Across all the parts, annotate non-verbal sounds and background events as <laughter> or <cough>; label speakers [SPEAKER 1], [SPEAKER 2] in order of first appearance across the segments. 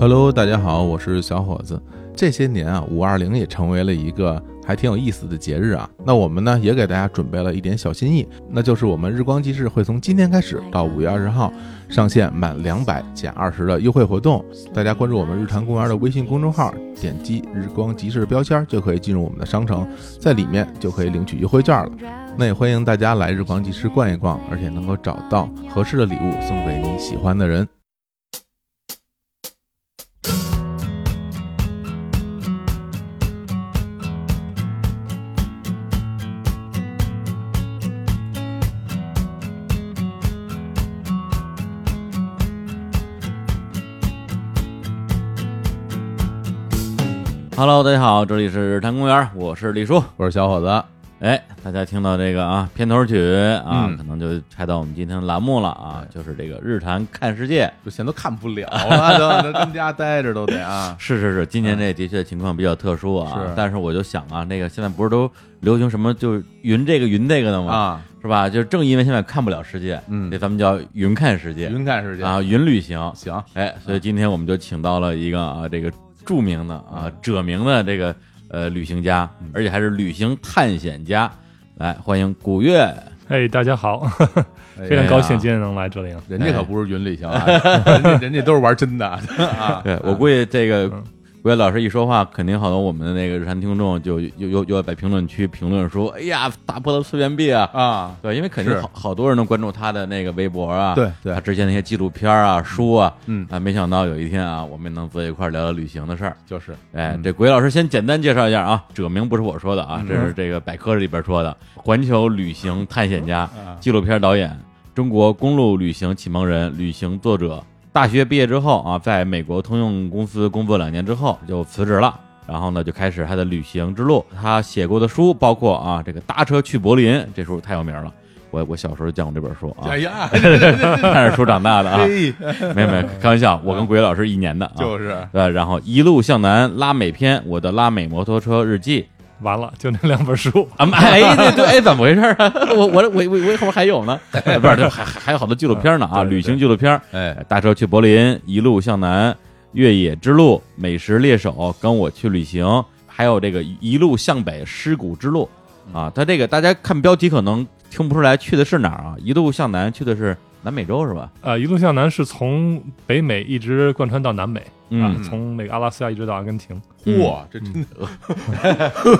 [SPEAKER 1] Hello，大家好，我是小伙子。这些年啊，五二零也成为了一个还挺有意思的节日啊。那我们呢，也给大家准备了一点小心意，那就是我们日光集市会从今天开始到五月二十号上线满两百减二十的优惠活动。大家关注我们日坛公园的微信公众号，点击日光集市标签就可以进入我们的商城，在里面就可以领取优惠券了。那也欢迎大家来日光集市逛一逛，而且能够找到合适的礼物送给你喜欢的人。
[SPEAKER 2] Hello，大家好，这里是日坛公园，我是李叔。
[SPEAKER 1] 我是小伙子。
[SPEAKER 2] 哎，大家听到这个啊片头曲啊，
[SPEAKER 1] 嗯
[SPEAKER 2] 可能就猜到我们今天的栏目了啊，就是这个日坛看世界。
[SPEAKER 1] 就现在都看不了 <laughs> 了，都跟家待着都得啊。
[SPEAKER 2] 是是是，今年这的确情况比较特殊啊，
[SPEAKER 1] 是
[SPEAKER 2] 嗯但是我就想啊，那个现在不是都流行什么就是云这个云那个的吗？
[SPEAKER 1] 啊，
[SPEAKER 2] 是吧？就正因为现在看不了世界，
[SPEAKER 1] 嗯
[SPEAKER 2] 这咱们叫云看世界
[SPEAKER 1] 云看世界
[SPEAKER 2] 啊，云旅行。
[SPEAKER 1] 行，
[SPEAKER 2] 哎，所以今天我们就请到了一个啊，这个著名的啊，者名的这个呃旅行家，而且还是旅行探险家，来欢迎古月。
[SPEAKER 3] 哎，大家好， <laughs> 非
[SPEAKER 1] 哎
[SPEAKER 3] 常
[SPEAKER 1] 呀
[SPEAKER 3] 高兴今天能来这里了。啊
[SPEAKER 1] 人家可不是云旅行
[SPEAKER 3] <laughs>
[SPEAKER 1] 啊，人家人家都是玩真的啊。
[SPEAKER 2] 对我估计这个
[SPEAKER 3] 嗯
[SPEAKER 2] 古月老师一说话，肯定好多我们的那个日坛听众就又又又要在评论区评论说，哎呀，打破了次元壁啊！
[SPEAKER 1] 啊，
[SPEAKER 2] 对，因为肯定
[SPEAKER 1] 是
[SPEAKER 2] 好好多人能关注他的那个微博啊，
[SPEAKER 1] 对对
[SPEAKER 2] 他之前那些纪录片啊、书啊，
[SPEAKER 1] 嗯
[SPEAKER 2] 啊，没想到有一天啊，我们也能坐一块儿聊聊旅行的事儿。
[SPEAKER 1] 就是
[SPEAKER 2] 哎
[SPEAKER 1] 嗯，
[SPEAKER 2] 这鬼老师先简单介绍一下啊，者名不是我说的啊，这是
[SPEAKER 1] 嗯
[SPEAKER 2] 这个百科里边说的，环球旅行探险家、
[SPEAKER 1] 啊
[SPEAKER 2] 纪录片导演、中国公路旅行启蒙人、旅行作者。大学毕业之后啊，在美国通用公司工作两年之后就辞职了，然后呢就开始他的旅行之路。他写过的书包括啊这个《搭车去柏林》，这书太有名了，我我小时候见过这本书啊
[SPEAKER 1] 哎，呀，这这这
[SPEAKER 2] 看着书长大的
[SPEAKER 1] <laughs>
[SPEAKER 2] 啊，
[SPEAKER 1] 嘿，
[SPEAKER 2] <laughs> 没有没有，开玩笑，我跟鬼老师一年的啊，
[SPEAKER 1] 就是
[SPEAKER 2] 呃，然后一路向南拉美篇，我的拉美摩托车日记
[SPEAKER 3] 完了，就那两
[SPEAKER 1] <laughs>
[SPEAKER 3] 本书，
[SPEAKER 2] 啊，
[SPEAKER 3] <laughs>
[SPEAKER 2] 哎，对对，哎，怎么回事啊？ <laughs> 我我我我我后面还有呢，哎不是，这还还还有好多纪录片呢啊，
[SPEAKER 3] 对对
[SPEAKER 2] 旅行纪录片，
[SPEAKER 1] 哎，
[SPEAKER 2] 大车去柏林，一路向南，越野之路，美食猎手，跟我去旅行，还有这个一路向北，尸骨之路啊，它这个大家看标题可能听不出来去的是哪儿啊，一路向南去的是南美洲是吧？
[SPEAKER 3] 呃，一路向南是从北美一直贯穿到南美，啊
[SPEAKER 2] 嗯，
[SPEAKER 3] 从那个阿拉斯加一直到阿根廷。嗯
[SPEAKER 1] 嚯，这真的
[SPEAKER 3] 啊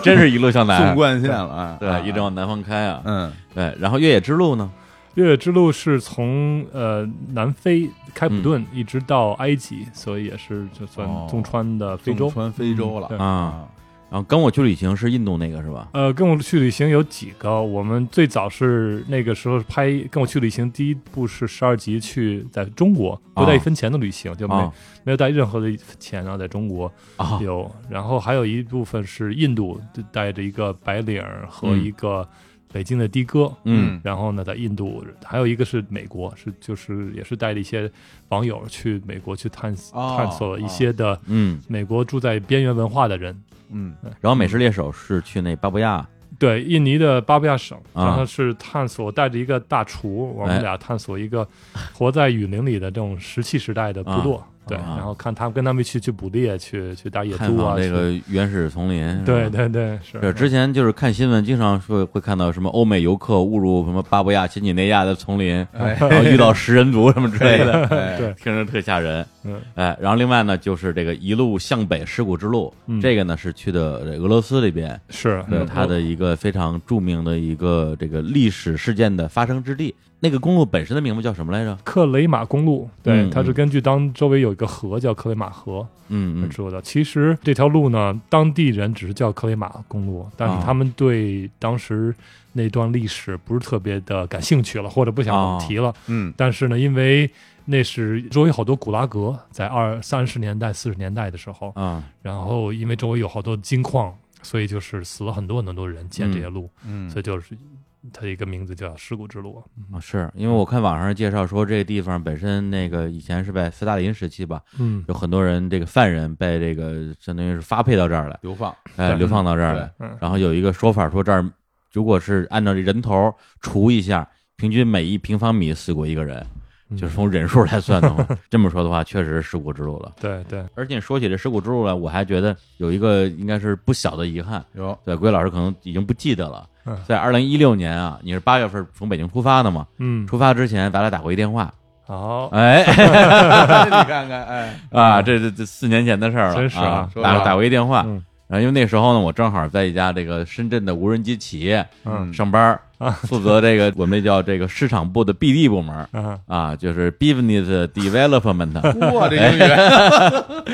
[SPEAKER 2] 真是一路向
[SPEAKER 1] 纵
[SPEAKER 2] 南，
[SPEAKER 1] 贯线了啊，
[SPEAKER 2] 对，一直往南方开啊，
[SPEAKER 1] 嗯
[SPEAKER 2] 对，然后越野之路呢？
[SPEAKER 3] 越野之路是从呃南非开普敦一直到埃及，所以也是就算
[SPEAKER 1] 嗯哦
[SPEAKER 3] 纵穿的非
[SPEAKER 1] 纵
[SPEAKER 3] 洲。
[SPEAKER 1] 穿非洲了
[SPEAKER 3] 嗯对
[SPEAKER 2] 啊，然后跟我去旅行是印度那个是吧？
[SPEAKER 3] 呃，跟我去旅行有几个，我们最早是那个时候拍《跟我去旅行》，第一部是十二集去在中国不带一分钱的旅行，就没、 <laughs>
[SPEAKER 1] 哦
[SPEAKER 2] 啊
[SPEAKER 3] 没有带任何的钱，然后在中国
[SPEAKER 2] 啊
[SPEAKER 3] 有，然后还有一部分是印度，就带着一个白领儿和
[SPEAKER 2] 嗯
[SPEAKER 3] 一个北京的的哥。
[SPEAKER 2] 嗯
[SPEAKER 3] 然后呢，在印度，还有一个是美国，是就是也是带着一些网友去美国去探索、
[SPEAKER 1] 哦
[SPEAKER 3] 啊探索一些的
[SPEAKER 2] 嗯，
[SPEAKER 3] 美国住在边缘文化的人。
[SPEAKER 2] 哦
[SPEAKER 1] 嗯
[SPEAKER 2] 然后美食猎手是去那巴布亚，
[SPEAKER 3] 对，印尼的巴布亚省，
[SPEAKER 2] 啊
[SPEAKER 3] 然后是探索带着一个大厨，我
[SPEAKER 2] 哎
[SPEAKER 3] 们俩探索一个活在雨林里的这种石器时代的部落，对，
[SPEAKER 2] 啊
[SPEAKER 3] 然后看他们跟他们一起去捕猎，去去打野
[SPEAKER 2] 探
[SPEAKER 3] 猪啊，
[SPEAKER 2] 访这
[SPEAKER 3] 去
[SPEAKER 2] 个嗯原始丛林。是吧
[SPEAKER 3] 对。对对是
[SPEAKER 2] 是之前就是看新闻，经常说会看到什么欧美游客误入什么巴布亚、新几内亚的丛林，
[SPEAKER 1] 哎 <laughs>
[SPEAKER 2] 然后遇到食人族什么之类的，
[SPEAKER 1] 哎
[SPEAKER 3] <laughs> 对
[SPEAKER 2] <laughs> 听着特吓人。
[SPEAKER 3] 嗯，
[SPEAKER 2] 哎，然后另外呢，就是这个一路向北尸骨之路，
[SPEAKER 3] 嗯
[SPEAKER 2] 这个呢是去的俄罗斯这边，
[SPEAKER 3] 是
[SPEAKER 2] 对
[SPEAKER 3] 嗯
[SPEAKER 2] 它的一个非常著名的一个这个历史事件的发生之地。那个公路本身的名字叫什么来着？
[SPEAKER 3] 克雷马公路，对，
[SPEAKER 2] 嗯
[SPEAKER 3] 它是
[SPEAKER 2] 嗯
[SPEAKER 3] 根据当周围有一个河叫克雷马河
[SPEAKER 2] 嗯
[SPEAKER 3] 而
[SPEAKER 2] 嗯，
[SPEAKER 3] 说的。其实这条路呢，当地人只是叫克雷马公路，但
[SPEAKER 2] 啊
[SPEAKER 3] 是他们对当时那段历史不是特别的感兴趣了，或者不
[SPEAKER 2] 哦
[SPEAKER 3] 想提了。
[SPEAKER 1] 嗯
[SPEAKER 3] 但是呢，因为那是周围好多古拉格，在二三十年代、四十年代的时候，
[SPEAKER 2] 啊，
[SPEAKER 3] 然后因为周围有好多金矿，所以就是死了很多很多人建这些路，
[SPEAKER 1] 嗯
[SPEAKER 3] 所以就是它一个名字叫尸骨之路。
[SPEAKER 2] 啊，是因为我看网上介绍说，这个地方本身那个以前是在斯大林时期吧，
[SPEAKER 3] 嗯
[SPEAKER 2] 有很多人这个犯人被这个相当于是发配到这儿来，
[SPEAKER 1] 流放
[SPEAKER 2] 哎，
[SPEAKER 3] 对
[SPEAKER 2] 流放到这儿来。
[SPEAKER 3] 嗯，
[SPEAKER 2] 然后有一个说法说，这儿如果是按照这人头除一下，平均每一平方米死过一个人。
[SPEAKER 3] 嗯
[SPEAKER 2] 就是从人数来算的话， <laughs> 这么说的话，确实是尸骨之路了。
[SPEAKER 3] 对对，
[SPEAKER 2] 而且说起这尸骨之路来，我还觉得有一个应该是不小的遗憾，
[SPEAKER 3] <laughs>
[SPEAKER 1] 有 <laughs>
[SPEAKER 2] 对，龟老师可能已经不记得了
[SPEAKER 3] 嗯。
[SPEAKER 2] 在二零一六年啊，你是八月份从北京出发的嘛？
[SPEAKER 3] 嗯，啊
[SPEAKER 2] 出发之前，咱俩打过一电话。
[SPEAKER 3] <laughs> 好，
[SPEAKER 2] 哎
[SPEAKER 1] 你看看，哎，
[SPEAKER 2] 啊，这这这四年前的事儿了，
[SPEAKER 3] 真是
[SPEAKER 2] 啊
[SPEAKER 3] 啊，
[SPEAKER 1] 说
[SPEAKER 2] 打
[SPEAKER 1] 吧
[SPEAKER 2] 打过一电话。
[SPEAKER 3] 嗯
[SPEAKER 2] 然后因为那时候呢，我正好在一家这个深圳的无人机企业
[SPEAKER 1] 嗯
[SPEAKER 2] 上班儿， <laughs> 负责这个我们这叫这个市场部的 BD 部门儿
[SPEAKER 3] 嗯，
[SPEAKER 2] 啊，就是 Business Development，
[SPEAKER 1] 哇，这英语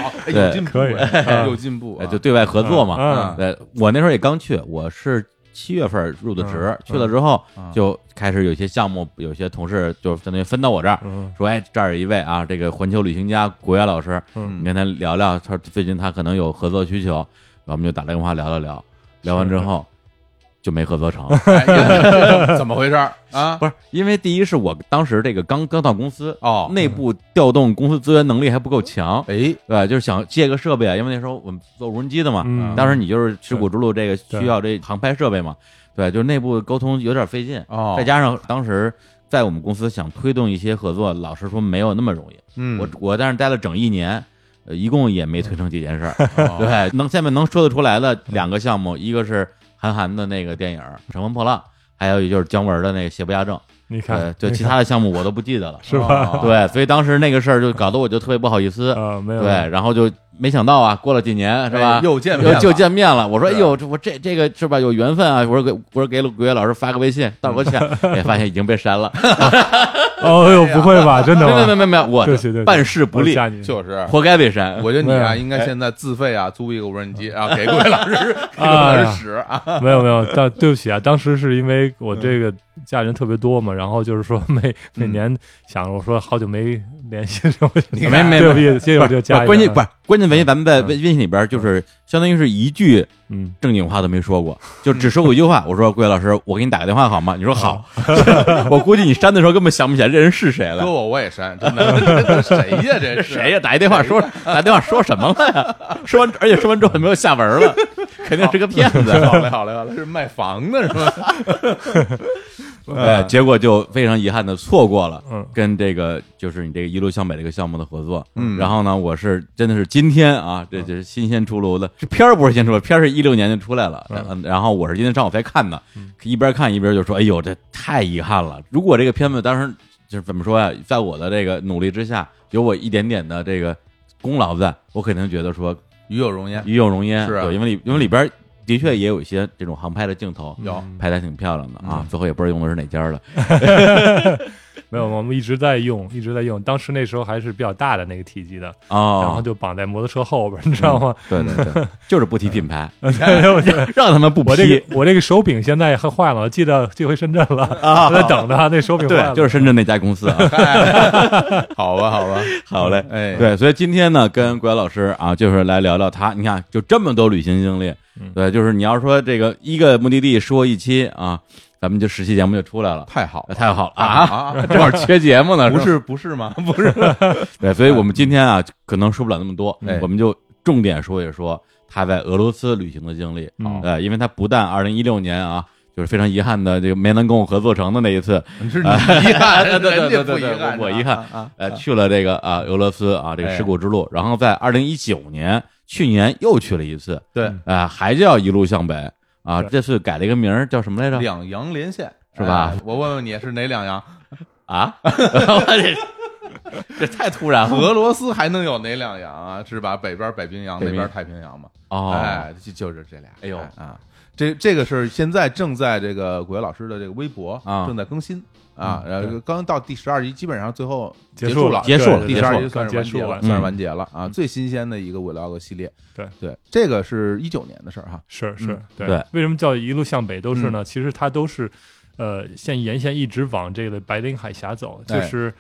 [SPEAKER 1] 好，哎有
[SPEAKER 2] 对
[SPEAKER 1] 进步，
[SPEAKER 3] 可以
[SPEAKER 1] 哎
[SPEAKER 3] 嗯
[SPEAKER 1] 有进步啊，
[SPEAKER 2] 哎就对外合作嘛。
[SPEAKER 3] 嗯
[SPEAKER 2] 对，我那时候也刚去，我是七月份入的职，去了之后
[SPEAKER 1] 嗯
[SPEAKER 2] 就开始有些项目，有些同事就相当于分到我这儿，
[SPEAKER 3] 嗯
[SPEAKER 2] 说哎，这儿有一位啊，这个环球旅行家古月老师，
[SPEAKER 1] 嗯
[SPEAKER 2] 你跟他聊聊，他最近他可能有合作需求，然后我们就打电话聊了聊，聊完之后就没合
[SPEAKER 1] <laughs>
[SPEAKER 2] 作成，
[SPEAKER 1] 哎又怎么回事儿啊？
[SPEAKER 2] 不是因为第一是我当时这个刚刚到公司，
[SPEAKER 1] 哦，
[SPEAKER 2] 内部调动公司资源能力还不够强，
[SPEAKER 1] 哎，
[SPEAKER 2] 对，就是想借个设备啊，因为那时候我们做无人机的嘛，
[SPEAKER 3] 嗯，
[SPEAKER 2] 当时你就是吃骨之路这个
[SPEAKER 3] 对
[SPEAKER 2] 需要这航拍设备嘛，对，就是内部沟通有点费劲，
[SPEAKER 1] 哦，
[SPEAKER 2] 再加上当时在我们公司想推动一些合作，老实说没有那么容易。
[SPEAKER 1] 嗯，
[SPEAKER 2] 我我在那儿待了整一年，呃一共也没推成几件事儿。
[SPEAKER 1] 哦
[SPEAKER 2] <laughs> 对，能下面能说得出来的两个项目，一个是韩寒的那个电影《乘风破浪》，还有就是姜文的那个《邪不压正》。
[SPEAKER 3] 你看
[SPEAKER 2] 呃，，就
[SPEAKER 3] 你
[SPEAKER 2] 其
[SPEAKER 3] 看。
[SPEAKER 2] 他的项目我都不记得了
[SPEAKER 3] 是吧？
[SPEAKER 1] 哦，
[SPEAKER 2] 对，所以当时那个事儿就搞得我就特别不好意
[SPEAKER 3] <laughs>
[SPEAKER 2] 思。
[SPEAKER 3] 啊，没有，
[SPEAKER 2] 对，然后就没想到啊，过了几年是吧
[SPEAKER 1] 哎？又见面
[SPEAKER 2] 又
[SPEAKER 1] 了
[SPEAKER 2] 就见面了，我说哎
[SPEAKER 1] 是
[SPEAKER 2] 呦，这我这这个是吧有缘分啊！我说给我说给古月老师发个微信道个
[SPEAKER 3] <laughs>
[SPEAKER 2] 歉，哎，发现已经被删了。
[SPEAKER 3] 哦呦，不会吧？真的
[SPEAKER 2] 没
[SPEAKER 3] 吗？
[SPEAKER 2] 没没没，我
[SPEAKER 3] 对不起对不起
[SPEAKER 2] 办事不力
[SPEAKER 3] 我，吓你
[SPEAKER 1] 嗯就是。
[SPEAKER 2] 活该被删。
[SPEAKER 1] 我觉得你啊，
[SPEAKER 3] 没有
[SPEAKER 1] 应
[SPEAKER 2] 哎
[SPEAKER 1] 该现在自费啊，租一个无人机啊，给各位老
[SPEAKER 2] <laughs>
[SPEAKER 1] 师，给各位
[SPEAKER 3] 哎
[SPEAKER 1] 老
[SPEAKER 3] 呀
[SPEAKER 1] 师使啊，
[SPEAKER 3] 没有没有，但对不起啊，当时是因为我这
[SPEAKER 2] 嗯
[SPEAKER 3] 个家人特别多嘛，然后就是说每每年想着我说好久没联系了，我
[SPEAKER 2] 没没没
[SPEAKER 3] 对不起，接
[SPEAKER 2] 不
[SPEAKER 3] 着
[SPEAKER 2] 是
[SPEAKER 3] 就加一个，
[SPEAKER 2] 关键不是关键，唯一咱们在
[SPEAKER 3] 嗯
[SPEAKER 2] 微微信里边就是相当于是一句
[SPEAKER 3] 嗯，
[SPEAKER 2] 正经话都没说过，就只说过一句话。我说桂老师，我给你打个电话好吗？你说好，
[SPEAKER 3] 嗯
[SPEAKER 2] <laughs> 我估计你删的时候根本想不起来这人是谁
[SPEAKER 1] 搁
[SPEAKER 2] 了。
[SPEAKER 1] 我我也删，真的，这谁呀？这
[SPEAKER 2] 这
[SPEAKER 1] 是
[SPEAKER 2] <laughs> 谁呀？打一电话说打电话说什么了呀？ <laughs> 说完，而且说完之后也没有下文了，肯定是个骗子。
[SPEAKER 1] <laughs> 好嘞，好嘞，好嘞，是卖房的是
[SPEAKER 2] <laughs>
[SPEAKER 1] 吧？
[SPEAKER 2] 哎，结果就非常遗憾的错过了
[SPEAKER 3] 嗯
[SPEAKER 2] 跟这个就是你这个一路向北这个项目的合作。
[SPEAKER 1] 嗯
[SPEAKER 2] 然后呢，我是真的是今天啊，这这是新鲜出炉的，这片儿不是新出炉，片儿是一六年就出来了。嗯然后我是今天上午才看的，一边看一边就说：“哎呦，这太遗憾了！如果这个片子当时就是怎么说呀，在我的这个努力之下，有我一点点的这个功劳在，我肯定觉得说
[SPEAKER 1] 与有荣焉，
[SPEAKER 2] 与有荣焉。
[SPEAKER 1] 是啊
[SPEAKER 2] 对，因为里因为里边的确也有一些这种航拍的镜头。
[SPEAKER 1] 有
[SPEAKER 2] 拍的还挺漂亮的
[SPEAKER 3] 嗯
[SPEAKER 2] 啊，最后也不知道用的是哪家的。
[SPEAKER 3] 没有，我们一直在用，一直在用。当时那时候还是比较大的那个体积的，
[SPEAKER 2] 哦，
[SPEAKER 3] 然后就绑在摩托车后边，你知道吗？
[SPEAKER 2] <laughs>
[SPEAKER 3] 哎
[SPEAKER 2] 对对
[SPEAKER 3] <laughs>
[SPEAKER 2] 对，就是不提品牌， <laughs>
[SPEAKER 3] 我这
[SPEAKER 2] 让他们不
[SPEAKER 3] 我这
[SPEAKER 2] 批。
[SPEAKER 3] 个我这个手柄现在还坏了，我记得寄回深圳了，我在等着那手柄坏
[SPEAKER 2] 啊对，
[SPEAKER 3] 了，
[SPEAKER 2] 就是深圳那家公司
[SPEAKER 3] <laughs>
[SPEAKER 2] 啊。
[SPEAKER 1] 哎 <laughs> 好吧，好吧，
[SPEAKER 2] 好嘞，
[SPEAKER 1] 哎，，
[SPEAKER 2] 对，所以今天呢，跟国老师啊，就是来聊聊他。你看，就这么多旅行经历，
[SPEAKER 3] 嗯
[SPEAKER 2] 对，就是你要说这个一个目的地说一期啊，咱们就十期节目就出来了，
[SPEAKER 1] 太好了
[SPEAKER 2] 太好了啊！
[SPEAKER 1] 啊，
[SPEAKER 2] <laughs> 正好缺节目呢，
[SPEAKER 1] 不
[SPEAKER 2] 吧
[SPEAKER 1] 是不是
[SPEAKER 2] <laughs>
[SPEAKER 1] 吗？不是，
[SPEAKER 2] 对，所以我们今天啊，可能说不了那么多
[SPEAKER 1] 嗯哎，
[SPEAKER 2] 我们就重点说一说他在俄罗斯旅行的经历。
[SPEAKER 3] 嗯
[SPEAKER 2] 呃，因为他不但二零一六年啊，就是非常遗憾的这个没能跟我合作成的那一次，
[SPEAKER 1] <laughs> 是你遗憾，
[SPEAKER 2] <laughs> 对对对
[SPEAKER 1] 人家不
[SPEAKER 2] 对对
[SPEAKER 1] 遗
[SPEAKER 2] 对
[SPEAKER 1] 憾，
[SPEAKER 2] 我我遗
[SPEAKER 1] 是吧
[SPEAKER 2] 憾
[SPEAKER 1] 啊，哎
[SPEAKER 2] 呃，去了这个啊、俄罗斯啊这个尸骨之路，然后在二零一九年去年又去了一次，
[SPEAKER 1] 对，
[SPEAKER 2] 呃，还叫一路向北啊，
[SPEAKER 3] 对
[SPEAKER 2] 这次改了一个名儿叫什么来着？
[SPEAKER 1] 两阳连线
[SPEAKER 2] 是吧
[SPEAKER 1] 哎我问问你是哪两阳？
[SPEAKER 2] 啊， <laughs> 我这这太突然了
[SPEAKER 1] 俄罗斯还能有哪两洋啊？是吧？北边北冰洋，
[SPEAKER 2] 北
[SPEAKER 1] 那
[SPEAKER 2] 冰
[SPEAKER 1] 边太平洋嘛。
[SPEAKER 2] 哦，
[SPEAKER 1] 哎，就就是这俩。
[SPEAKER 2] 哎呦
[SPEAKER 1] 啊，这这个是现在正在这个古月老师的这个微博
[SPEAKER 2] 啊
[SPEAKER 1] 正在更新啊，
[SPEAKER 3] 嗯
[SPEAKER 1] 然后刚到第十二集，基本上最后
[SPEAKER 3] 结
[SPEAKER 1] 束
[SPEAKER 3] 了，
[SPEAKER 2] 结束了
[SPEAKER 3] 对
[SPEAKER 1] 第
[SPEAKER 2] 结
[SPEAKER 1] 十
[SPEAKER 2] 束
[SPEAKER 1] 二
[SPEAKER 2] 了
[SPEAKER 1] 集算是
[SPEAKER 3] 结
[SPEAKER 1] 完
[SPEAKER 3] 束
[SPEAKER 1] 结了，
[SPEAKER 3] 了，
[SPEAKER 1] 算是
[SPEAKER 2] 嗯
[SPEAKER 1] 完结了啊！最新鲜的一个 vlog 系列，
[SPEAKER 3] 对
[SPEAKER 1] 对，这个是一九年的事儿哈，
[SPEAKER 3] 是是
[SPEAKER 1] 嗯，
[SPEAKER 3] 对
[SPEAKER 2] 对
[SPEAKER 3] 为什么叫一路向北都是呢？其实它都是，呃，现沿线一直往这个白令海峡走，就
[SPEAKER 1] 哎
[SPEAKER 3] 是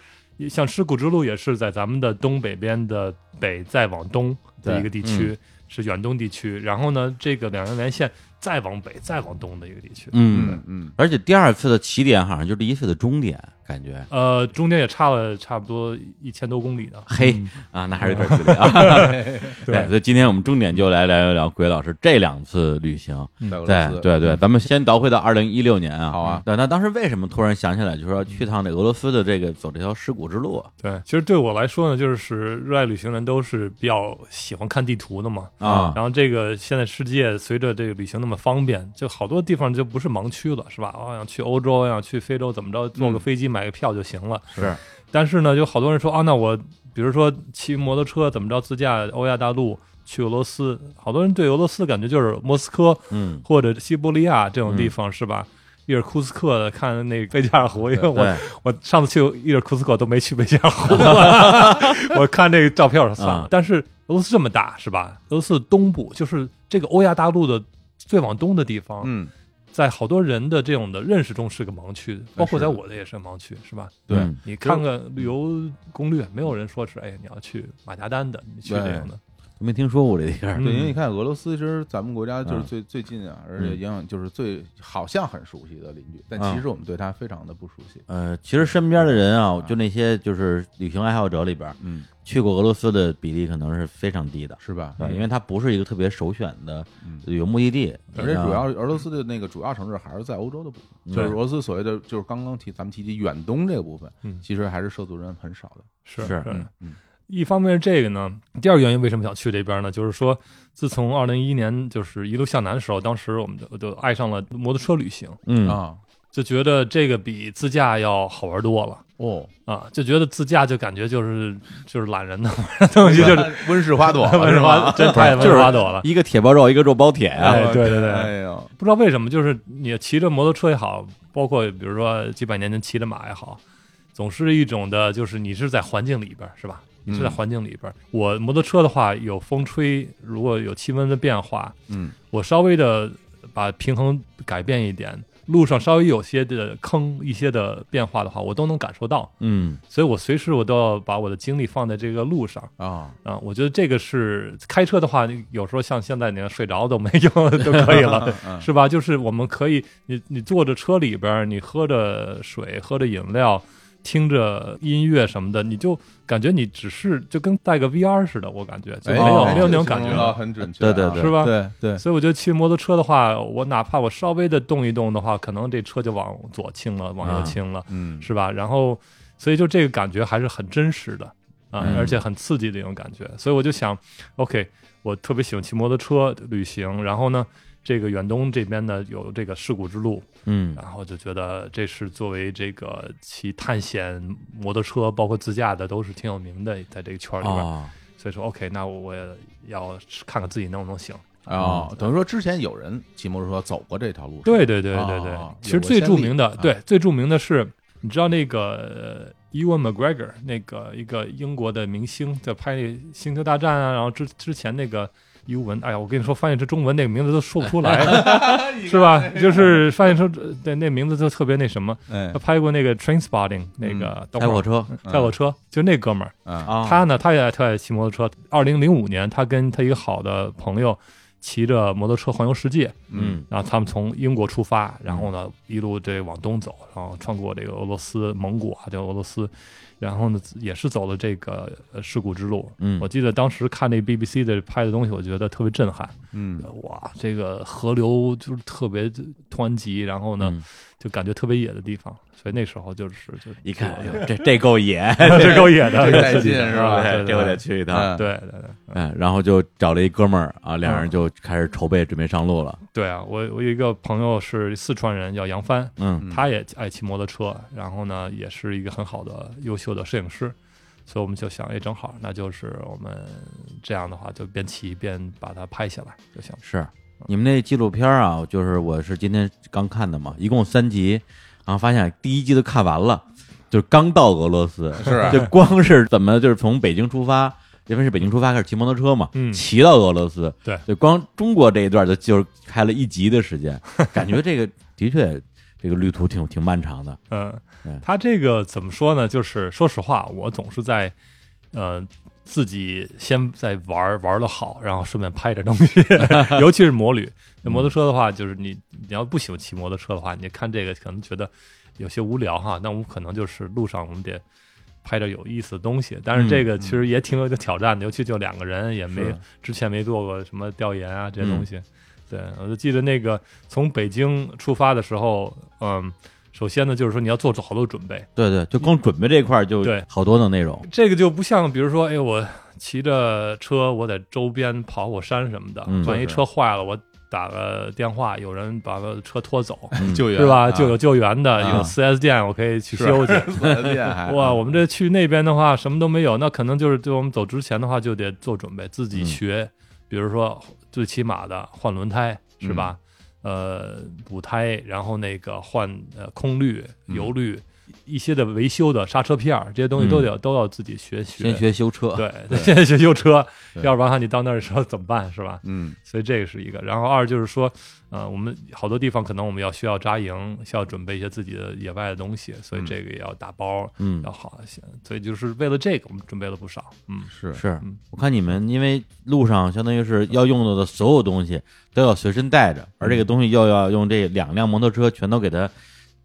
[SPEAKER 3] 像尸骨之路也是在咱们的东北边的北再往东的
[SPEAKER 1] 对
[SPEAKER 3] 一个地区，是远东地区。然后呢，这个两阳连线再往北再往东的一个地区，
[SPEAKER 2] 嗯。
[SPEAKER 1] 嗯嗯，
[SPEAKER 2] 而且第二次的起点好像就是第一次的终点，感觉
[SPEAKER 3] 呃，中间也差了差不多一千多公里呢。
[SPEAKER 2] 嘿
[SPEAKER 4] 嗯
[SPEAKER 2] 啊，那还是有点距
[SPEAKER 4] <laughs>
[SPEAKER 2] 离啊。对，
[SPEAKER 3] 对，
[SPEAKER 2] 所以今天我们重点就来聊一聊鬼老师这两次旅行。
[SPEAKER 4] 在俄罗
[SPEAKER 2] 嗯对
[SPEAKER 4] 斯，
[SPEAKER 2] 对对，咱们先倒回到二零一六年啊。
[SPEAKER 4] 嗯好啊。
[SPEAKER 2] 对，那当时为什么突然想起来，就是说去趟这俄罗斯的这个走这条尸骨之路啊？
[SPEAKER 3] 对，其实对我来说呢，就是热爱旅行人都是比较喜欢看地图的嘛。
[SPEAKER 2] 啊
[SPEAKER 3] 然后这个现在世界随着这个旅行那么方便，就好多地方就不是盲区了，是吧？我想去欧洲，想去非洲，怎么着，坐个飞机买个票就行了。
[SPEAKER 2] 嗯是，
[SPEAKER 3] 但是呢，有好多人说啊，那我比如说骑摩托车怎么着自驾欧亚大陆去俄罗斯，好多人对俄罗斯感觉就是莫斯科
[SPEAKER 2] 嗯，
[SPEAKER 3] 或者西伯利亚这种地方、是吧？伊尔库斯克的，看那个贝加尔湖，因为我
[SPEAKER 2] 对，
[SPEAKER 3] 我上次去伊尔库斯克都没去贝加
[SPEAKER 4] <laughs>
[SPEAKER 3] 尔湖了，我看这个照片儿算
[SPEAKER 4] 啊
[SPEAKER 3] 了。
[SPEAKER 2] 嗯
[SPEAKER 3] 但是俄罗斯这么大是吧？俄罗斯东部就是这个欧亚大陆的最往东的地方，
[SPEAKER 4] 嗯，
[SPEAKER 3] 在好多人的这种的认识中是个盲区，包括
[SPEAKER 4] 是的
[SPEAKER 3] 在我的也是盲区，是吧？
[SPEAKER 4] 对
[SPEAKER 2] 嗯
[SPEAKER 3] 你看看旅游攻略，没有人说是哎，你要去马加丹的，你去这样的，
[SPEAKER 2] 都没听说过这地儿。
[SPEAKER 4] 对，因为你
[SPEAKER 3] 嗯，
[SPEAKER 4] 看俄罗斯，其实咱们国家就是
[SPEAKER 2] 嗯
[SPEAKER 4] 最最近啊，而且影响就是最好像很熟悉的邻居，但
[SPEAKER 2] 嗯
[SPEAKER 4] 其实我们对它非常的不熟悉。
[SPEAKER 2] 呃，其实身边的人啊，就那些就是旅行爱好者里边儿，
[SPEAKER 4] 嗯，
[SPEAKER 2] 去过俄罗斯的比例可能是非常低的，
[SPEAKER 4] 是吧？
[SPEAKER 2] 对，
[SPEAKER 3] 嗯
[SPEAKER 2] 因为它不是一个特别首选的
[SPEAKER 4] 嗯
[SPEAKER 2] 旅游目的地，啊
[SPEAKER 4] 而
[SPEAKER 3] 嗯
[SPEAKER 4] 且主要俄罗斯的那个主要城市还是在欧洲的部分，
[SPEAKER 2] 嗯
[SPEAKER 4] 就是俄罗斯所谓的就是刚刚提咱们提及远东这个部分，
[SPEAKER 3] 嗯
[SPEAKER 4] 其实还是涉足人很少的。
[SPEAKER 3] 是
[SPEAKER 2] 是
[SPEAKER 4] 嗯嗯
[SPEAKER 3] 一方面是这个呢，第二个原因为什么想去这边呢？就是说，自从二零一一年就是一路向南的时候，当时我们就就爱上了摩托车旅行，
[SPEAKER 2] 嗯
[SPEAKER 4] 啊，
[SPEAKER 3] 就觉得这个比自驾要好玩多了
[SPEAKER 4] 哦，
[SPEAKER 3] 啊，就觉得自驾就感觉就是就是懒人的东西，就是，
[SPEAKER 4] 温室花朵
[SPEAKER 3] <laughs> 文
[SPEAKER 4] 是吧
[SPEAKER 3] 化真太
[SPEAKER 2] 就是
[SPEAKER 3] 文化朵了。
[SPEAKER 2] 一个铁包肉，一个肉包铁啊。
[SPEAKER 3] 哎对对对
[SPEAKER 4] 哎呦，
[SPEAKER 3] 不知道为什么，就是你骑着摩托车也好，包括比如说几百年前骑着马也好，总是一种的，就是你是在环境里边儿，是吧？
[SPEAKER 4] 嗯
[SPEAKER 3] 你是在环境里边儿。我摩托车的话，有风吹，如果有气温的变化，
[SPEAKER 4] 嗯，
[SPEAKER 3] 我稍微的把平衡改变一点，路上稍微有些的坑、一些的变化的话，我都能感受到。
[SPEAKER 2] 嗯，
[SPEAKER 3] 所以我随时我都要把我的精力放在这个路上。
[SPEAKER 4] 啊，
[SPEAKER 3] 啊，我觉得这个是开车的话，你有时候像现在你睡着都没用都可以
[SPEAKER 4] <laughs>
[SPEAKER 3] 了，
[SPEAKER 4] 嗯
[SPEAKER 3] 是吧？就是我们可以，你你坐着车里边儿，你喝着水，喝着饮料，听着音乐什么的，你就感觉你只是就跟戴个 VR 似的，我感觉就
[SPEAKER 4] 哎
[SPEAKER 3] 没有、
[SPEAKER 4] 哎
[SPEAKER 3] 没有那种
[SPEAKER 4] 这
[SPEAKER 3] 感
[SPEAKER 4] 形
[SPEAKER 3] 觉
[SPEAKER 4] 容得
[SPEAKER 3] 了。
[SPEAKER 4] 很准确啊，
[SPEAKER 2] 对对对，
[SPEAKER 3] 是吧
[SPEAKER 4] 对对，
[SPEAKER 3] 所以我觉得骑摩托车的话，我哪怕我稍微的动一动的话，可能这车就往左倾了，往
[SPEAKER 2] 啊
[SPEAKER 3] 右倾了，
[SPEAKER 4] 嗯，
[SPEAKER 3] 是吧？然后，所以就这个感觉还是很真实的啊，
[SPEAKER 2] 嗯
[SPEAKER 3] 而且很刺激的一种感觉。所以我就想，OK，我特别喜欢骑摩托车旅行，然后呢，这个远东这边呢有这个事故之路，
[SPEAKER 2] 嗯
[SPEAKER 3] 然后就觉得这是作为这个骑探险摩托车，包括自驾的都是挺有名的，在这个圈儿里边。
[SPEAKER 2] 哦，
[SPEAKER 3] 所以说，OK，那我我也要看看自己能不能行。
[SPEAKER 4] 哦，等于说之前有人骑摩托车走过这条路，
[SPEAKER 3] 嗯对对对对对，
[SPEAKER 4] 哦
[SPEAKER 3] 其实
[SPEAKER 4] 有过
[SPEAKER 3] 最
[SPEAKER 4] 先
[SPEAKER 3] 著
[SPEAKER 4] 例
[SPEAKER 3] 名的，
[SPEAKER 4] 啊
[SPEAKER 3] 对最著名的是，你知道那个呃 Ewan McGregor 那个一个英国的明星，在拍那《星球大战》啊，然后之之前那个伊文，哎呀，我跟你说，翻译成中文那个名字都说不出来，
[SPEAKER 4] <laughs>
[SPEAKER 3] 是吧？就是翻译成呃对那名字就特别那什么，
[SPEAKER 4] 哎
[SPEAKER 3] 他，拍过那个 Train Spotting 那个动
[SPEAKER 2] 开
[SPEAKER 3] 画
[SPEAKER 2] 火车
[SPEAKER 4] 嗯
[SPEAKER 3] 开火车，就那哥们儿，
[SPEAKER 4] 啊，
[SPEAKER 2] 啊，
[SPEAKER 3] 他呢，他也特爱骑摩托车。二零零五年，他跟他一个好的朋友骑着摩托车环游世界。
[SPEAKER 2] 嗯
[SPEAKER 3] 然后他们从英国出发，然后呢一路这往东走，然后穿过这个俄罗斯、蒙古啊，叫俄罗斯，然后呢也是走了这个呃尸骨之路。
[SPEAKER 2] 嗯
[SPEAKER 3] 我记得当时看那 BBC 的拍的东西，我觉得特别震撼。
[SPEAKER 4] 嗯，
[SPEAKER 3] 哇，这个河流就是特别湍急，然后呢、
[SPEAKER 2] 嗯
[SPEAKER 3] 就感觉特别野的地方，所以那时候就是就
[SPEAKER 2] 一看，哎呦，这这够野，
[SPEAKER 3] 这够
[SPEAKER 2] <laughs>
[SPEAKER 3] 野的，
[SPEAKER 4] 这带
[SPEAKER 3] 刺激
[SPEAKER 4] 劲
[SPEAKER 3] 的
[SPEAKER 4] 是吧
[SPEAKER 3] <laughs> 对对
[SPEAKER 2] 这我
[SPEAKER 3] 对
[SPEAKER 2] 得去一趟。
[SPEAKER 4] 嗯
[SPEAKER 3] <laughs> 对对对。
[SPEAKER 2] 哎，然后就找了一哥们儿啊，两
[SPEAKER 3] 嗯
[SPEAKER 2] 人就开始筹备，准备上路了。
[SPEAKER 3] 对啊，我我有一个朋友是四川人，叫杨帆，
[SPEAKER 2] 嗯
[SPEAKER 4] 嗯
[SPEAKER 3] 他也爱骑摩托车，然后呢，也是一个很好的、优秀的摄影师，所以我们就想，哎，正好，那就是我们这样的话，就边骑边把它拍下来就行。
[SPEAKER 2] 是你们那纪录片儿啊，就是我是今天刚看的嘛，一共三集，然后发现第一集都看完了，就是刚到俄罗斯，
[SPEAKER 4] 是啊
[SPEAKER 2] 就光是怎么就是从北京出发，因为是北京出发开始骑摩托车嘛，
[SPEAKER 3] 嗯
[SPEAKER 2] 骑到俄罗斯，
[SPEAKER 3] 对
[SPEAKER 2] 就光中国这一段就就是开了一集的时间，感觉这个的确这个旅途挺挺漫长的，
[SPEAKER 3] 嗯
[SPEAKER 2] 对，
[SPEAKER 3] 他这个怎么说呢？就是说实话，我总是在，呃，自己先在玩儿玩的好，然后顺便拍点东西， <laughs> 尤其是摩旅。那摩托车的话，就是你你要不喜欢骑摩托车的话，你看这个可能觉得。有些无聊哈，那我们可能就是路上我们得拍点有意思的东西。但是这个其实也挺有点挑战的，尤其就两个人，也没
[SPEAKER 2] 是
[SPEAKER 3] 之前没做过什么调研啊这些东西。对，我就记得那个从北京出发的时候，嗯，首先呢就是说你要做好多准备，
[SPEAKER 2] 对对，就光准备这块儿就
[SPEAKER 3] 对
[SPEAKER 2] 好多的内
[SPEAKER 3] <laughs>
[SPEAKER 2] 容，
[SPEAKER 3] 这个就不像，比如说，哎，我骑着车，我在周边跑火山什么的，
[SPEAKER 2] 嗯
[SPEAKER 3] 万一
[SPEAKER 1] 是
[SPEAKER 3] 车坏了，我打个电话，有人把我的车拖走，
[SPEAKER 2] 嗯
[SPEAKER 1] 救援
[SPEAKER 3] 是吧？
[SPEAKER 1] 啊
[SPEAKER 3] 就有救援的，
[SPEAKER 2] 啊
[SPEAKER 3] 有 4S 店，我可以去
[SPEAKER 4] 啊
[SPEAKER 1] 是啊
[SPEAKER 3] 修去。
[SPEAKER 4] <laughs>
[SPEAKER 1] 哇
[SPEAKER 3] <laughs> 哇，我们这去那边的话，什么都没有，那可能就是对我们走之前的话，就得做准备，自己
[SPEAKER 2] 嗯
[SPEAKER 3] 学，比如说最起码的换轮胎是吧？呃，补胎，然后那个换呃空滤、油滤。一些的维修的刹车片儿，这些东西都得、都要自己学学。
[SPEAKER 2] 先学修车，
[SPEAKER 3] 对，
[SPEAKER 2] 对
[SPEAKER 3] 现在学修车，
[SPEAKER 2] 对
[SPEAKER 3] 要不然的话你到那儿的时候怎么办，是吧？
[SPEAKER 1] 嗯
[SPEAKER 3] 所以这个是一个。然后二就是说，呃，我们好多地方可能我们要需要扎营，需要准备一些自己的野外的东西，所以
[SPEAKER 1] 嗯
[SPEAKER 3] 这个也要打包，
[SPEAKER 2] 嗯
[SPEAKER 3] 要，好一些。所以就是为了这个，我们准备了不少。嗯，
[SPEAKER 1] 是
[SPEAKER 2] 是
[SPEAKER 3] 嗯
[SPEAKER 2] 我看你们因为路上相当于是要用到的所有东西都要随身带着，而这
[SPEAKER 3] 嗯
[SPEAKER 2] 个东西又要用这两辆摩托车全都给它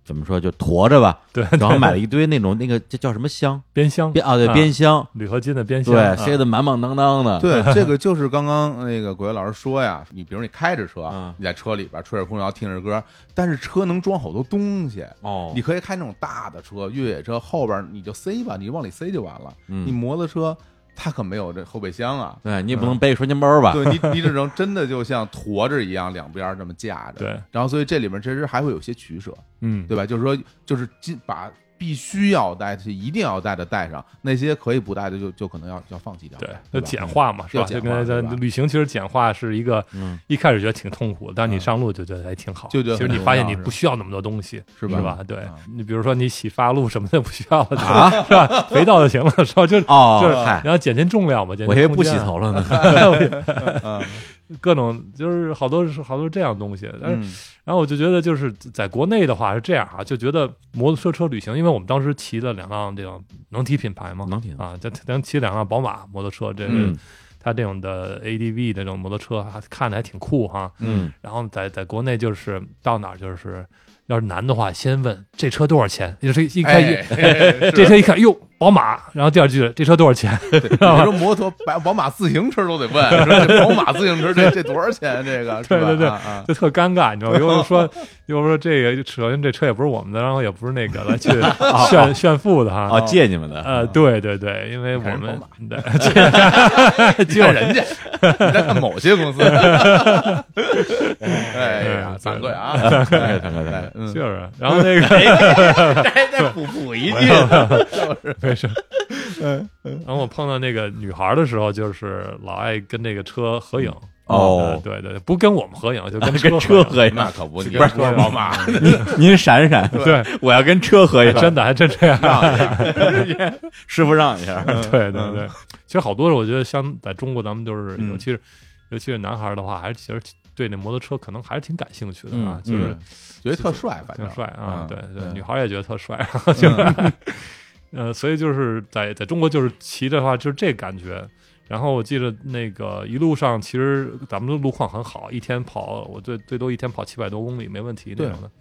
[SPEAKER 2] 怎么说就驮着吧，
[SPEAKER 3] 对，
[SPEAKER 2] 然后买了一堆那种那个这叫什么箱
[SPEAKER 3] 边箱，
[SPEAKER 2] 边啊对
[SPEAKER 3] 啊
[SPEAKER 2] 边箱，
[SPEAKER 3] 铝合金的边箱，
[SPEAKER 2] 对
[SPEAKER 3] 啊
[SPEAKER 2] 塞得满满当当的，
[SPEAKER 1] <laughs> 对，这
[SPEAKER 3] <laughs>
[SPEAKER 1] 个就是刚刚那个鬼老师说呀，你比如你开着车啊
[SPEAKER 2] 嗯，
[SPEAKER 1] 你在车里边吹着空调听着歌，但是车能装好多东西，
[SPEAKER 2] 哦
[SPEAKER 1] 你可以开那种大的车，越野车后边你就塞吧，你往里塞就完了。你
[SPEAKER 2] 嗯，
[SPEAKER 1] 摩托车它可没有这后备箱
[SPEAKER 3] <laughs>
[SPEAKER 1] 啊，
[SPEAKER 2] 对你也不能背个双肩包吧？
[SPEAKER 1] 对你你只能真的就像驮着一样，两边儿这么架着。
[SPEAKER 3] 对，
[SPEAKER 1] 然后所以这里面其实还会有些取舍，
[SPEAKER 3] 嗯，
[SPEAKER 1] 对吧？就是说，就是尽把必须要带的、一定要带的带上，那些可以不带的就就可能要要放弃掉。
[SPEAKER 3] 对，就
[SPEAKER 1] 对吧，
[SPEAKER 3] 简化嘛，是吧？
[SPEAKER 1] 要简
[SPEAKER 3] 就
[SPEAKER 1] 化
[SPEAKER 3] 跟
[SPEAKER 1] 对吧
[SPEAKER 3] 咱旅行，其实简化是一个
[SPEAKER 2] 嗯，
[SPEAKER 3] 一开始觉得挺痛苦，但
[SPEAKER 1] 嗯
[SPEAKER 3] 是你上路就觉得还挺好。
[SPEAKER 1] 就觉得
[SPEAKER 3] 其实
[SPEAKER 1] 很
[SPEAKER 3] 你
[SPEAKER 1] 重
[SPEAKER 3] 发现
[SPEAKER 1] 要
[SPEAKER 3] 你
[SPEAKER 1] 是吧
[SPEAKER 3] 不需要那么多东西，
[SPEAKER 1] 是
[SPEAKER 3] 是
[SPEAKER 1] 吧
[SPEAKER 3] 对
[SPEAKER 1] 啊
[SPEAKER 3] 你比如说你洗发露什么的不需要了，是吧？肥皂就行了，是吧？
[SPEAKER 1] 哎
[SPEAKER 3] 就是
[SPEAKER 2] 哦
[SPEAKER 3] 就是，
[SPEAKER 2] 嗨，
[SPEAKER 3] 然后减轻重量嘛，减轻
[SPEAKER 2] 我以为
[SPEAKER 3] 空
[SPEAKER 2] 不洗
[SPEAKER 3] 间啊，
[SPEAKER 2] 头了呢，
[SPEAKER 1] <laughs> 嗯，
[SPEAKER 3] <laughs> 各种就是好多是好多这样东西。但是，
[SPEAKER 1] 嗯
[SPEAKER 3] 然后我就觉得就是在国内的话是这样啊，就觉得摩托车车旅行，因为我们当时骑了两辆这种能提品牌吗？
[SPEAKER 2] 能挺
[SPEAKER 3] 啊，咱咱骑两辆宝马摩托车，这是
[SPEAKER 2] 嗯
[SPEAKER 3] 它这种的 ADV 那种摩托车，还看着还挺酷哈。
[SPEAKER 2] 嗯
[SPEAKER 3] 然后在在国内就是到哪儿就是，要是难的话，先问这车多少钱。就是一开始、 <laughs>
[SPEAKER 1] 哎，
[SPEAKER 3] 这车一看，哟，宝马。然后第二句，这车多少钱？ <laughs>
[SPEAKER 1] 对你说摩托、宝宝马自行车都得问，说这宝马自行车这这多少钱？这个
[SPEAKER 3] <laughs>
[SPEAKER 1] 是吧？
[SPEAKER 3] 对对对
[SPEAKER 1] 啊啊
[SPEAKER 3] 就特尴尬，你知道吗？又说又说这个，首先这车也不是我们的，然后也不是那个来去炫炫富的哈。
[SPEAKER 2] 哦借你们的，
[SPEAKER 3] 呃，对对对，因为我
[SPEAKER 1] 看人
[SPEAKER 3] 们
[SPEAKER 1] 宝
[SPEAKER 3] <laughs> 对
[SPEAKER 1] 你看人家，你在看某些公
[SPEAKER 3] <laughs>
[SPEAKER 1] 司。哎
[SPEAKER 3] 嗯
[SPEAKER 1] 呀，惭愧啊！惭
[SPEAKER 3] <laughs>
[SPEAKER 1] 愧
[SPEAKER 2] 惭愧惭愧
[SPEAKER 1] 愧
[SPEAKER 3] 就，是，然后那个
[SPEAKER 1] 再哎再补补一
[SPEAKER 3] <laughs>
[SPEAKER 1] 句，
[SPEAKER 3] 没事。然后我碰到那个女孩的时候，就是老爱跟那个车合影。
[SPEAKER 2] 哦
[SPEAKER 3] 呃对对，对不跟我们合影，就跟
[SPEAKER 2] 啊跟
[SPEAKER 3] 车
[SPEAKER 2] 车
[SPEAKER 3] 合影。
[SPEAKER 2] 合影，
[SPEAKER 1] 那可不，你
[SPEAKER 3] 不是
[SPEAKER 1] 说宝马，
[SPEAKER 2] 您闪闪，
[SPEAKER 3] 对，
[SPEAKER 2] <laughs> 我要跟车合
[SPEAKER 3] 哎
[SPEAKER 2] 影，
[SPEAKER 3] 真的还真这样。
[SPEAKER 2] 师傅让一下，
[SPEAKER 3] 对对对，其实好多我觉得像在中国，咱们就是
[SPEAKER 1] 嗯
[SPEAKER 3] 尤其是尤其是男孩儿的话，还是其实对那摩托车可能还是挺感兴趣的啊
[SPEAKER 2] 嗯，
[SPEAKER 3] 就是
[SPEAKER 1] 嗯觉得特帅，反正
[SPEAKER 3] 挺帅啊，对对，女
[SPEAKER 1] 嗯
[SPEAKER 3] 孩儿也觉得特帅，然后就是， <laughs> 呃，所以就是在在中国就是骑的话就是这感觉。然后我记得那个一路上，其实咱们的路况很好，一天跑我最最多一天跑七百多公里没问题那
[SPEAKER 1] 对
[SPEAKER 3] 种的。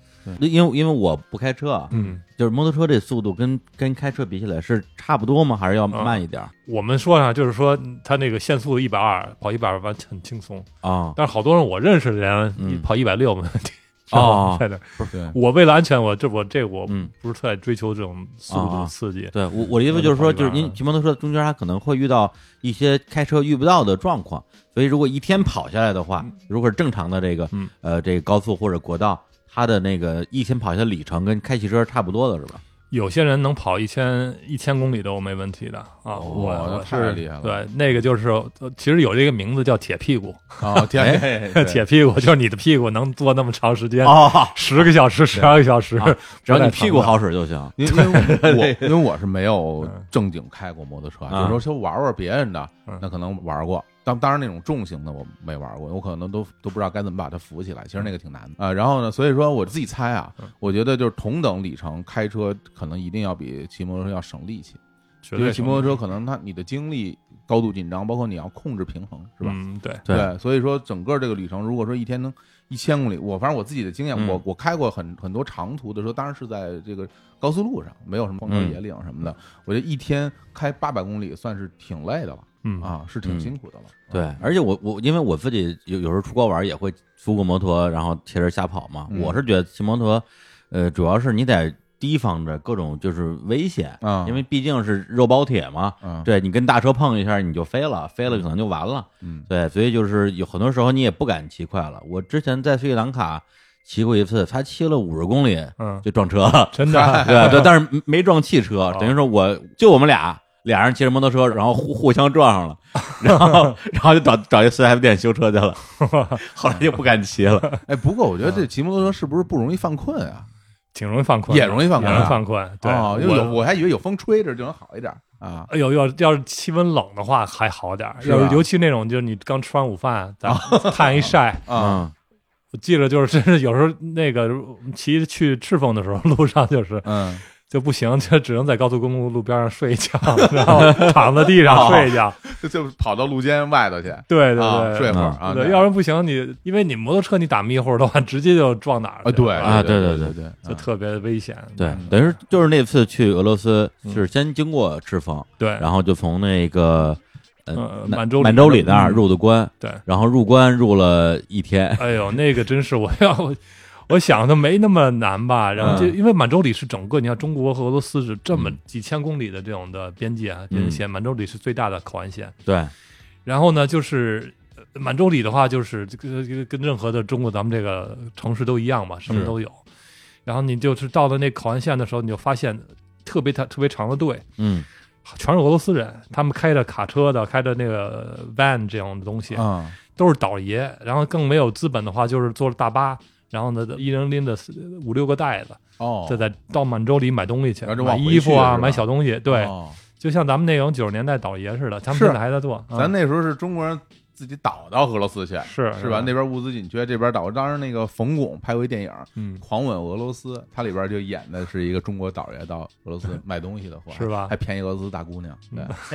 [SPEAKER 2] <laughs> 因为因为我不开车啊，
[SPEAKER 3] 嗯，
[SPEAKER 2] 就是摩托车这速度跟跟开车比起来是差不多吗？还是要慢一点儿
[SPEAKER 3] 我们说上就是说他那个限速一百二，跑一百二弯很轻松，
[SPEAKER 2] 啊？
[SPEAKER 3] 但是好多人我认识的人、
[SPEAKER 2] 嗯
[SPEAKER 3] 一跑一百六没问题。
[SPEAKER 2] 哦
[SPEAKER 3] <laughs> 在那儿，
[SPEAKER 1] 对，
[SPEAKER 3] 我为了安全，我这我这我
[SPEAKER 2] 嗯，
[SPEAKER 3] 不是特爱追求这种速
[SPEAKER 2] 啊
[SPEAKER 3] 度
[SPEAKER 2] 啊
[SPEAKER 3] 刺激。
[SPEAKER 2] 对我我的意思就是说，
[SPEAKER 3] 嗯
[SPEAKER 2] 就是您骑摩托车中间它可能会遇到一些开车遇不到的状况，所以如果一天跑下来的话，如果是正常的这个
[SPEAKER 3] 嗯
[SPEAKER 2] 呃这个高速或者国道，它的那个一天跑下来的里程跟开汽车差不多的是吧？
[SPEAKER 3] 有些人能跑一千一千公里的，我没问题的啊。我
[SPEAKER 1] 那
[SPEAKER 3] 我
[SPEAKER 1] 太
[SPEAKER 3] 是
[SPEAKER 1] 厉害了
[SPEAKER 3] 对，那个就是呃其实有这个名字叫铁屁股，
[SPEAKER 1] 哦，
[SPEAKER 3] 哎
[SPEAKER 1] 天，对
[SPEAKER 3] <laughs> 铁屁股就是你的屁股能坐那么长时间，
[SPEAKER 2] 哦，
[SPEAKER 3] 十个小时、十二个小时
[SPEAKER 1] 哦
[SPEAKER 2] 啊，只要
[SPEAKER 3] 不带
[SPEAKER 2] 你
[SPEAKER 3] 疼
[SPEAKER 2] 屁股
[SPEAKER 3] 的
[SPEAKER 2] 好使就行。
[SPEAKER 1] 因为因为我因为我是没有正经开过摩托车，
[SPEAKER 2] 嗯
[SPEAKER 1] 有时候说玩玩别人的
[SPEAKER 3] 啊嗯，
[SPEAKER 1] 那可能玩过。当当然那种重型的我没玩过，我可能都都不知道该怎么把它扶起来。其实那个挺难的啊、然后呢，所以说我自己猜啊
[SPEAKER 3] 嗯，
[SPEAKER 1] 我觉得就是同等里程，开车可能一定要比骑摩托车要省力气，
[SPEAKER 3] 绝
[SPEAKER 1] 因
[SPEAKER 3] 对
[SPEAKER 1] 为骑摩托车可能它你的精力高度紧张，包括你要控制平衡，是吧？
[SPEAKER 3] 嗯，对，
[SPEAKER 4] 对
[SPEAKER 1] 所以说整个这个旅程，如果说一天能一千公里，我反正我自己的经验，
[SPEAKER 2] 嗯
[SPEAKER 1] 我我开过很很多长途的时候，当然是在这个高速路上，没有什么荒郊野岭什么的。我觉得一天开八百公里算是挺累的了
[SPEAKER 3] 嗯，
[SPEAKER 1] 啊，是挺辛苦的了。
[SPEAKER 2] 对，而且我我因为我自己有有时候出国玩也会租个摩托，然后骑着瞎跑嘛。
[SPEAKER 1] 嗯
[SPEAKER 2] 我是觉得骑摩托，呃，主要是你得提防着各种就是危险，
[SPEAKER 1] 啊，
[SPEAKER 2] 因为毕竟是肉包铁嘛。
[SPEAKER 1] 啊，
[SPEAKER 2] 对你跟大车碰一下你就飞了，飞了可能就完了。
[SPEAKER 1] 嗯
[SPEAKER 2] 对，所以就是有很多时候你也不敢骑快了。我之前在斯里兰卡骑过一次，才骑了五十公里
[SPEAKER 3] 嗯，
[SPEAKER 2] 就撞车
[SPEAKER 3] <laughs>
[SPEAKER 2] 了。
[SPEAKER 3] 真的，
[SPEAKER 2] 对对，但是没撞汽车，
[SPEAKER 3] 哦
[SPEAKER 2] 等于说我就我们俩俩人骑着摩托车，然后互互相撞
[SPEAKER 3] <laughs>
[SPEAKER 2] 上了，然后然后就找找一四 S 店修车去了，后来就不敢骑了。
[SPEAKER 1] 哎，不过我觉得这骑摩托车是不是不容易犯困啊？
[SPEAKER 3] 挺容易犯困，
[SPEAKER 1] 也容易犯困
[SPEAKER 3] 也容
[SPEAKER 1] 啊
[SPEAKER 3] 易犯困。对，
[SPEAKER 1] 哦因为有
[SPEAKER 3] 我
[SPEAKER 1] 我还以为有风吹着就能好一点啊。
[SPEAKER 3] 哎呦，要要是气温冷的话还好点儿，
[SPEAKER 1] 是吧哦
[SPEAKER 3] 要是尤其那种就是你刚吃完午饭，咱炭一晒，
[SPEAKER 1] 啊，
[SPEAKER 2] 嗯
[SPEAKER 3] 我记着就是真是有时候那个骑去赤峰的时候，路上就是
[SPEAKER 1] 嗯，
[SPEAKER 3] 就不行，就只能在高速公路路边上睡一觉， <laughs> 然后躺在地上睡一觉。
[SPEAKER 1] 就 <laughs> 就跑到路肩外头去
[SPEAKER 3] 对对
[SPEAKER 1] 啊，
[SPEAKER 3] 对，
[SPEAKER 1] 睡会儿啊。
[SPEAKER 3] 对，
[SPEAKER 1] 那
[SPEAKER 3] 要是不行，你因为你摩托车你打迷糊的话，直接就撞哪儿
[SPEAKER 1] 啊，
[SPEAKER 3] 去
[SPEAKER 1] 对
[SPEAKER 3] 了
[SPEAKER 2] 啊对
[SPEAKER 1] 对
[SPEAKER 2] 对
[SPEAKER 1] 对，啊
[SPEAKER 3] 就特别危险。
[SPEAKER 2] 对，等于说就是那次去俄罗斯
[SPEAKER 3] 嗯
[SPEAKER 2] 是先经过赤峰，
[SPEAKER 3] 对，
[SPEAKER 2] 然后就从那个呃
[SPEAKER 3] 嗯呃
[SPEAKER 2] 满
[SPEAKER 3] 满洲里
[SPEAKER 2] 满洲里那儿入的关，
[SPEAKER 3] 对
[SPEAKER 2] 然后入关入了一
[SPEAKER 3] <laughs>
[SPEAKER 2] 天，
[SPEAKER 3] 哎呦，那个真是我要，我我想的没那么难吧？然后就
[SPEAKER 1] 嗯
[SPEAKER 3] 因为满洲里是整个，你看中国和俄罗斯是这么
[SPEAKER 2] 嗯
[SPEAKER 3] 几千公里的这种的边界
[SPEAKER 1] 嗯
[SPEAKER 3] 啊，边界线，满洲里是最大的口岸线。
[SPEAKER 2] 对，
[SPEAKER 3] 然后呢，就是呃满洲里的话，就是呃这个这个跟任何的中国咱们这个城市都一样嘛，什么
[SPEAKER 2] 是
[SPEAKER 3] 都有。然后你就是到了那口岸线的时候，你就发现特别特特别长的队，
[SPEAKER 2] 嗯
[SPEAKER 3] 全是俄罗斯人，他们开着卡车的，开着那个 van 这样的东西，
[SPEAKER 1] 啊，
[SPEAKER 3] 都是倒爷。然后更没有资本的话，就是坐着大巴，然后呢，一人拎着四五六个袋子，
[SPEAKER 1] 哦，
[SPEAKER 3] 这在到满洲里买东西去，
[SPEAKER 1] 然后就
[SPEAKER 3] 买
[SPEAKER 1] 往回
[SPEAKER 3] 衣服
[SPEAKER 1] 去
[SPEAKER 3] 啊，
[SPEAKER 1] 是吧
[SPEAKER 3] 买小东西。对，
[SPEAKER 1] 哦
[SPEAKER 3] 就像咱们那种九十年代倒爷似的，他们
[SPEAKER 1] 是
[SPEAKER 3] 现在还在做。
[SPEAKER 1] 咱那
[SPEAKER 3] 那
[SPEAKER 1] 时候是中国人自己倒到俄罗斯去，
[SPEAKER 3] 嗯是
[SPEAKER 1] 是吧？那边物资紧缺，这边倒。当时那个冯巩拍过一电影《
[SPEAKER 3] 嗯，
[SPEAKER 1] 狂吻俄罗斯》，它里边就演的是一个中国倒爷到俄
[SPEAKER 3] <laughs>
[SPEAKER 1] 罗斯买东西的货，
[SPEAKER 3] 是吧嗯
[SPEAKER 1] 还便宜俄罗斯大姑娘，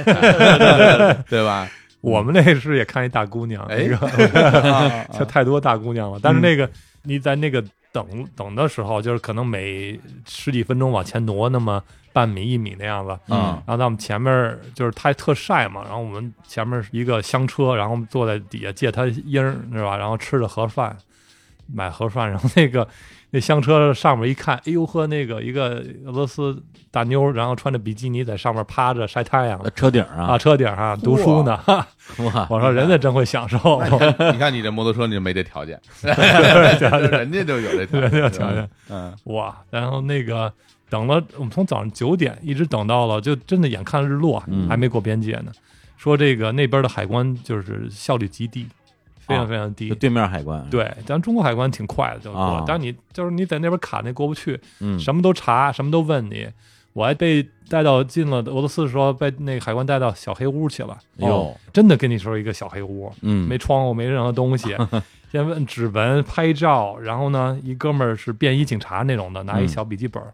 [SPEAKER 1] 对 <laughs> 对
[SPEAKER 3] <laughs>
[SPEAKER 1] 吧？
[SPEAKER 3] 我们那时也看一大姑娘，
[SPEAKER 1] 哎
[SPEAKER 3] 那个嗯
[SPEAKER 1] 啊
[SPEAKER 3] 这太多大姑娘了。但是那个你在那个等等的时候，就是可能每十几分钟往前挪那么半米一米那样子。
[SPEAKER 1] 嗯
[SPEAKER 2] 嗯
[SPEAKER 3] 然后在我们前面儿就是他特晒嘛，然后我们前面儿一个香车，然后我们坐在底下借他音儿，是吧？然后吃着盒饭，买盒饭，然后那个 <laughs> 那香车上面一看，哎呦呵，那个一个俄罗斯大妞儿，然后穿着比基尼在上面趴着晒太阳
[SPEAKER 2] 车顶
[SPEAKER 3] 啊，
[SPEAKER 2] 啊，
[SPEAKER 3] 车顶上读书呢。 <laughs> 哈哈
[SPEAKER 2] 哇，
[SPEAKER 3] 我说人家真会
[SPEAKER 2] <laughs>
[SPEAKER 3] 享受，
[SPEAKER 1] 那你
[SPEAKER 3] <laughs>
[SPEAKER 1] 看，你看你这摩托车，你就没这条件， <laughs> 人家就有这条
[SPEAKER 3] 人家
[SPEAKER 1] 件，
[SPEAKER 3] 条件
[SPEAKER 1] 嗯，
[SPEAKER 3] 哇！然后那个等了，我们从早上九点一直等到了，就真的眼看日落，啊
[SPEAKER 2] 嗯
[SPEAKER 3] 还没过边界呢。说这个那边的海关就是效率极低，非常非常低。
[SPEAKER 2] 啊就对面海关，，
[SPEAKER 3] 对，咱中国海关挺快的，就是过。
[SPEAKER 2] 啊
[SPEAKER 3] 但你就是你在那边卡那过不去，
[SPEAKER 2] 嗯
[SPEAKER 3] 什么都查，什么都问你。我还被带到进了俄罗斯的时候，被那个海关带到小黑屋去了。哦
[SPEAKER 2] 哟，
[SPEAKER 3] 真的跟你说一个小黑屋，
[SPEAKER 2] 哎嗯，
[SPEAKER 3] 没窗户，没任何
[SPEAKER 1] <laughs>
[SPEAKER 3] 东西。先问指纹、拍照，然后呢，一哥们儿是便衣警察那种的，拿一
[SPEAKER 2] 嗯
[SPEAKER 3] 小笔记本，儿，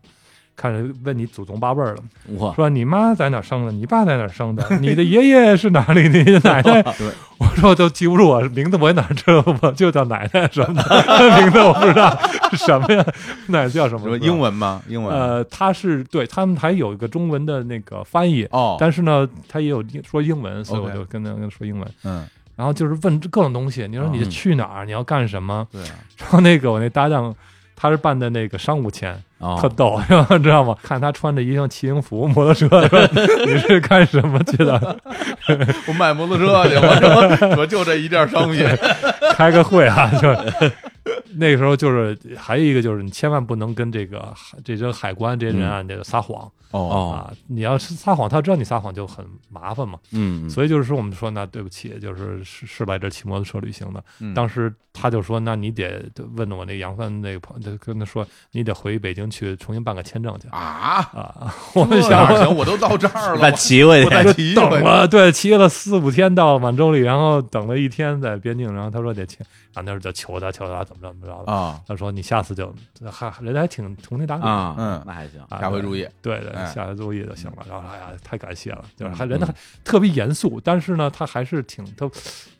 [SPEAKER 3] 看着问你祖宗八辈儿了，
[SPEAKER 1] 嗯
[SPEAKER 2] 哇，
[SPEAKER 3] 说你妈在哪儿生的，你爸在哪儿
[SPEAKER 1] <laughs>
[SPEAKER 3] 生的，你的爷爷是哪里，你的奶奶
[SPEAKER 1] 对。
[SPEAKER 3] 我说我都记不住我名字，我也哪知道，我就叫奶奶什么的， <laughs> 名字我不知道什么呀，奶奶叫什
[SPEAKER 1] 什
[SPEAKER 3] 么？
[SPEAKER 1] 么英。文啊吗？英文
[SPEAKER 3] 呃，他是对他们还有一个中文的那个翻译，
[SPEAKER 1] 哦，
[SPEAKER 3] 但是呢，他也有说英文，所以我
[SPEAKER 1] OK
[SPEAKER 3] 就跟他跟他说英文。
[SPEAKER 1] 嗯， <laughs>
[SPEAKER 3] 然后就是问各种东西，你说
[SPEAKER 1] 啊
[SPEAKER 3] 你去哪儿，你要干什么？
[SPEAKER 1] 对啊，
[SPEAKER 3] 然后那个我那搭档，他是办的那个商务签，
[SPEAKER 1] 哦
[SPEAKER 2] 啊
[SPEAKER 3] 特逗， <laughs> 知道吗？看他穿着一身骑行服，摩托车， <laughs> 说你是干什么去的？
[SPEAKER 1] 我卖摩托车去，我说 <laughs> 我就这一件商品，
[SPEAKER 3] 开个会啊， <laughs> 就是。那个时候就是还有一个就是你千万不能跟这个海这些海关这些人啊，你这个撒谎
[SPEAKER 1] 嗯哦，
[SPEAKER 2] 哦，
[SPEAKER 3] 啊！你要是撒谎，他知道你撒谎就很麻烦嘛。
[SPEAKER 2] 嗯，
[SPEAKER 3] 所以就是说，我们说那对不起，就是是是来这骑摩托车旅行的。
[SPEAKER 1] 嗯
[SPEAKER 3] 当时他就说，那你得问我那杨帆那个朋友，就跟他说，你得回北京去重新办个签证去
[SPEAKER 1] 啊，
[SPEAKER 3] 啊。 <laughs> 我
[SPEAKER 1] 这
[SPEAKER 3] 们
[SPEAKER 1] 哪
[SPEAKER 3] 想
[SPEAKER 1] 儿行？我都到这儿了，
[SPEAKER 2] 骑过
[SPEAKER 1] 我再
[SPEAKER 2] 去，
[SPEAKER 1] 骑一
[SPEAKER 3] 等
[SPEAKER 1] 回。
[SPEAKER 3] 了，对，骑了四啊五天到满洲里，然后等了一天在边境，然后他说得签，然后那时候就求他求他怎么着怎么么着的。
[SPEAKER 1] 啊，
[SPEAKER 3] 他说你下次就还人家还挺同情达理
[SPEAKER 2] <laughs>
[SPEAKER 3] 的，
[SPEAKER 2] 啊，
[SPEAKER 1] 嗯
[SPEAKER 2] 那还行，
[SPEAKER 3] 啊
[SPEAKER 1] 下回注意。
[SPEAKER 3] 对对，
[SPEAKER 1] 哎
[SPEAKER 3] 下来注意就行了。然后哎呀，太感谢了，就是
[SPEAKER 1] 嗯
[SPEAKER 3] 还人家还特别严肃，但是呢，他还是挺他。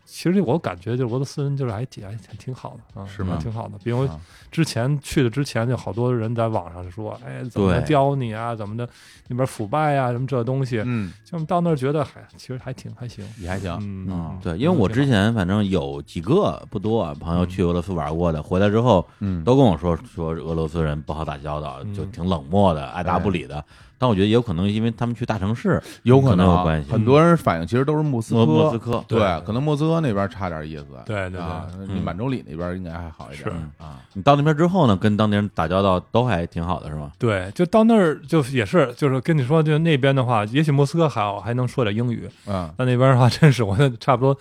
[SPEAKER 3] 其实我感觉，就俄罗斯人就是还挺还挺挺好的啊，
[SPEAKER 1] 是吗
[SPEAKER 3] 还挺好的。比如
[SPEAKER 1] 啊
[SPEAKER 3] 之前去的之前，就好多人在网上就说，哎，怎么
[SPEAKER 2] 对
[SPEAKER 3] 教你啊，怎么的，里边腐败啊，什么这东西。
[SPEAKER 1] 嗯，啊
[SPEAKER 3] 就到那儿觉得还其实还挺还行。
[SPEAKER 1] 也还行。
[SPEAKER 3] 嗯，
[SPEAKER 2] 嗯
[SPEAKER 3] 嗯，
[SPEAKER 2] 对，因为我之前反正有几个不多啊朋友去俄罗斯玩过的，回来之后
[SPEAKER 1] 嗯
[SPEAKER 2] 都跟我说说俄罗斯人不好打交道，
[SPEAKER 3] 嗯
[SPEAKER 2] 就挺冷漠的，爱答不理的。但我觉得也有可能因为他们去大城市，
[SPEAKER 1] 有
[SPEAKER 2] 可
[SPEAKER 1] 能
[SPEAKER 2] 能
[SPEAKER 1] 啊
[SPEAKER 2] 有关系
[SPEAKER 1] 很
[SPEAKER 3] 嗯
[SPEAKER 1] 多人反映其实都是莫斯
[SPEAKER 2] 莫
[SPEAKER 1] 科，
[SPEAKER 2] 莫斯科，
[SPEAKER 1] 对，
[SPEAKER 3] 对
[SPEAKER 1] 可能莫斯科那边差点意思。
[SPEAKER 3] 对对
[SPEAKER 1] 啊，
[SPEAKER 3] 对
[SPEAKER 1] 你满洲里那边应该还好一点
[SPEAKER 3] 是
[SPEAKER 1] 啊。
[SPEAKER 2] 你到那边之后呢，跟当地人打交道都还挺好的，是吗？
[SPEAKER 3] 对，就到那儿就也是，就是跟你说，就那边的话，也许莫斯科还好，还能说点英语。
[SPEAKER 1] 嗯，
[SPEAKER 3] 但那边的话， <laughs> 真是我差不多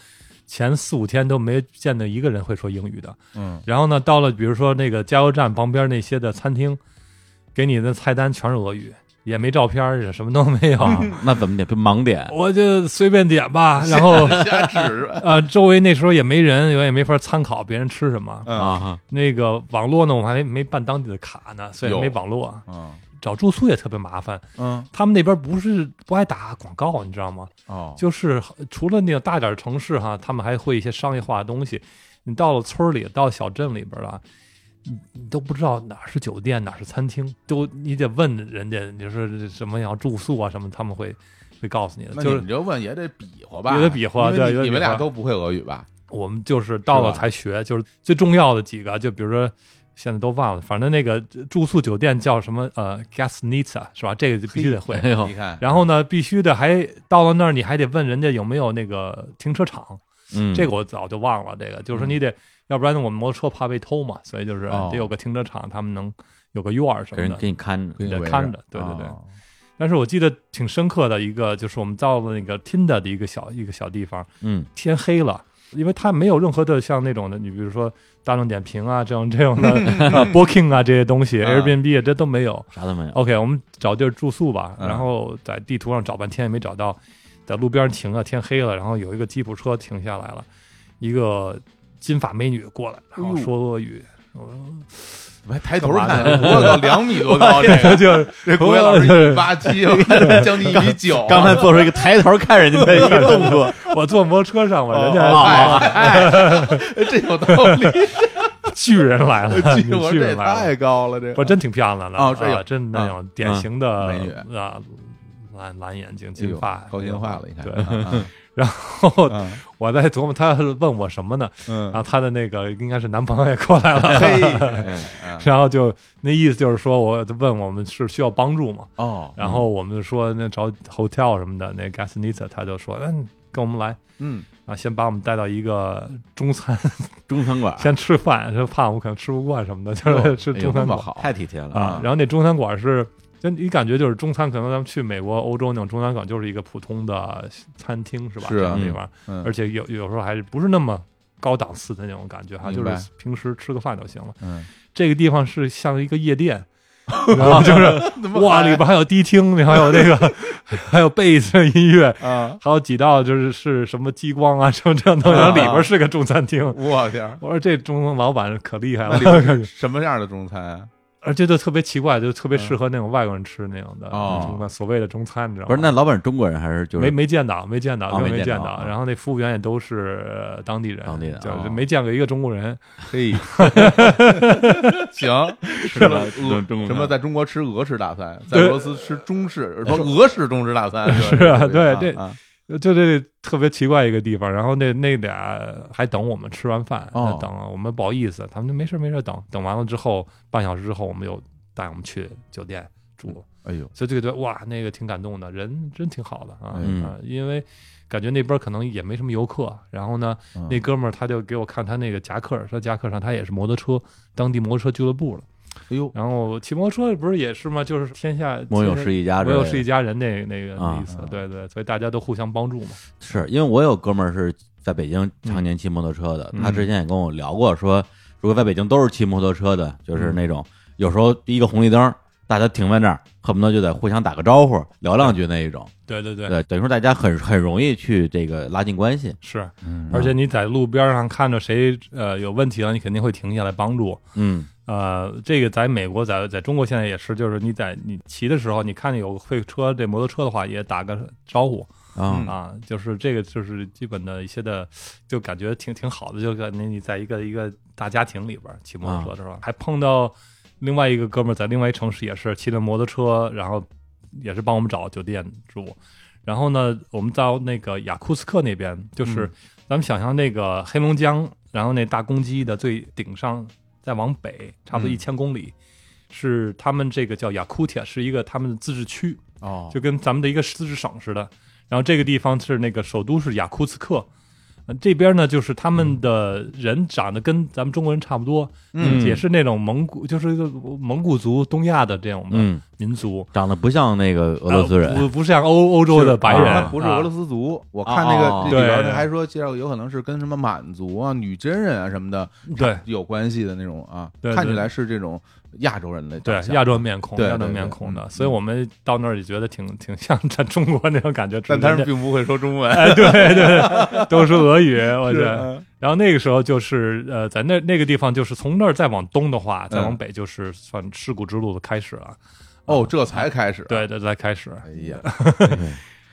[SPEAKER 3] 前四五天都没见到一个人会说英语的。 <laughs>
[SPEAKER 1] 嗯，
[SPEAKER 3] 然后呢，到了比如说那个加油站旁边那些的餐厅，给你的菜单全是俄语，也没照片儿，也什么都没有，
[SPEAKER 2] 啊，那怎么点？就盲点，
[SPEAKER 3] <laughs> 我就随便点吧。然后
[SPEAKER 1] 瞎指
[SPEAKER 3] 呃，周围那时候也没人，我也没法参考别人吃什么。
[SPEAKER 1] 啊，
[SPEAKER 2] 啊，
[SPEAKER 3] 那个网络呢，我还没没办当地的卡呢，所以
[SPEAKER 1] 哟
[SPEAKER 3] 没网络，
[SPEAKER 1] 嗯
[SPEAKER 3] 找住宿也特别麻烦。
[SPEAKER 1] 嗯
[SPEAKER 3] 他们那边不是不爱打广告，你知道吗？
[SPEAKER 1] 哦，
[SPEAKER 3] 就是除了那个大点儿城市哈，他们还会一些商业化的东西。你到了村儿里，到小镇里边儿了，你你都不知道哪儿是酒店，哪儿是餐厅，都你得问人家，你是什么要住宿啊什么，他们会会告诉你的。
[SPEAKER 1] 那
[SPEAKER 3] 就
[SPEAKER 1] 你
[SPEAKER 3] 是
[SPEAKER 1] 就问也得比划吧，
[SPEAKER 3] 也得比划
[SPEAKER 1] 因为
[SPEAKER 3] 对
[SPEAKER 1] 你
[SPEAKER 3] 也得比划
[SPEAKER 1] 你们俩都不会俄语吧？
[SPEAKER 3] 我们就是到了
[SPEAKER 1] 是吧
[SPEAKER 3] 才学，就是最重要的几个，就比如说。现在都忘了，反正那个住宿酒店叫什么呃 g a s n i t a 是吧？这个 <laughs> 就必须得会。
[SPEAKER 2] 哎呦
[SPEAKER 1] 你，看，
[SPEAKER 3] 然后呢，必须得还到了那儿，你还得问人家有没有那个停车场。
[SPEAKER 2] 嗯，
[SPEAKER 3] 这个我早就忘了，这个就是说你得，要不然我们摩托车怕被偷嘛，所以就是
[SPEAKER 1] 哦
[SPEAKER 3] 得有个停车场，他们能有个院儿什
[SPEAKER 2] 给
[SPEAKER 3] 么
[SPEAKER 2] 人
[SPEAKER 3] 的。
[SPEAKER 2] 给你看着，
[SPEAKER 1] 给你
[SPEAKER 3] 得
[SPEAKER 1] 围
[SPEAKER 3] 看着对对对
[SPEAKER 1] 哦
[SPEAKER 3] 但是我记得挺深刻的一个，就是我们到了那个 Tinda 的一个小一个小地方，
[SPEAKER 2] 嗯，
[SPEAKER 3] 天黑了。因为它没有任何的像那种的，你比如说大众点评啊这种这种的呃 Booking 啊这些东西
[SPEAKER 1] 啊
[SPEAKER 3] ，Airbnb 啊这都没有。
[SPEAKER 2] 啥都没有，
[SPEAKER 3] OK，我们找地儿住宿吧，
[SPEAKER 1] 嗯
[SPEAKER 3] 然后在地图上找半天也没找到，在路边停啊，天黑了，然后有一个吉普车停下来了，一个金发美女过来，然后说
[SPEAKER 1] <laughs>
[SPEAKER 3] 俄语，我
[SPEAKER 1] 我还抬头看，我
[SPEAKER 3] <laughs>
[SPEAKER 1] 靠，两米多高，这
[SPEAKER 3] 说
[SPEAKER 1] 个
[SPEAKER 3] 就是
[SPEAKER 1] <laughs> 这国伟老师一米八七，将近一米九，
[SPEAKER 2] 刚才做出一个抬头看人家的一个动
[SPEAKER 3] <laughs>
[SPEAKER 2] 作，
[SPEAKER 3] 我坐摩托车上 <laughs> 嘛，人家
[SPEAKER 2] 哦
[SPEAKER 3] 还
[SPEAKER 1] 哎哎这有道理，哦
[SPEAKER 3] 巨人
[SPEAKER 1] <laughs>
[SPEAKER 3] 来了，
[SPEAKER 1] 我
[SPEAKER 3] 女
[SPEAKER 1] 去我
[SPEAKER 3] 巨
[SPEAKER 1] 这也
[SPEAKER 3] 人来
[SPEAKER 1] 太
[SPEAKER 3] 了，
[SPEAKER 1] 高了，这
[SPEAKER 3] 我
[SPEAKER 1] 个
[SPEAKER 3] 真挺漂亮的
[SPEAKER 1] 哦这有嗯
[SPEAKER 3] 啊真那种典型的
[SPEAKER 1] 美女
[SPEAKER 3] 啊，蓝蓝眼睛，
[SPEAKER 1] 哎呦
[SPEAKER 3] 金发，
[SPEAKER 1] 高兴坏了，你看，
[SPEAKER 3] 对，
[SPEAKER 1] 啊
[SPEAKER 3] 然后
[SPEAKER 1] 啊
[SPEAKER 3] <laughs> 我在琢磨他问我什么呢，
[SPEAKER 1] 嗯
[SPEAKER 3] <laughs> 然后她的那个应该是男朋友也过来 <laughs> 了。
[SPEAKER 1] 嘿，哎啊
[SPEAKER 3] 然后就那意思就是说，我问我们是需要帮助嘛，
[SPEAKER 1] 哦，
[SPEAKER 3] 然后我们就说那找 hotel 什么的，那 gasnita 他就说，嗯，跟我们来
[SPEAKER 1] 嗯，
[SPEAKER 3] 啊，先把我们带到一个中餐， <laughs>
[SPEAKER 2] 中餐馆
[SPEAKER 3] 先吃饭，就怕我们可能吃不惯什么的，就是吃
[SPEAKER 1] 哎
[SPEAKER 3] 中
[SPEAKER 1] 呦那
[SPEAKER 3] 餐
[SPEAKER 1] 么
[SPEAKER 3] 馆、
[SPEAKER 1] 好，
[SPEAKER 2] 太体贴了
[SPEAKER 3] 啊。然后那中餐馆是，就你感觉就是中餐，可能咱们去美国、欧洲那种中餐馆就是一个普通的餐厅是吧？
[SPEAKER 1] 是啊
[SPEAKER 3] 这样的地方，
[SPEAKER 1] 嗯
[SPEAKER 3] 而且有有时候还是不是那么高档次的那种感觉哈，
[SPEAKER 1] 明
[SPEAKER 3] 就
[SPEAKER 1] 白
[SPEAKER 3] 是平时吃个饭就行了。
[SPEAKER 1] 嗯，
[SPEAKER 3] 这个地方是像一个夜店，然后就是
[SPEAKER 1] <laughs>
[SPEAKER 3] 哇，里边还有迪厅，还有那个， <laughs> 还有贝斯音乐，
[SPEAKER 1] 啊，
[SPEAKER 3] 还有几道就是是什么激光啊，什么这样东西，然后里边是个中餐厅。
[SPEAKER 1] 我天
[SPEAKER 3] <laughs>
[SPEAKER 1] 儿，
[SPEAKER 3] 我说这中餐老板可厉害
[SPEAKER 1] 那 <laughs> 里边
[SPEAKER 3] 了，
[SPEAKER 1] 是什么样的中餐啊？
[SPEAKER 3] 而且就特别奇怪，就特别适合那种外国人吃那种的
[SPEAKER 1] 哦
[SPEAKER 3] 中餐，所谓的中餐，你知道吗？
[SPEAKER 2] 不是，那老板是中国人还是就
[SPEAKER 3] 没
[SPEAKER 2] 是
[SPEAKER 3] 没见到，没见到，
[SPEAKER 2] 啊
[SPEAKER 3] 真
[SPEAKER 2] 没
[SPEAKER 3] 没
[SPEAKER 2] 见
[SPEAKER 3] 见
[SPEAKER 2] 到啊
[SPEAKER 3] 然后那服务员也都是呃当地人，
[SPEAKER 2] 当地人啊
[SPEAKER 3] 就是
[SPEAKER 1] 哦
[SPEAKER 3] 没见过一个中国人。
[SPEAKER 1] 嘿，行，吃
[SPEAKER 2] 吧
[SPEAKER 1] 了
[SPEAKER 2] <laughs> 中中国
[SPEAKER 1] 什么在中国吃俄式大餐，在
[SPEAKER 3] 对
[SPEAKER 1] 俄罗斯吃中式，不是俄式中式大餐，是
[SPEAKER 3] 是啊
[SPEAKER 1] 吧
[SPEAKER 3] 对
[SPEAKER 1] 这
[SPEAKER 3] 这
[SPEAKER 1] 个啊
[SPEAKER 3] 呃就这特别奇怪一个地方，然后那那俩还等我们吃完饭，
[SPEAKER 1] 哦
[SPEAKER 3] 等我们不好意思，他们就没事没事等，等完了之后半小时之后，我们又带我们去酒店住，
[SPEAKER 1] 哎呦，哎
[SPEAKER 3] 所以这个觉得哇，那个挺感动的，人真挺好的啊，
[SPEAKER 2] 嗯
[SPEAKER 3] 啊因为感觉那边可能也没什么游客，然后呢，
[SPEAKER 1] 嗯
[SPEAKER 3] 那哥们儿他就给我看他那个夹克，说夹克上他也是摩托车当地摩托车俱乐部了，
[SPEAKER 1] 哎呦，
[SPEAKER 3] 然后骑摩托车不是也是吗？就是天下
[SPEAKER 2] 摩友
[SPEAKER 3] 天下
[SPEAKER 2] 是一家之
[SPEAKER 3] 摩
[SPEAKER 2] 类的？
[SPEAKER 3] 友是一家人那个那个
[SPEAKER 2] 啊
[SPEAKER 3] 那意思，对对，所以大家都互相帮助嘛。
[SPEAKER 2] 是因为我有哥们儿是在北京常年骑摩托车的，
[SPEAKER 3] 嗯
[SPEAKER 2] 他之前也跟
[SPEAKER 3] 嗯
[SPEAKER 2] 我聊过说，如果在北京都是骑摩托车的，就是那种有时候一个红绿灯，大家停在那儿，恨不得就得互相打个招呼，聊两句那一种。
[SPEAKER 3] 对对对，
[SPEAKER 2] 对，等于说大家很很容易去这个拉近关系。
[SPEAKER 3] 是。
[SPEAKER 2] 嗯
[SPEAKER 3] 而且你在路边上看着谁呃有问题了，你肯定会停下来帮助。
[SPEAKER 2] 嗯
[SPEAKER 3] 呃，这个在美国，在在中国现在也是，就是你在你骑的时候，你看见有会车这摩托车的话，也打个招呼
[SPEAKER 2] 啊
[SPEAKER 1] 嗯
[SPEAKER 3] 啊，就是这个就是基本的一些的，就感觉挺挺好的，就感觉你在一个一个大家庭里边儿骑摩托车的时候，还碰到另外一个哥们儿在另外一城市也是骑着摩托车，然后也是帮我们找酒店住，然后呢，我们到那个雅库斯克那边，
[SPEAKER 1] 嗯
[SPEAKER 3] 就是咱们想象那个黑龙江，然后那大公鸡的最顶上，再往北差不多
[SPEAKER 1] 嗯
[SPEAKER 3] 一千公里。是他们这个叫雅库铁，是一个他们的自治区，
[SPEAKER 1] 哦，
[SPEAKER 3] 就跟咱们的一个自治省似的。然后这个地方是那个首都是雅库茨克，呃这边呢就是他们的人长得跟咱们中国人差不多，
[SPEAKER 2] 嗯
[SPEAKER 3] 也是那种蒙古，就是一个蒙古族东亚的这种的
[SPEAKER 2] 嗯，
[SPEAKER 3] 民族，
[SPEAKER 2] 长得不像那个俄罗斯
[SPEAKER 3] 呃
[SPEAKER 2] 人。
[SPEAKER 3] 不不像欧欧洲的白人，
[SPEAKER 2] 啊
[SPEAKER 1] 他不是俄罗
[SPEAKER 3] 斯，
[SPEAKER 1] 斯族。我看那个
[SPEAKER 2] 哦
[SPEAKER 1] 里边
[SPEAKER 3] 对
[SPEAKER 1] 儿还说介绍有可能是跟什么满族啊、女真人啊什么的
[SPEAKER 3] 对
[SPEAKER 1] 有关系的那种啊，
[SPEAKER 3] 对对
[SPEAKER 1] 看起来是这种亚洲人的
[SPEAKER 3] 对
[SPEAKER 1] 长相
[SPEAKER 3] 亚洲面孔，
[SPEAKER 1] 对
[SPEAKER 3] 亚洲
[SPEAKER 1] 对对
[SPEAKER 3] 面孔的，
[SPEAKER 1] 嗯
[SPEAKER 3] 所以我们到那儿也觉得挺挺像咱中国那种感觉，
[SPEAKER 1] 但
[SPEAKER 3] 只是
[SPEAKER 1] 他
[SPEAKER 3] 人
[SPEAKER 1] 们
[SPEAKER 3] 家
[SPEAKER 1] 并不会说中文。
[SPEAKER 3] 哎，对对对，都说俄语，我觉
[SPEAKER 1] <laughs> 是
[SPEAKER 3] 得。 <laughs>
[SPEAKER 1] 嗯
[SPEAKER 3] 然后那个时候就是呃，在那那个地方，就是从那儿再往东的话，再往
[SPEAKER 1] 嗯
[SPEAKER 3] 北就是算尸骨之路的开始了。
[SPEAKER 1] 哦，这才开始。，
[SPEAKER 3] 对对，再开始。
[SPEAKER 1] 哎呀，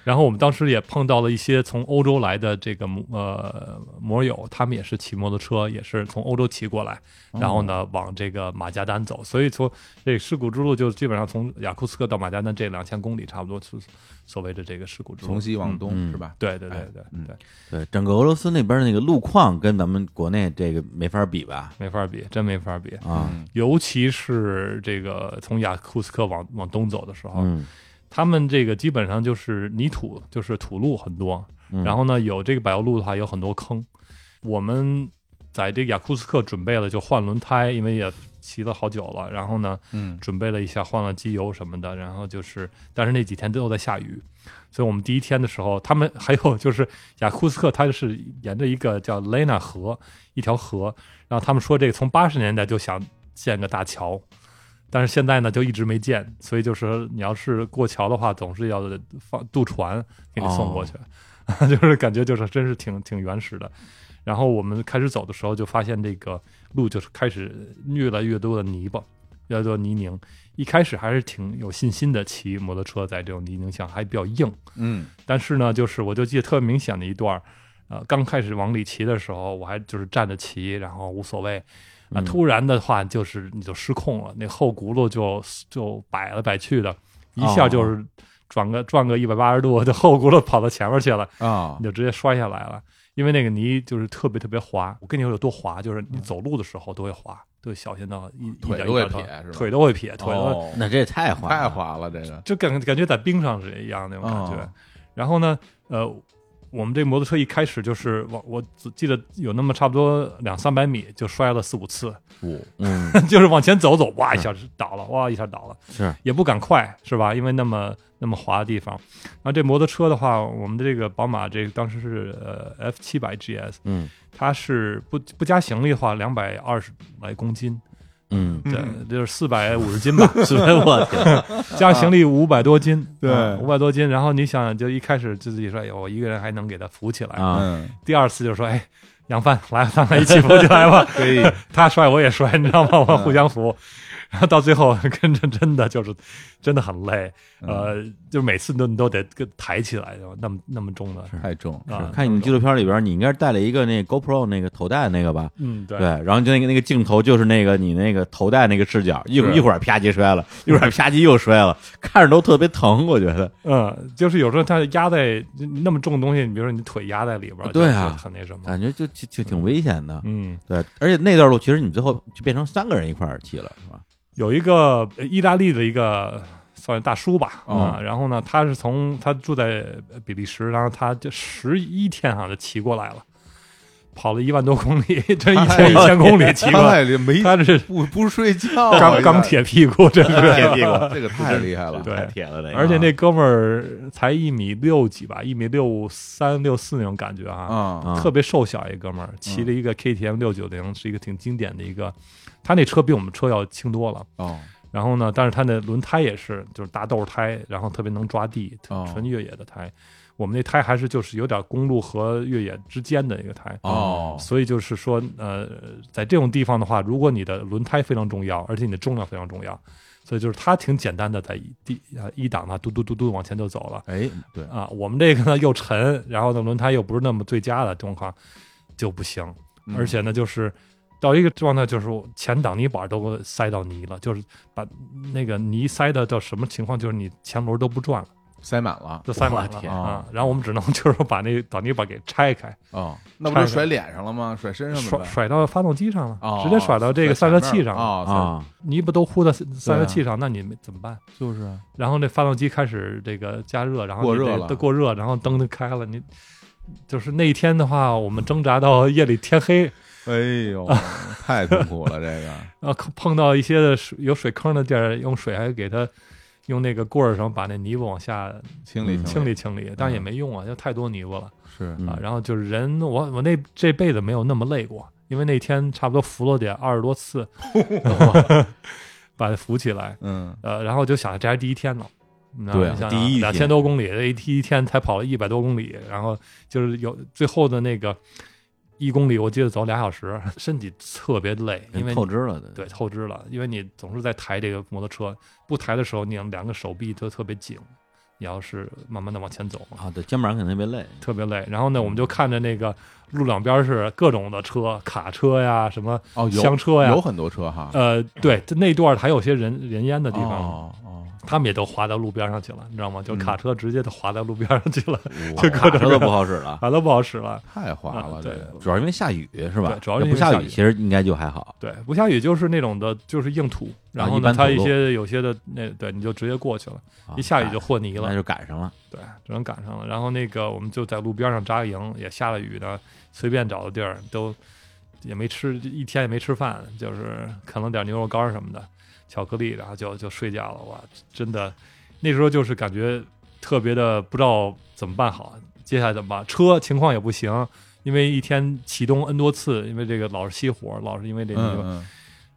[SPEAKER 3] 然后我们当时也碰到了一些从欧洲来的这个摩呃摩友，他们也是骑摩托车，也是从欧洲骑过来，
[SPEAKER 1] 嗯
[SPEAKER 3] 然后呢往这个马加丹走。所以说，这尸骨之路就基本上从雅库茨克到马加丹这两千公里，差不多是所谓的这个尸骨之路。
[SPEAKER 1] 从西往
[SPEAKER 3] 嗯
[SPEAKER 1] 东
[SPEAKER 2] 嗯
[SPEAKER 1] 是吧？
[SPEAKER 3] 对对对对
[SPEAKER 1] 嗯
[SPEAKER 3] 对，
[SPEAKER 2] 对，整个俄罗斯那边那个路况跟咱们国内这个没法比吧？
[SPEAKER 3] 没法比，真没法比。
[SPEAKER 2] 啊，
[SPEAKER 1] 嗯
[SPEAKER 3] 尤其是这个从雅库斯克往往东走的时候，
[SPEAKER 2] 嗯，
[SPEAKER 3] 他们这个基本上就是泥土，就是土路很多。
[SPEAKER 2] 嗯
[SPEAKER 3] 然后呢，有这个柏油路的话，有很多坑。我们在这个雅库斯克准备了就换轮胎，因为也骑了好久了。然后呢，
[SPEAKER 1] 嗯，
[SPEAKER 3] 准备了一下，换了机油什么的。然后就是，但是那几天都在下雨， <laughs> 所以我们第一天的时候，他们还有就是雅库斯克，它是沿着一个叫雷纳河一条河，然后他们说这个从八十年代就想建个大桥，但是现在呢就一直没建，所以就是你要是过桥的话，总是要放渡船给你送过去， <laughs> 就是感觉就是真是挺挺原始的。然后我们开始走的时候，就发现这个路就是开始越来越多的泥巴，越来越多泥泞。一开始还是挺有信心的，骑摩托车在这种泥泞下还比较硬。
[SPEAKER 1] 嗯，
[SPEAKER 3] 但是呢，就是我就记得特别明显的一段儿，呃，刚开始往里骑的时候，我还就是站着骑，然后无所谓，啊、
[SPEAKER 2] 嗯
[SPEAKER 3] 突然的话就是你就失控了，那后轱辘就就摆来摆去
[SPEAKER 1] 哦
[SPEAKER 3] 的，一下就是转个、转个一百八十度，就后轱辘跑到前面去了，
[SPEAKER 1] 啊
[SPEAKER 3] 你，就直接摔下来了。因为那个泥就是特别特别滑，我跟你说有多滑，就是你走路的时候都会滑，都会小心到一一
[SPEAKER 1] 嗯腿
[SPEAKER 3] 点
[SPEAKER 1] 都
[SPEAKER 3] 一
[SPEAKER 1] 会
[SPEAKER 3] 点
[SPEAKER 1] 撇
[SPEAKER 3] 地
[SPEAKER 1] 是吧
[SPEAKER 3] 腿都会撇，腿都会
[SPEAKER 1] 哦
[SPEAKER 2] 那这也太滑
[SPEAKER 1] 太
[SPEAKER 2] 滑，
[SPEAKER 1] 滑了，这个
[SPEAKER 3] 就感感觉在冰上是一样那种感觉。
[SPEAKER 1] 哦
[SPEAKER 3] 然后呢，呃，我们这摩托车一开始就是往我只记得有那么差不多两三百米就摔了四五次， <laughs>
[SPEAKER 2] 嗯，
[SPEAKER 3] 就是往前走走，哇一下就倒了，哇一下倒了，
[SPEAKER 2] <laughs> 是
[SPEAKER 3] 也不敢快是吧？因为那么那么滑的地方。然后这摩托车的话，我们的这个宝马这当时是呃 F 七百 GS，
[SPEAKER 2] 嗯
[SPEAKER 3] 它是不不加行李的话两百二十来公斤，
[SPEAKER 2] 嗯，
[SPEAKER 3] 对，
[SPEAKER 1] 嗯
[SPEAKER 3] 就是四百五十斤吧。 <laughs>
[SPEAKER 2] 是 <laughs> 我天，
[SPEAKER 3] 加行
[SPEAKER 2] 啊
[SPEAKER 3] 李五百多斤，啊
[SPEAKER 1] 对
[SPEAKER 3] 五百多斤。然后你想想，就一开始自己说，哎呦，我一个人还能给他扶起来。
[SPEAKER 2] 啊
[SPEAKER 1] 嗯，
[SPEAKER 3] 第二次就说，哎，杨帆，来，咱俩
[SPEAKER 2] <laughs>
[SPEAKER 3] 一起扶起来吧。
[SPEAKER 1] 可以，
[SPEAKER 3] <laughs> 他摔我也摔，你知道吗？
[SPEAKER 2] 嗯
[SPEAKER 3] 我互相扶。然后到最后，跟着真的就是真的很累，
[SPEAKER 2] 嗯
[SPEAKER 3] 呃，就每次都你都得跟抬起来，那么那么重的
[SPEAKER 1] 太重了，
[SPEAKER 3] 啊。
[SPEAKER 2] 看你们纪录片里边，你应该是带了一个那 GoPro 那个头戴那个吧？
[SPEAKER 3] 嗯，
[SPEAKER 2] 对，
[SPEAKER 3] 对，
[SPEAKER 2] 然后就那个那个镜头就是那个你那个头戴那个视角，一
[SPEAKER 1] 是
[SPEAKER 2] 一会儿啪叽摔了，一会儿啪叽又摔了，看着都特别疼，我觉得。
[SPEAKER 3] 嗯，就是有时候它压在那么重的东西，你比如说你腿压在里边儿，
[SPEAKER 2] 对啊
[SPEAKER 3] 就是很那什么。
[SPEAKER 2] 感觉就挺挺挺危险的。
[SPEAKER 3] 嗯，
[SPEAKER 2] 对，而且那段路其实你最后就变成三个人一块儿骑了，是吧？
[SPEAKER 3] 有一个呃意大利的一个呃算是大叔吧，
[SPEAKER 1] 哦
[SPEAKER 3] 啊、然后呢，他是从他住在呃比利时，然后他就十一天好像就骑过来了，跑了一万多公里， <laughs> 这一
[SPEAKER 1] 哎
[SPEAKER 3] 千一千
[SPEAKER 1] <laughs>
[SPEAKER 3] 公里骑过
[SPEAKER 1] 他
[SPEAKER 3] 来，
[SPEAKER 1] 太厉没
[SPEAKER 3] 他这是
[SPEAKER 1] 不不睡觉啊，
[SPEAKER 3] 钢钢
[SPEAKER 1] 这
[SPEAKER 3] 铁屁股，这是。
[SPEAKER 1] 个，
[SPEAKER 2] 铁屁股
[SPEAKER 1] 这个太厉害了，
[SPEAKER 3] <laughs> 对
[SPEAKER 2] 太铁了那个。
[SPEAKER 3] 而且那哥们儿才一米六几吧，一米六三六四那种感觉啊，
[SPEAKER 1] 啊，
[SPEAKER 2] 啊
[SPEAKER 3] 特别瘦小一哥们儿，骑了一个 KTM 六九零，是一个挺经典的一个，他那车比我们车要轻多了。
[SPEAKER 1] 哦，
[SPEAKER 3] 然后呢，但是它的轮胎也是就是大豆胎，然后特别能抓地，
[SPEAKER 1] 哦
[SPEAKER 3] 纯越野的胎。我们那胎还是就是有点公路和越野之间的一个胎。
[SPEAKER 1] 哦
[SPEAKER 3] 所以就是说，呃，在这种地方的话，如果你的轮胎非常重要，而且你的重量非常重要，所以就是它挺简单的，在一地啊一档它嘟嘟嘟嘟往前就走了。
[SPEAKER 1] 哎，对，
[SPEAKER 3] 啊，我们这个呢又沉，然后呢轮胎又不是那么最佳的状况就不行，
[SPEAKER 1] 嗯
[SPEAKER 3] 而且呢就是到一个状态，就是我前挡泥板都给塞到泥了，就是把那个泥塞的到什么情况，就是你前轮都不转了，
[SPEAKER 1] 塞满了
[SPEAKER 3] 都塞满
[SPEAKER 2] 我
[SPEAKER 3] 了
[SPEAKER 2] 天
[SPEAKER 3] 啊。然后我们只能就是说把那个挡泥板给拆开，
[SPEAKER 1] 哦，那不
[SPEAKER 3] 看
[SPEAKER 1] 就
[SPEAKER 3] 看
[SPEAKER 1] 甩脸上了吗？甩身上
[SPEAKER 3] 甩
[SPEAKER 1] 了呗。
[SPEAKER 3] 甩到发动机上了，
[SPEAKER 1] 哦
[SPEAKER 3] 直接甩到这个
[SPEAKER 1] 甩
[SPEAKER 3] 散
[SPEAKER 1] 前
[SPEAKER 3] 热
[SPEAKER 1] 面
[SPEAKER 3] 器上了，
[SPEAKER 1] 哦啊，
[SPEAKER 2] 啊，
[SPEAKER 3] 泥不都糊到散
[SPEAKER 1] 对啊
[SPEAKER 3] 热器上，那你们怎么办？
[SPEAKER 1] 就是啊
[SPEAKER 3] 然后那发动机开始这个加热，然后
[SPEAKER 1] 过
[SPEAKER 3] 你
[SPEAKER 1] 热
[SPEAKER 3] 这
[SPEAKER 1] 了
[SPEAKER 3] 都过热，然后灯就开了。你就是那一天的话，我们挣扎到夜里天黑，
[SPEAKER 1] 哎呦，太痛苦了，这个 <laughs>
[SPEAKER 3] 然后啊碰到一些的水有水坑的地儿，用水还给它用那个棍儿上把那泥巴往下
[SPEAKER 1] 清理
[SPEAKER 2] 嗯
[SPEAKER 3] 清
[SPEAKER 1] 理
[SPEAKER 3] 理清理，但是也没用啊，就太多泥巴了
[SPEAKER 1] 是
[SPEAKER 2] 嗯
[SPEAKER 3] 啊。然后就是人，我我那这辈子没有那么累过，因为那天差不多扶了得二十
[SPEAKER 2] <laughs>
[SPEAKER 3] 多次，把它扶起来。
[SPEAKER 1] 嗯，
[SPEAKER 3] 呃，然后就想这还第一天呢，那
[SPEAKER 2] 对啊
[SPEAKER 3] 你想
[SPEAKER 2] 第一
[SPEAKER 3] 两
[SPEAKER 2] 天
[SPEAKER 3] 千多公里，这一第一天才跑了一百多公里，然后就是有最后的那个一公里，我记得走俩小时，身体特别累，因为
[SPEAKER 2] 嗯透支了的，
[SPEAKER 3] 对透支了，因为你总是在抬这个摩托车，不抬的时候，你两个手臂都特别紧，你要是慢慢的往前走，
[SPEAKER 2] 啊，对，肩膀肯定别
[SPEAKER 3] <laughs>
[SPEAKER 2] 累，
[SPEAKER 3] 特别累。然后呢，我们
[SPEAKER 1] 嗯
[SPEAKER 3] 就看着那个路两边是各种的车，卡车呀，什么
[SPEAKER 1] 哦，有
[SPEAKER 3] 厢车呀
[SPEAKER 1] 有。很多车哈，
[SPEAKER 3] 呃，对，这那段还有些人人烟的地方，
[SPEAKER 1] 哦嗯哦，
[SPEAKER 3] 他们也都滑到路边上去了，你知道吗？就卡车直接都滑到路边上去了， <laughs>
[SPEAKER 1] 哇
[SPEAKER 3] 就各
[SPEAKER 2] 车
[SPEAKER 3] 种
[SPEAKER 2] 都不好使了。
[SPEAKER 3] 卡都不好使了。
[SPEAKER 1] 太滑了，
[SPEAKER 3] 啊
[SPEAKER 1] 这
[SPEAKER 3] 对
[SPEAKER 1] 个
[SPEAKER 2] 主要因为下雨是吧？
[SPEAKER 3] 对主要是因为
[SPEAKER 2] 不
[SPEAKER 3] 下
[SPEAKER 2] 雨，
[SPEAKER 3] 雨
[SPEAKER 2] 其实应该就还好。
[SPEAKER 3] 对，不下雨就是那种的，就是硬土，
[SPEAKER 1] 啊
[SPEAKER 3] 然后
[SPEAKER 2] 一般
[SPEAKER 3] 呢，
[SPEAKER 2] 土路
[SPEAKER 3] 它一些有些的那对，你就直接过去了，
[SPEAKER 2] 啊
[SPEAKER 3] 一
[SPEAKER 1] 哎
[SPEAKER 3] 下雨就和泥
[SPEAKER 2] 那
[SPEAKER 3] 了，
[SPEAKER 2] 就赶上了。
[SPEAKER 3] 对，只能赶上了。然后那个我们就在路边上扎营，也下了雨呢，随便找个地儿都也没吃，一天也没吃饭，就是啃了点牛肉干儿什么的，巧克力，然后就就睡觉了。哇，真的，那时候就是感觉特别的不知道怎么办好，接下来怎么办？车情况也不行，因为一天启动 n 多次，因为这个老是熄火，老是因为这个。
[SPEAKER 1] 嗯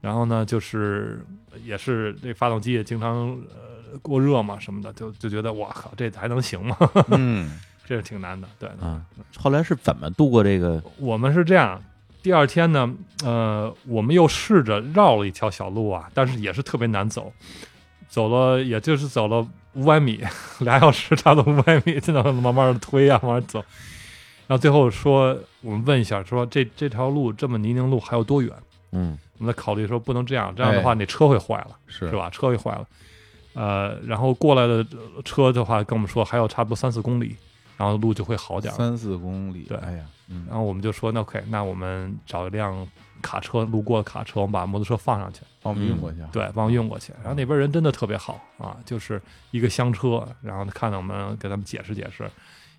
[SPEAKER 3] 然后呢，就是也是这发动机也经常呃过热嘛什么的，就就觉得哇靠，这还能行吗？
[SPEAKER 1] <laughs> 嗯嗯，
[SPEAKER 3] 这是挺难的。对，
[SPEAKER 2] 啊，后来是怎么度过这个？
[SPEAKER 3] 我们是这样。第二天呢，呃，我们又试着绕了一条小路啊，但是也是特别难走，走了也就是走了五百米， <laughs> 俩小时差不多五百米，在那慢慢的推啊，慢慢地走。然后最后说，我们问一下，说这这条路这么泥泞路还有多远？
[SPEAKER 2] 嗯，
[SPEAKER 3] 我们在考虑说不能这样，这样的话你车会坏了。
[SPEAKER 1] 是
[SPEAKER 3] 是吧？车给坏了，呃，然后过来的呃车的话跟我们说还有差不多三四公里，然后路就会好点儿。
[SPEAKER 1] 三四公里，
[SPEAKER 3] 对
[SPEAKER 1] 哎呀，嗯
[SPEAKER 3] 然后我们就说那 OK，那我们找一辆卡车，路过的卡车，我们把摩托车放上去，
[SPEAKER 1] 帮我们运过去啊，
[SPEAKER 3] 对，帮运过去。然后那边人真的特别好啊，就是一个厢车，然后看到我们给他们解释解释。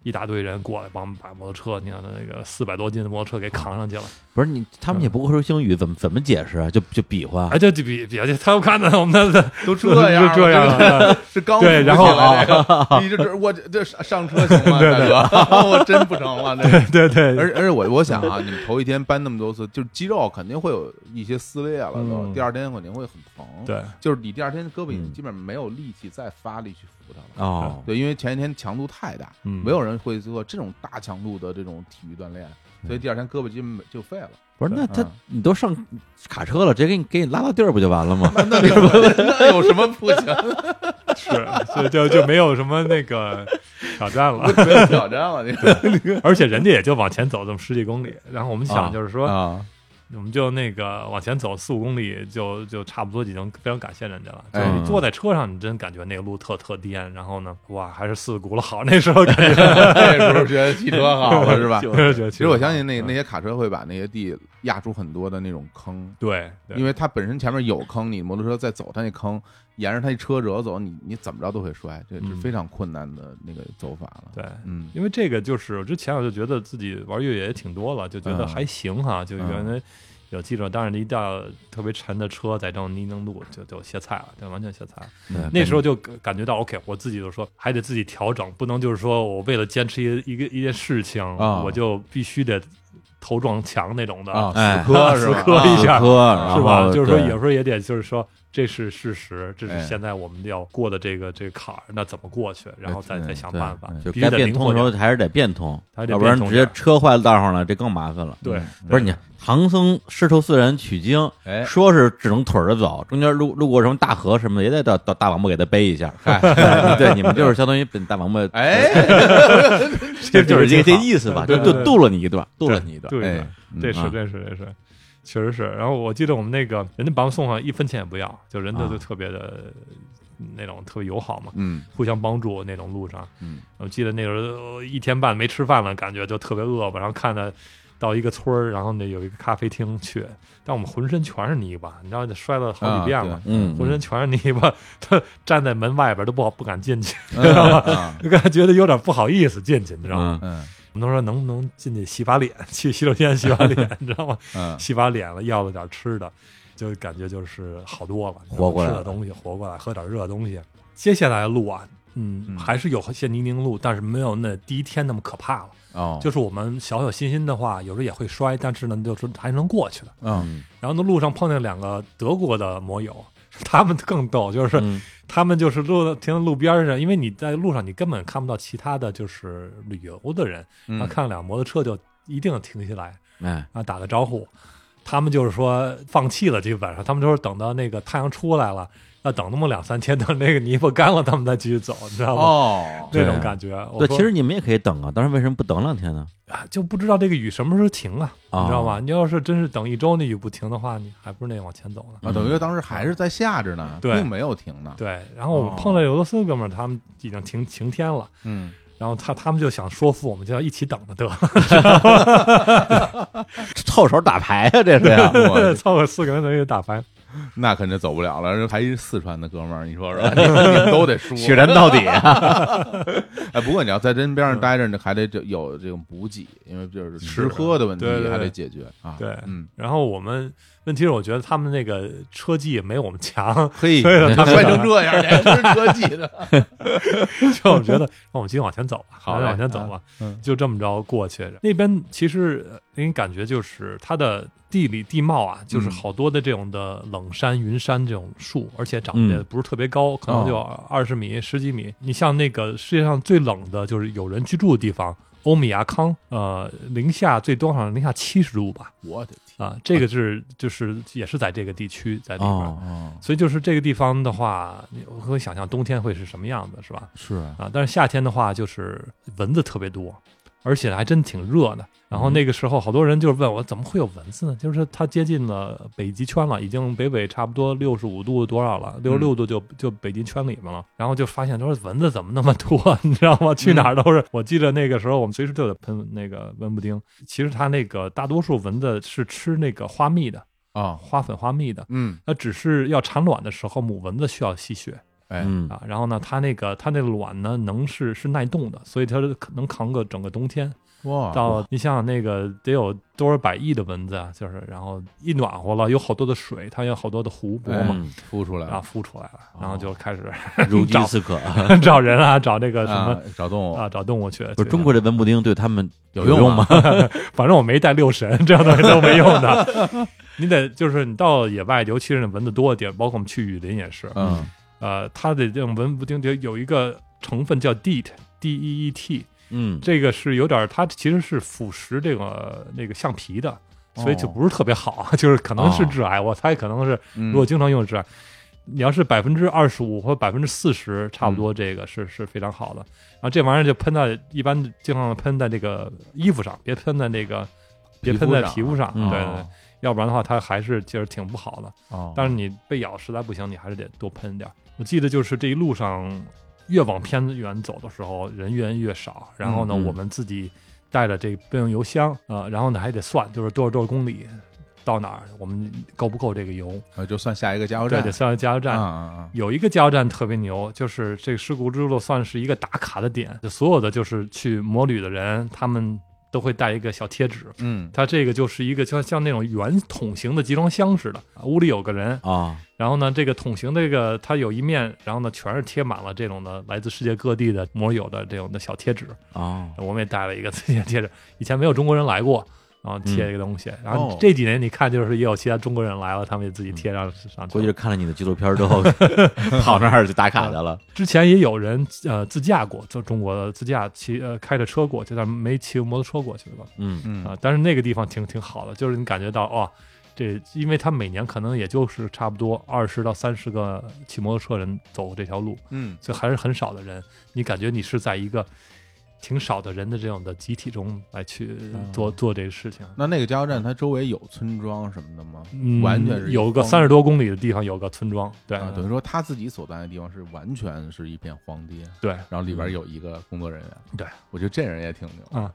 [SPEAKER 3] 一大堆人过来帮我们把摩托车，你看那个四百多斤的摩托车给扛上去了，
[SPEAKER 2] 不是你，他们也不会说英语，怎么怎么解释啊？就就比划
[SPEAKER 3] 哎，，这就比比他们看到我们的
[SPEAKER 1] <laughs> 都
[SPEAKER 3] 就
[SPEAKER 1] 这样了，啊
[SPEAKER 3] 这样
[SPEAKER 1] 这
[SPEAKER 3] 啊
[SPEAKER 1] 个
[SPEAKER 3] 了，
[SPEAKER 1] 是刚
[SPEAKER 3] 对然后
[SPEAKER 1] 啊，你这这我这这上车行吗，大哥？ <laughs> 我真不成了，这个。
[SPEAKER 3] <laughs> 对对
[SPEAKER 1] 而而且我我想啊，你们头一天搬那么多次，就是肌肉肯定会有一些撕裂了，都
[SPEAKER 3] 嗯
[SPEAKER 1] 第二天肯定会很疼。，
[SPEAKER 3] 对，
[SPEAKER 1] 就是你第二天胳膊已经
[SPEAKER 2] 嗯
[SPEAKER 1] 基本上没有力气再发力去扶它了。
[SPEAKER 2] 哦，
[SPEAKER 1] 对，因为前一天强度太大，
[SPEAKER 3] 啊嗯
[SPEAKER 1] 没有人会做这种大强度的这种体育锻炼，
[SPEAKER 3] 嗯
[SPEAKER 1] 所以第二天胳膊基本就废了。 <laughs>
[SPEAKER 2] 不是那他
[SPEAKER 1] 嗯
[SPEAKER 2] 你都上卡车了，直接给你给你拉到地儿不就完了吗？
[SPEAKER 1] 那那那有什么不行？
[SPEAKER 3] 是，所以就就没有什么那个挑
[SPEAKER 1] <laughs>
[SPEAKER 3] 战了。
[SPEAKER 1] 没有挑战了，那个
[SPEAKER 3] 而且人家也就往前走这么十几公里，然后我们
[SPEAKER 2] 啊
[SPEAKER 3] 想就是说，
[SPEAKER 1] 啊，
[SPEAKER 3] 我们就那个往前走四五公里就，就差不多已经非常感谢人家了。就
[SPEAKER 1] 哎
[SPEAKER 3] 是你坐在车上，你真感觉那个路特特颠，然后呢，哇，还是四轱辘好，那时候感觉
[SPEAKER 1] <laughs> 那时候觉得汽车好了
[SPEAKER 3] <laughs>
[SPEAKER 1] 是吧？
[SPEAKER 3] 其
[SPEAKER 1] 哎其实我相信那
[SPEAKER 3] 嗯
[SPEAKER 1] 那些卡车会把那些地压出很多的那种坑，
[SPEAKER 3] 对，对
[SPEAKER 1] 因为它本身前面有坑，你摩托车再走它那坑，沿着它一车辙走，你你怎么着都会摔，这是
[SPEAKER 3] 嗯
[SPEAKER 1] 非常困难的那个走法了。
[SPEAKER 3] 对。
[SPEAKER 1] 嗯，
[SPEAKER 3] 因为这个就是我之前我就觉得自己玩越野也挺多了，就觉得
[SPEAKER 1] 嗯
[SPEAKER 3] 还行哈，就
[SPEAKER 1] 嗯
[SPEAKER 3] 原来有记者，当然一到特别沉的车在这种泥泞路就就歇菜了，就完全歇菜了。
[SPEAKER 1] 嗯
[SPEAKER 2] 对
[SPEAKER 3] 那时候就感感觉到 OK，我自己就说还得自己调整，不能就是说我为了坚持一一个一件事情，
[SPEAKER 1] 啊
[SPEAKER 3] 我就必须得头撞墙那种的，
[SPEAKER 1] 啊，
[SPEAKER 2] 哎
[SPEAKER 1] 死磕
[SPEAKER 3] 死
[SPEAKER 1] 是吧？
[SPEAKER 3] 磕一下
[SPEAKER 2] 死磕
[SPEAKER 3] 是吧？就是说有
[SPEAKER 2] 也
[SPEAKER 3] 时候也得就是说这是事实，这
[SPEAKER 1] 哎
[SPEAKER 3] 是现在我们要过的这个这个坎儿，那怎么过去？然后再
[SPEAKER 1] 嗯
[SPEAKER 3] 再想
[SPEAKER 2] 对
[SPEAKER 3] 办法
[SPEAKER 2] 就，
[SPEAKER 3] 必
[SPEAKER 2] 该
[SPEAKER 3] 须得
[SPEAKER 2] 变
[SPEAKER 3] 灵
[SPEAKER 2] 通
[SPEAKER 3] 活
[SPEAKER 2] 的时
[SPEAKER 3] 点
[SPEAKER 2] 候
[SPEAKER 3] 儿。
[SPEAKER 2] 还是得变通，
[SPEAKER 3] 还得
[SPEAKER 2] 要不然
[SPEAKER 3] 变通
[SPEAKER 2] 直接
[SPEAKER 3] 点儿
[SPEAKER 2] 车坏道上了，这更麻烦了。
[SPEAKER 3] 对，
[SPEAKER 2] 嗯不是你唐僧师徒四人取经，
[SPEAKER 1] 哎，
[SPEAKER 2] 说是只能腿着走，中间路路过什么大河什么的，也得到到大王八给他背一下。 <laughs> 对，你们就是相当于本大王八，
[SPEAKER 1] 哎，
[SPEAKER 2] 这就是这
[SPEAKER 3] <laughs> 这
[SPEAKER 2] 这
[SPEAKER 3] 挺好
[SPEAKER 2] 意思吧？
[SPEAKER 3] 对
[SPEAKER 2] 就
[SPEAKER 3] 对
[SPEAKER 2] 就
[SPEAKER 3] 对
[SPEAKER 2] 渡了你一段，渡了你一段。
[SPEAKER 3] 对的
[SPEAKER 1] 哎，
[SPEAKER 3] 这是
[SPEAKER 2] 啊
[SPEAKER 3] 这是这是，确实是。然后我记得我们那个人家把我们送上，一分钱也不要，就人家
[SPEAKER 2] 啊
[SPEAKER 3] 就特别的那种特别友好嘛，
[SPEAKER 1] 嗯
[SPEAKER 3] <laughs> 互相帮助那种路上。
[SPEAKER 1] 嗯，
[SPEAKER 3] 我记得那时候一天半没吃饭了，感觉就特别饿吧，然后看着。到一个村儿，然后呢有一个咖啡厅去，但我们浑身全是泥巴，你知道，摔了好
[SPEAKER 1] 啊
[SPEAKER 3] 几遍了，
[SPEAKER 1] 对
[SPEAKER 2] 嗯，
[SPEAKER 3] 浑身全是泥巴，他站在门外边都不好不敢进去，
[SPEAKER 1] 嗯
[SPEAKER 3] 就感觉觉得有点不好意思进去，你知道吗？
[SPEAKER 2] 嗯
[SPEAKER 1] 嗯
[SPEAKER 3] 我们都说能不能进去洗把脸，去洗手间洗
[SPEAKER 1] <laughs>
[SPEAKER 3] 把脸，你知道吗？
[SPEAKER 1] 嗯，
[SPEAKER 3] 洗把脸了，要了点吃的，就感觉就是好多了，
[SPEAKER 2] 活过来了
[SPEAKER 3] 吃的东西活过来，喝点热东西。接下来的路啊，嗯，
[SPEAKER 1] 嗯
[SPEAKER 3] 还是有些泥泞路，但是没有那第一天那么可怕了。
[SPEAKER 1] 哦，
[SPEAKER 3] 就是我们小小心心的话，有时候也会摔，但是呢，就是还能过去的。
[SPEAKER 1] 嗯
[SPEAKER 3] 然后呢，路上碰见两个德国的摩友， <laughs> 他们更逗，就是
[SPEAKER 2] 嗯
[SPEAKER 3] 他们就是路停在路边上，因为你在路上你根本看不到其他的就是旅游的人，然后
[SPEAKER 1] 嗯
[SPEAKER 3] 看到辆摩托车就一定停下来，
[SPEAKER 2] 哎，
[SPEAKER 3] 啊打个招呼。他们就是说放弃了，基本上他们就是等到那个太阳出来了，要等那么两三天， <laughs> 等那个泥巴干了，他们再继续走，你知道吗？
[SPEAKER 1] 哦，
[SPEAKER 3] 这
[SPEAKER 2] 对
[SPEAKER 3] 种感觉，我
[SPEAKER 2] 对，
[SPEAKER 3] 说
[SPEAKER 2] 其实你们也可以等啊，当时为什么不等两天呢？
[SPEAKER 3] 啊就不知道这个雨什么时候停啊，
[SPEAKER 2] 啊
[SPEAKER 3] 你知道吗？你要是真是等一周那雨不停的话，你还不是那往前走呢？
[SPEAKER 1] 啊，等于当时还是在下着呢，
[SPEAKER 3] 对
[SPEAKER 1] 并没有停呢。
[SPEAKER 3] 对，然后
[SPEAKER 2] 哦
[SPEAKER 3] 我们碰到俄罗斯哥们儿，他们已经停晴天了，
[SPEAKER 1] 嗯，
[SPEAKER 3] 然后他他们就想说服我们，就要一起等着得了，
[SPEAKER 2] 凑手打牌啊，这是
[SPEAKER 1] 对
[SPEAKER 3] <laughs>
[SPEAKER 1] 啊，我
[SPEAKER 3] 凑合四个人等于打牌。
[SPEAKER 1] 那肯定走不了了，还一四川的哥们儿，你说
[SPEAKER 3] <laughs>
[SPEAKER 1] 是吧？你们你们都得输。
[SPEAKER 2] 血战到底啊！
[SPEAKER 1] 哎，不过你要在真
[SPEAKER 3] 嗯
[SPEAKER 1] 边上待着，你还得这有这种补给，因为就是吃喝的问题
[SPEAKER 3] 啊对对对
[SPEAKER 1] 还得解决啊。
[SPEAKER 3] 对
[SPEAKER 1] 嗯，
[SPEAKER 3] 然后我们问题是，我觉得他们那个车技也没有我
[SPEAKER 2] <laughs>
[SPEAKER 3] 们强，
[SPEAKER 1] 嘿，
[SPEAKER 3] <laughs> 对的他们
[SPEAKER 1] 摔成这样，你还吃科技的？
[SPEAKER 3] 就我
[SPEAKER 1] <laughs>
[SPEAKER 3] 觉得，哦那我们继续往前走吧，
[SPEAKER 1] 好
[SPEAKER 3] 咱
[SPEAKER 1] 嘞
[SPEAKER 3] 往前走吧，
[SPEAKER 1] 嗯
[SPEAKER 3] 就这么着过去。那边其实呃给你感觉就是它的地理地貌啊，就是
[SPEAKER 1] 嗯
[SPEAKER 3] 好多的这种的冷山、云山这种树，而且长得
[SPEAKER 2] 嗯
[SPEAKER 3] 不是特别高，可能就二十米、十几米。你像那个世界上最冷的就是有人居住的地方。欧米亚康，呃，零下最多好像零下七十度吧，
[SPEAKER 1] 我的天！
[SPEAKER 3] 啊，这个是就是也是在这个地区，在里边，
[SPEAKER 2] 哦
[SPEAKER 1] 哦，
[SPEAKER 3] 所以就是这个地方的话，你会想象冬天会是什么样子，是吧？
[SPEAKER 1] 是啊，
[SPEAKER 3] 啊，但是夏天的话就是蚊子特别多，而且还真挺热的。然后那个时候好多人就是问我怎么会有蚊子呢？就是它接近了北极圈了，已经北纬差不多六十五度多少了，六十六度就就北极圈里面了。然后就发现说蚊子怎么那么多， <laughs> 你知道吗？去哪儿都是。我记得那个时候我们随时都得喷那个蚊不叮。其实它那个大多数蚊子是吃那个花蜜的，
[SPEAKER 1] 哦，
[SPEAKER 3] 花粉花蜜的。
[SPEAKER 1] 嗯，
[SPEAKER 3] 那只是要产卵的时候，母蚊子需要吸血，
[SPEAKER 1] 哎，
[SPEAKER 2] 嗯
[SPEAKER 3] 啊，然后呢，它那个它那个卵呢，能是是耐冻的，所以它可能扛个整个冬天。
[SPEAKER 2] 啊
[SPEAKER 1] 哇，
[SPEAKER 3] 到你想想那个得有多少百亿的蚊子啊，就是然后一暖和了，有好多的水，它有好多的湖泊嘛，
[SPEAKER 2] 嗯
[SPEAKER 1] 孵出来
[SPEAKER 3] 然后
[SPEAKER 1] 了，
[SPEAKER 3] 孵出来了，然
[SPEAKER 2] 哦
[SPEAKER 3] 后就开始 <laughs>
[SPEAKER 2] 如饥
[SPEAKER 3] 嗯找
[SPEAKER 2] 似渴。
[SPEAKER 3] 找人啊，找那个什
[SPEAKER 1] 啊
[SPEAKER 3] 么，
[SPEAKER 1] 找动物
[SPEAKER 3] 啊，找动物去。
[SPEAKER 2] 不是中国这文布丁对他们
[SPEAKER 1] 有
[SPEAKER 2] 用啊 <laughs>
[SPEAKER 1] 吗？？
[SPEAKER 3] 反正我没带六神，这样东西都没用的。 <laughs> 你得就是你到野外，尤其是蚊子多的地儿，包括我们去雨林也是， <laughs>
[SPEAKER 1] 嗯，
[SPEAKER 3] 呃，它的这种蚊不叮得有一个成分叫 DEET，D E E T，
[SPEAKER 2] 嗯，
[SPEAKER 3] 这个是有点儿，它其实是腐蚀这个那个橡皮的，所以就
[SPEAKER 1] 哦
[SPEAKER 3] 不是特别好， <laughs> 就是可能是致癌，我猜可能是
[SPEAKER 1] 嗯
[SPEAKER 3] 如果经常用是致癌。你要是百分之二十五或百分之四十，差不多这个是、是非常好的。然后这玩意儿就喷在一般经常喷在这个衣服上，别喷在那个别
[SPEAKER 1] 皮肤
[SPEAKER 3] 喷在
[SPEAKER 1] 上
[SPEAKER 3] 皮肤上，
[SPEAKER 2] 嗯
[SPEAKER 3] 对对对，要不然的话它还是其实挺不好的。
[SPEAKER 1] 哦，
[SPEAKER 3] 但是你被咬实在不行，你还是得多喷点儿。我记得就是这一路上越往偏远走的时候，人越越少。然后呢，
[SPEAKER 2] 嗯嗯
[SPEAKER 3] 我们自己带着这备用油箱啊、呃然后呢还得算，就是多少多少公里到哪儿，我们够不够这个油？
[SPEAKER 1] 呃就算下一个加油
[SPEAKER 3] 对，
[SPEAKER 1] 站
[SPEAKER 3] 得算加油
[SPEAKER 1] 啊
[SPEAKER 3] 站。
[SPEAKER 1] 啊啊！
[SPEAKER 3] 有一个加油站特别牛，就是这个石鼓之路算是一个打卡的点，就所有的就是去摩旅的人，他们都会带一个小贴纸。
[SPEAKER 1] 嗯，
[SPEAKER 3] 它这个就是一个像像那种圆筒形的集装箱似的，屋里有个人，
[SPEAKER 2] 啊，
[SPEAKER 3] 然后呢，这个桶形这个它有一面，然后呢全是贴满了这种的来自世界各地的摩友的这种的小贴纸，
[SPEAKER 2] 哦，
[SPEAKER 3] 我们也带了一个自己的贴纸，以前没有中国人来过。然后贴一个东西。然后
[SPEAKER 1] 哦
[SPEAKER 3] 这几年你看，就是也有其他中国人来了，他们也自己贴上上车
[SPEAKER 2] 估计。是看了你的纪录片之 <laughs> 后，跑那儿就打卡去了。
[SPEAKER 3] 之前也有人呃自驾过，就中国自驾骑呃开着车过去，但没骑摩托车过去的吧？
[SPEAKER 2] 嗯
[SPEAKER 1] 嗯
[SPEAKER 3] 啊、但是那个地方挺挺好的，就是你感觉到哦，这因为他每年可能也就是差不多二十到三十个骑摩托车人走这条路，
[SPEAKER 1] 嗯
[SPEAKER 3] 所以还是很少的人。你感觉你是在一个挺少的人的这种的集体中来去
[SPEAKER 1] 嗯
[SPEAKER 3] 做、做这个事情。
[SPEAKER 1] 那那个加油站它周围有村庄什么的吗？
[SPEAKER 3] 嗯，
[SPEAKER 1] 完全是一
[SPEAKER 3] 有个
[SPEAKER 1] 荒
[SPEAKER 3] 三十多公里的地方有个村庄，对、
[SPEAKER 1] 啊，等于说他自己所在的地方是完全是一片荒地，啊
[SPEAKER 3] 对，
[SPEAKER 1] 然后里边有一个工作人员。
[SPEAKER 3] 嗯对，
[SPEAKER 1] 我觉得这人也挺
[SPEAKER 3] <laughs>
[SPEAKER 1] 牛，
[SPEAKER 3] 啊、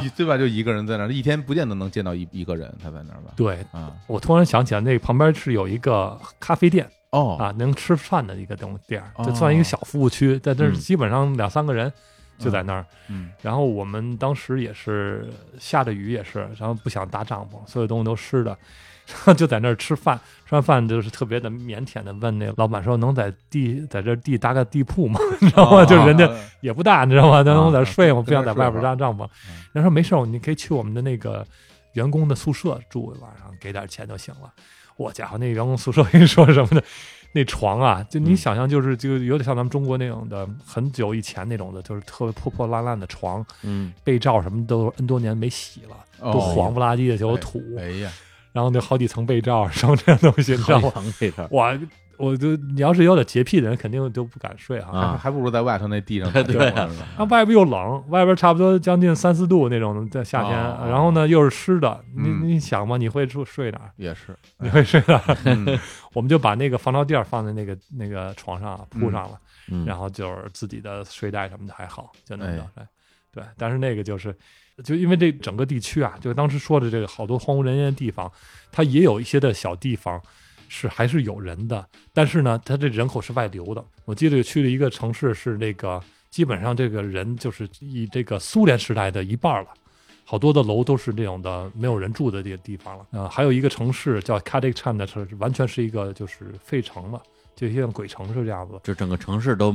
[SPEAKER 1] 就对吧？就一个人在那儿，一天不见得能见到一一个人，他在那儿吧？
[SPEAKER 3] 对。
[SPEAKER 1] 啊，
[SPEAKER 3] 我突然想起来，那旁边是有一个咖啡店
[SPEAKER 1] 哦，
[SPEAKER 3] 啊，能吃饭的一个东店儿，
[SPEAKER 1] 哦
[SPEAKER 3] 就算一个小服务区，但这
[SPEAKER 2] 嗯
[SPEAKER 3] 基本上两三个人就在那儿。
[SPEAKER 1] 嗯
[SPEAKER 3] 然后我们当时也是下着雨，也是，然后不想搭帐篷，所有东西都湿的， <laughs> 然后就在那儿吃饭。吃完饭就是特别的腼腆的问那个老板说：“能在地在这地搭个地铺吗？” <laughs> 你知道吗？
[SPEAKER 1] 哦
[SPEAKER 3] 就人家
[SPEAKER 1] 哦
[SPEAKER 3] 也不大，你知道吗？但能在这睡，我不想在
[SPEAKER 1] 在这儿
[SPEAKER 3] 外边
[SPEAKER 1] 睡
[SPEAKER 3] 搭帐篷
[SPEAKER 1] 嗯。
[SPEAKER 3] 人家说：“没事儿，你可以去我们的那个员工的宿舍住一晚上，给点钱就行了。”我家伙，那员工宿舍跟你说什么呢？ <laughs> 那床啊，就你
[SPEAKER 2] 嗯
[SPEAKER 3] 想象，就是就有点像咱们中国那种的，很久以前那种的，就是特别破破烂烂的床，
[SPEAKER 2] 嗯，
[SPEAKER 3] 被罩什么都 N 多年没洗了，
[SPEAKER 1] 哦
[SPEAKER 3] 都黄不拉几的，就有土，
[SPEAKER 1] 哎呀，
[SPEAKER 3] 然后那好几层被罩什么这东西，你知道
[SPEAKER 2] 朝
[SPEAKER 3] 吗？
[SPEAKER 2] 阳这边儿，
[SPEAKER 3] 我我就你要是有点洁癖的人，肯定就不敢睡 <laughs> 啊。
[SPEAKER 2] 啊
[SPEAKER 1] 还还不如在外头那
[SPEAKER 3] <laughs>
[SPEAKER 1] 地上
[SPEAKER 2] 对
[SPEAKER 1] 待着
[SPEAKER 2] 啊
[SPEAKER 1] 呢是吧
[SPEAKER 3] 啊，外边又冷，外边差不多将近三四度那种，在夏天，
[SPEAKER 1] 哦
[SPEAKER 3] 然后呢又是湿的，你
[SPEAKER 1] 嗯
[SPEAKER 3] 你想吧，你会住睡哪
[SPEAKER 1] <laughs>
[SPEAKER 3] 儿？
[SPEAKER 1] 也
[SPEAKER 3] <laughs>
[SPEAKER 1] 是，
[SPEAKER 3] 你会睡哪儿？
[SPEAKER 1] 嗯
[SPEAKER 3] 我们就把那个防潮垫儿放在那个那个床上啊铺上了，
[SPEAKER 2] 嗯
[SPEAKER 3] 然后就是自己的睡袋什么的还好，就能
[SPEAKER 1] 哎
[SPEAKER 3] 着。哎对，但是那个就是，就因为这整个地区啊，就当时说的这个好多荒无人烟的地方，它也有一些的小地方是还是有人的，但是呢，它这人口是外流的。我记得去了一个城市是那个，基本上这个人就是以这个苏联时代的一半了。好多的楼都是这种的没有人住的这个地方了。呃，还有一个城市叫 Kazakhstan 的城市，完全是一个就是废城了，就像鬼城是这样子。
[SPEAKER 2] 就整个城市都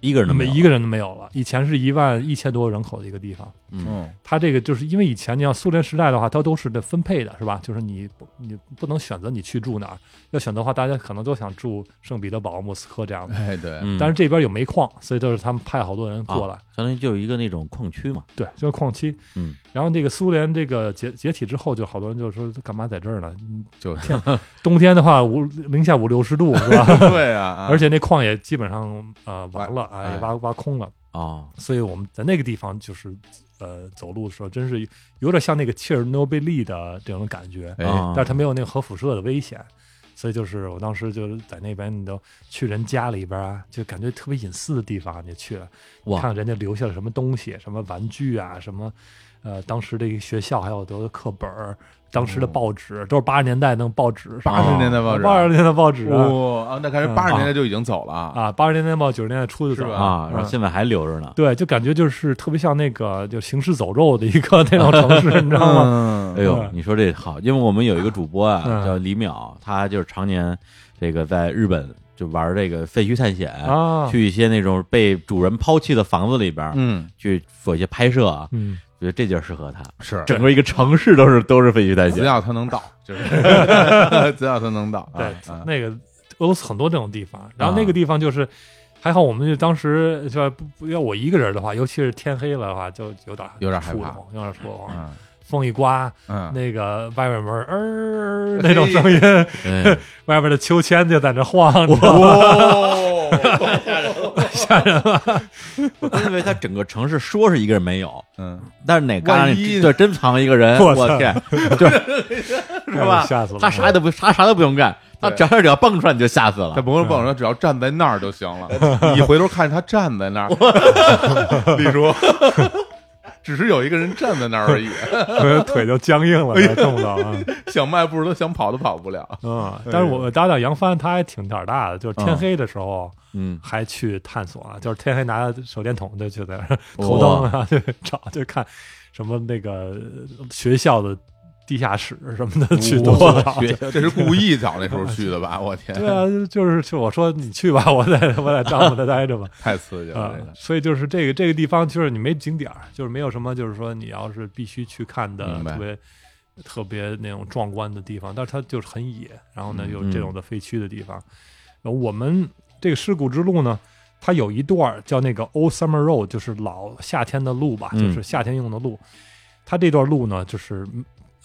[SPEAKER 2] 一个人都
[SPEAKER 3] 每
[SPEAKER 2] 没有
[SPEAKER 3] 一个人都没有了。以前是一万一千多人口的一个地方，
[SPEAKER 2] 嗯
[SPEAKER 1] 嗯
[SPEAKER 3] 它这个就是因为以前你要苏联时代的话，它都是的分配的，是吧？就是你你不能选择你去住哪儿，要选择的话，大家可能都想住圣彼得堡、莫斯科这样的。
[SPEAKER 1] 哎对，
[SPEAKER 2] 嗯，
[SPEAKER 3] 但是这边有煤矿，所以就是他们派好多人过来，
[SPEAKER 2] 相当于就是一个那种矿区嘛，
[SPEAKER 3] 对，就是矿区。
[SPEAKER 2] 啊嗯，
[SPEAKER 3] 然后这个苏联这个解解体之后，就好多人就说干嘛在这儿呢？嗯
[SPEAKER 1] 就
[SPEAKER 3] 冬天的话五零下五六十度是
[SPEAKER 2] <laughs>
[SPEAKER 3] 吧？
[SPEAKER 1] 对啊啊，
[SPEAKER 3] 而且那矿也基本上呃完了，
[SPEAKER 1] 哎
[SPEAKER 3] 哎，挖挖空了。
[SPEAKER 2] 哦，
[SPEAKER 3] 所以我们在那个地方就是，呃，走路的时候真是有点像那个切尔诺贝利的这种感觉，
[SPEAKER 1] 哎
[SPEAKER 2] 啊
[SPEAKER 3] 但是它没有那个核辐射的危险，所以就是我当时就是在那边，你都去人家里边啊，就感觉特别隐私的地方，你去了，
[SPEAKER 2] 哇
[SPEAKER 3] 看人家留下了什么东西，什么玩具啊，什么，呃，当时的一个学校还有都是课本儿。当时的报纸都是八十年代那种报纸，
[SPEAKER 1] 八十年代报纸
[SPEAKER 3] 哦八十年代报纸
[SPEAKER 1] 哇、
[SPEAKER 3] 啊，
[SPEAKER 1] 啊，那看来八十年代就已经走了啊，
[SPEAKER 3] 啊，八十年代报，九十年代初的
[SPEAKER 1] 是
[SPEAKER 3] 时候
[SPEAKER 1] 吧
[SPEAKER 2] 啊，然后
[SPEAKER 3] 嗯
[SPEAKER 2] 现在还留着呢，
[SPEAKER 3] 对，就感觉就是特别像那个就行尸走肉的一个那种
[SPEAKER 1] <laughs>
[SPEAKER 3] 城市，你知道吗？
[SPEAKER 1] 嗯
[SPEAKER 2] 哎呦
[SPEAKER 3] 嗯，
[SPEAKER 2] 你说这好，因为我们有一个主播啊，
[SPEAKER 3] 嗯
[SPEAKER 2] 叫李淼，他就是常年这个在日本就玩这个废墟探险，
[SPEAKER 1] 嗯
[SPEAKER 3] 啊，
[SPEAKER 2] 去一些那种被主人抛弃的房子里边、
[SPEAKER 1] 嗯
[SPEAKER 2] 去做一些拍摄啊，
[SPEAKER 3] 嗯，
[SPEAKER 2] 觉得这地儿适合他。
[SPEAKER 1] 是，
[SPEAKER 2] 整个一个城市都是都是废墟探
[SPEAKER 1] 只
[SPEAKER 2] 险，
[SPEAKER 1] 要他能到，就是
[SPEAKER 3] <laughs>
[SPEAKER 1] <laughs> 只要他能到，啊
[SPEAKER 3] 对
[SPEAKER 1] 啊，
[SPEAKER 3] 那个俄罗斯很多这种地方，然后那个地方就是。还好，我们就当时是吧？不不要我一个人的话，尤其是天黑了的话，就有点
[SPEAKER 1] 有点害
[SPEAKER 3] 触
[SPEAKER 1] 怕
[SPEAKER 3] 动，有点触动。
[SPEAKER 1] 嗯
[SPEAKER 3] 风一刮，
[SPEAKER 1] 嗯，
[SPEAKER 3] 那个外面
[SPEAKER 1] <laughs>
[SPEAKER 3] 门儿呃那种声音， <laughs>
[SPEAKER 2] 嗯
[SPEAKER 3] 外面的秋千就在那晃，你知道吗
[SPEAKER 1] 哦，
[SPEAKER 2] 我真以为他整个城市说是一个人没有，
[SPEAKER 1] 嗯，
[SPEAKER 2] 但是哪旮
[SPEAKER 1] 万
[SPEAKER 2] 旯
[SPEAKER 1] 一
[SPEAKER 2] 里这真藏一个人，
[SPEAKER 3] 我
[SPEAKER 2] 我
[SPEAKER 3] 操
[SPEAKER 2] 天，
[SPEAKER 3] <laughs>
[SPEAKER 2] 就是是吧？
[SPEAKER 3] 吓死了
[SPEAKER 2] 他啥也都不，他啥都不用干，他
[SPEAKER 1] 对
[SPEAKER 2] 只要只要蹦出来你就吓死
[SPEAKER 1] 他
[SPEAKER 2] 了。
[SPEAKER 1] 不用蹦说，只要站在那儿就行了。
[SPEAKER 3] 嗯
[SPEAKER 1] 你回头看他站在那儿，李叔，只是有一个人站在那儿而已，
[SPEAKER 3] 我的 <laughs> 腿就僵硬
[SPEAKER 1] 哎
[SPEAKER 3] 了，动不了啊。
[SPEAKER 1] 想迈步都想跑都跑不了。
[SPEAKER 3] 嗯，但是我搭档杨帆他还挺胆儿大的，就是天
[SPEAKER 2] 哎嗯
[SPEAKER 3] 黑的时候，
[SPEAKER 2] 嗯，
[SPEAKER 3] 还去探索啊，就是天黑拿着手电筒就去在那儿
[SPEAKER 2] 哇
[SPEAKER 3] <laughs> 呃头灯啊，就找就看什么那个学校的地下室什么的 <laughs> 去多少。
[SPEAKER 1] 这是故意找那时候去的吧？我天，
[SPEAKER 3] 对啊，就是就我说你去吧，我在我在丈夫那待着吧。
[SPEAKER 1] 太刺激了
[SPEAKER 3] 啊
[SPEAKER 1] 这个，。
[SPEAKER 3] 所以就是这个这个地方，就是你没景点儿，就是没有什么，就是说你要是必须去看的
[SPEAKER 1] 明白
[SPEAKER 3] 特别特别那种壮观的地方，但是它就是很野，然后呢
[SPEAKER 1] 嗯
[SPEAKER 3] 有这种的废墟的地方。呃我们这个尸骨之路呢，它有一段儿叫那个 Old Summer Road，就是老夏天的路吧，
[SPEAKER 2] 嗯
[SPEAKER 3] 就是夏天用的路。它这段路呢，就是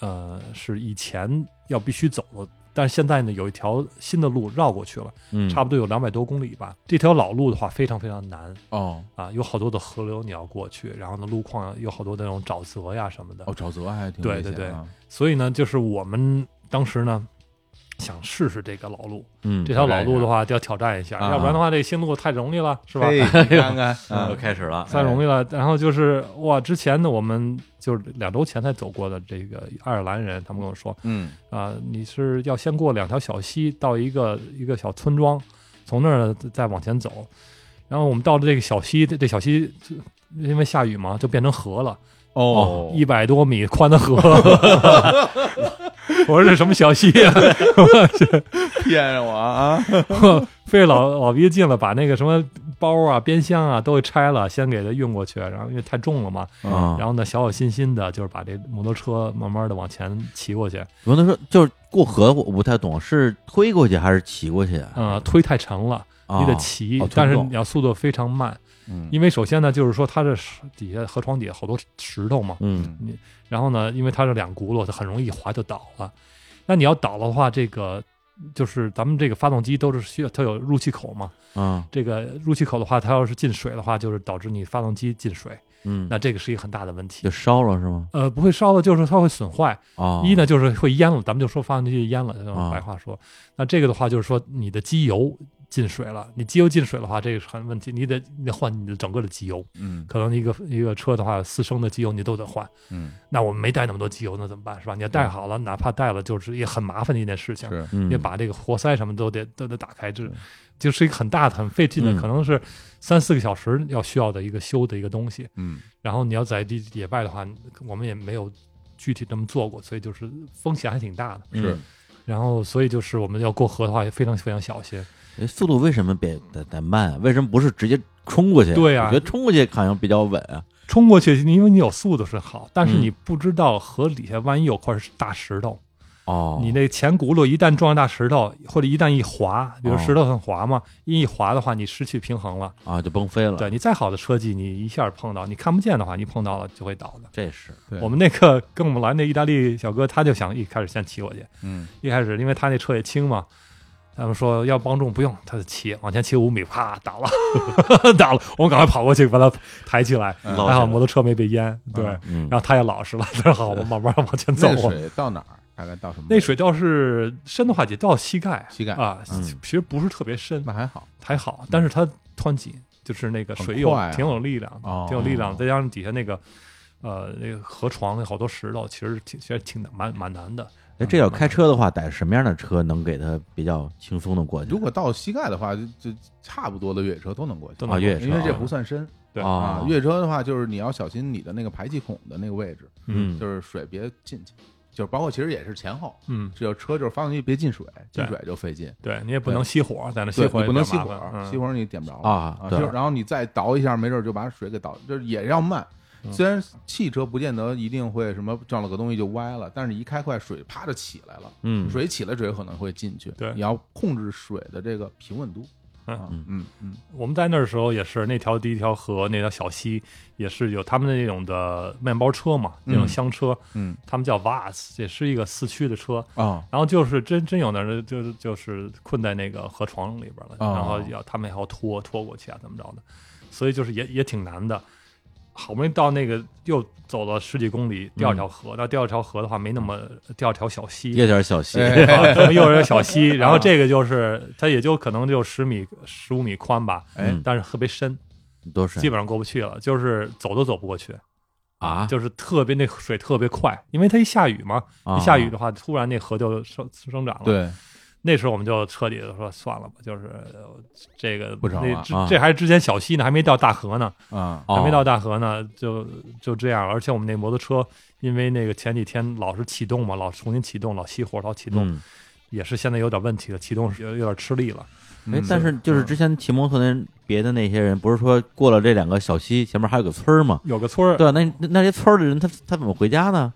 [SPEAKER 3] 呃是以前要必须走的，但是现在呢有一条新的路绕过去了，
[SPEAKER 2] 嗯，
[SPEAKER 3] 差不多有两百多公里吧。这条老路的话非常非常难。
[SPEAKER 1] 哦
[SPEAKER 3] 啊，有好多的河流你要过去，然后呢，路况有好多那种沼泽呀什么的。
[SPEAKER 1] 哦，沼泽还挺
[SPEAKER 3] 对
[SPEAKER 1] 危
[SPEAKER 3] 对
[SPEAKER 1] 险啊。
[SPEAKER 3] 所以呢，就是我们当时呢，想试试这个老路，
[SPEAKER 2] 嗯，
[SPEAKER 3] 这条
[SPEAKER 1] 挑
[SPEAKER 3] 老
[SPEAKER 1] 战一
[SPEAKER 3] 路的
[SPEAKER 1] 下
[SPEAKER 3] 话就要挑战一下，
[SPEAKER 1] 啊
[SPEAKER 3] 要不然的话，这新路太容易了，是 <laughs> 吧？
[SPEAKER 1] 嘿你看看，嗯
[SPEAKER 2] 又开始了，
[SPEAKER 3] 太容易了。然后就是哇，之前呢，我们就是两周前才走过的这个爱尔兰人，他们跟我说
[SPEAKER 1] 嗯，
[SPEAKER 3] 啊、你是要先过两条小溪到一个一个小村庄，从那儿再往前走。然后我们到了这个小溪，这这小溪就因为下雨嘛，就变成河了。
[SPEAKER 1] 哦，
[SPEAKER 3] 一百多米宽
[SPEAKER 2] <laughs>
[SPEAKER 3] 的河。我说这什么小溪
[SPEAKER 2] <laughs>
[SPEAKER 3] 啊？
[SPEAKER 1] 骗我啊！
[SPEAKER 3] 费老老逼劲了，把那个什么包啊、边箱啊都给拆了，先给它运过去。然后因为太重了嘛，
[SPEAKER 2] 啊。
[SPEAKER 3] 然后呢，小小心心的，就是把这摩托车慢慢的往前骑过去。
[SPEAKER 2] 我跟他说，就是过河，我不太懂，是推过去还是骑过去啊？
[SPEAKER 3] 呃，推太沉了，嗯你得
[SPEAKER 2] 哦
[SPEAKER 3] 骑，
[SPEAKER 2] 哦推
[SPEAKER 3] 但是
[SPEAKER 2] 重
[SPEAKER 3] 你要速度非常慢，
[SPEAKER 1] 嗯
[SPEAKER 3] 因为首先呢，就是说它这石底下河床底下好多石头嘛，
[SPEAKER 2] 嗯
[SPEAKER 3] 然后呢，因为它是两轱辘，它很容易一滑就倒了。那你要倒的话，这个就是咱们这个发动机都是需要它有入气口嘛。
[SPEAKER 2] 啊
[SPEAKER 3] 这个入气口的话，它要是进水的话，就是导致你发动机进水，
[SPEAKER 2] 嗯，
[SPEAKER 3] 那这个是一个很大的问题
[SPEAKER 2] 就。烧了是吗？
[SPEAKER 3] 呃，不会烧的，就是它会损坏。
[SPEAKER 2] 啊，
[SPEAKER 3] 一呢，就是会淹了，咱们就说发动机淹了，这
[SPEAKER 2] 啊
[SPEAKER 3] 种白话说。那这个的话，就是说你的机油进水了，你机油进水的话，这个是很问题，你得你得换你的整个的机油。
[SPEAKER 1] 嗯
[SPEAKER 3] 可能一个一个车的话，四升的机油你都得换。
[SPEAKER 1] 嗯，
[SPEAKER 3] 那我们没带那么多机油，那怎么办？是吧？你要带好了，哪怕带了，就是也很麻烦的一件事情，
[SPEAKER 1] 是
[SPEAKER 2] 嗯
[SPEAKER 3] 因为把这个活塞什么都得都得打开，这就是一个很大的、很费劲的，
[SPEAKER 2] 嗯
[SPEAKER 3] 可能是三四个小时要需要的一个修的一个东西。
[SPEAKER 1] 嗯
[SPEAKER 3] 然后你要在地野外的话，我们也没有具体这么做过，所以就是风险还挺大的。
[SPEAKER 1] 是
[SPEAKER 2] 嗯
[SPEAKER 3] 然后，所以就是我们要过河的话，也非常非常小心。
[SPEAKER 2] 哎速度为什么得得得慢？啊为什么不是直接冲过去？
[SPEAKER 3] 对啊
[SPEAKER 2] 呀，
[SPEAKER 3] 呀
[SPEAKER 2] 我觉得冲过去好像比较稳啊。
[SPEAKER 3] 冲过去，因为你有速度是好，但是
[SPEAKER 2] 嗯
[SPEAKER 3] 你不知道河底下万一有块大石头，
[SPEAKER 2] 哦，
[SPEAKER 3] 你那前轱辘一旦撞上大石头，或者一旦一滑，比如
[SPEAKER 2] 哦
[SPEAKER 3] 石头很滑嘛，一滑的话，你失去平衡了。
[SPEAKER 2] 啊就崩飞了。
[SPEAKER 3] 对，你再好的车技，你一下碰到，你看不见的话，你碰到了就会倒的。
[SPEAKER 2] 这是
[SPEAKER 1] 对
[SPEAKER 3] 我们那个跟我们来那意大利小哥，他就想一开始先骑过去，
[SPEAKER 1] 嗯
[SPEAKER 3] 一开始因为他那车也轻嘛，他们说要帮助不用，他就骑往前骑五米，啪倒了，倒了， <laughs> 我们赶快跑过去把他抬起来，
[SPEAKER 1] 嗯
[SPEAKER 2] 捞
[SPEAKER 3] 还
[SPEAKER 2] 起来
[SPEAKER 3] 好摩托车没被淹，对，
[SPEAKER 2] 嗯
[SPEAKER 3] 然后他也老实了，他说好，我们慢慢往前走。
[SPEAKER 1] 那水到哪儿？大概到什么？
[SPEAKER 3] 那水倒是深的话，也到膝盖，
[SPEAKER 1] 膝盖
[SPEAKER 3] 啊，
[SPEAKER 2] 嗯
[SPEAKER 3] 其实不是特别深，
[SPEAKER 1] 那还好
[SPEAKER 3] 还好，但是它湍急，就是那个
[SPEAKER 1] 很
[SPEAKER 3] 水有
[SPEAKER 1] 快啊
[SPEAKER 3] 挺有力量的，
[SPEAKER 1] 哦
[SPEAKER 3] 挺有力量，再加上底下那个呃那个河床那好多石头，其实挺其实挺难蛮蛮难的。
[SPEAKER 2] 哎，这要开车的话，逮什么样的车能给他比较轻松的过去？啊
[SPEAKER 1] 如果到膝盖的话，就就差不多的越野车都能过去
[SPEAKER 3] 都，
[SPEAKER 2] 啊，
[SPEAKER 3] 能
[SPEAKER 2] 越野车
[SPEAKER 1] 因
[SPEAKER 2] 啊，
[SPEAKER 1] 为这不算深
[SPEAKER 3] 对
[SPEAKER 2] 啊
[SPEAKER 1] 啊。，越野车的话，就是你要小心你的那个排气孔的那个位置，
[SPEAKER 2] 嗯
[SPEAKER 1] 就是水别进去，就是包括其实也是前后，
[SPEAKER 3] 嗯，
[SPEAKER 1] 只有车就是发动机别进水，进
[SPEAKER 3] 对
[SPEAKER 1] 水就费劲。
[SPEAKER 3] 对你也不能熄火，在那
[SPEAKER 1] 对
[SPEAKER 3] 熄火
[SPEAKER 1] 你
[SPEAKER 3] 也
[SPEAKER 1] 不能
[SPEAKER 3] 比较
[SPEAKER 1] 熄
[SPEAKER 3] 麻
[SPEAKER 1] 火
[SPEAKER 3] 烦，嗯
[SPEAKER 1] 熄火你点不着了
[SPEAKER 2] 啊
[SPEAKER 1] 啊
[SPEAKER 2] 对
[SPEAKER 1] 就然后你再倒一下，没准就把水给倒，就是也要慢。
[SPEAKER 3] 嗯
[SPEAKER 1] 虽然汽车不见得一定会什么撞了个东西就歪了，但是你一开快，水啪就起来了，
[SPEAKER 2] 嗯，
[SPEAKER 1] 水起来，水可能会进去。
[SPEAKER 3] 对
[SPEAKER 1] 你要控制水的这个平稳度。
[SPEAKER 3] 嗯
[SPEAKER 1] 啊
[SPEAKER 2] 嗯
[SPEAKER 1] 嗯嗯，
[SPEAKER 3] 我们在那儿的时候也是，那条第一条河那条小溪也是有他们那种的面包车嘛，那种
[SPEAKER 1] 嗯
[SPEAKER 3] 厢车，
[SPEAKER 1] 嗯
[SPEAKER 3] 他们叫 VAS，也是一个四驱的车，
[SPEAKER 1] 啊
[SPEAKER 3] 然后就是真真有的人就是就是困在那个河床里边了，
[SPEAKER 1] 哦
[SPEAKER 3] 然后要他们还要拖拖过去啊，怎么着的，所以就是也也挺难的。好不容易到那个又走了十几公里，第
[SPEAKER 1] 嗯
[SPEAKER 3] 二条河。那、第二条河的话，没那么第二条小溪， <laughs>
[SPEAKER 2] 有点小心。
[SPEAKER 1] 哎
[SPEAKER 3] 啊可能又有点小
[SPEAKER 1] <laughs>
[SPEAKER 3] 溪。然后这个就是它也就可能就十米、十五米宽吧，
[SPEAKER 1] 哎
[SPEAKER 3] 但是特别深，
[SPEAKER 2] 多深
[SPEAKER 3] 基本上过不去了，就是走都走不过去，
[SPEAKER 2] 啊？
[SPEAKER 3] 就是特别那水特别快，因为它一下雨嘛，
[SPEAKER 2] 啊
[SPEAKER 3] 一下雨的话，突然那河就生生长了。
[SPEAKER 1] 啊对，
[SPEAKER 3] 那时候我们就彻底的说算了吧，就是呃这个
[SPEAKER 4] 不成
[SPEAKER 3] 那
[SPEAKER 4] 了
[SPEAKER 3] 之
[SPEAKER 2] 啊
[SPEAKER 3] 这还是之前小溪呢，还没到大河呢，
[SPEAKER 1] 啊，
[SPEAKER 2] 哦
[SPEAKER 3] 还没到大河呢，就就这样。而且我们那摩托车，因为那个前几天老是启动嘛，老重新启动，老熄火，老启动，
[SPEAKER 2] 嗯，
[SPEAKER 3] 也是现在有点问题了，启动是有有点吃力了。
[SPEAKER 2] 哎，但
[SPEAKER 1] 嗯
[SPEAKER 2] 是就是之前骑摩托的人，别的那些人，不是说过了这两个小溪，前面还有个村儿吗？
[SPEAKER 3] 有个村儿，
[SPEAKER 2] 对啊，那那那些村儿的人，他他怎么回家呢？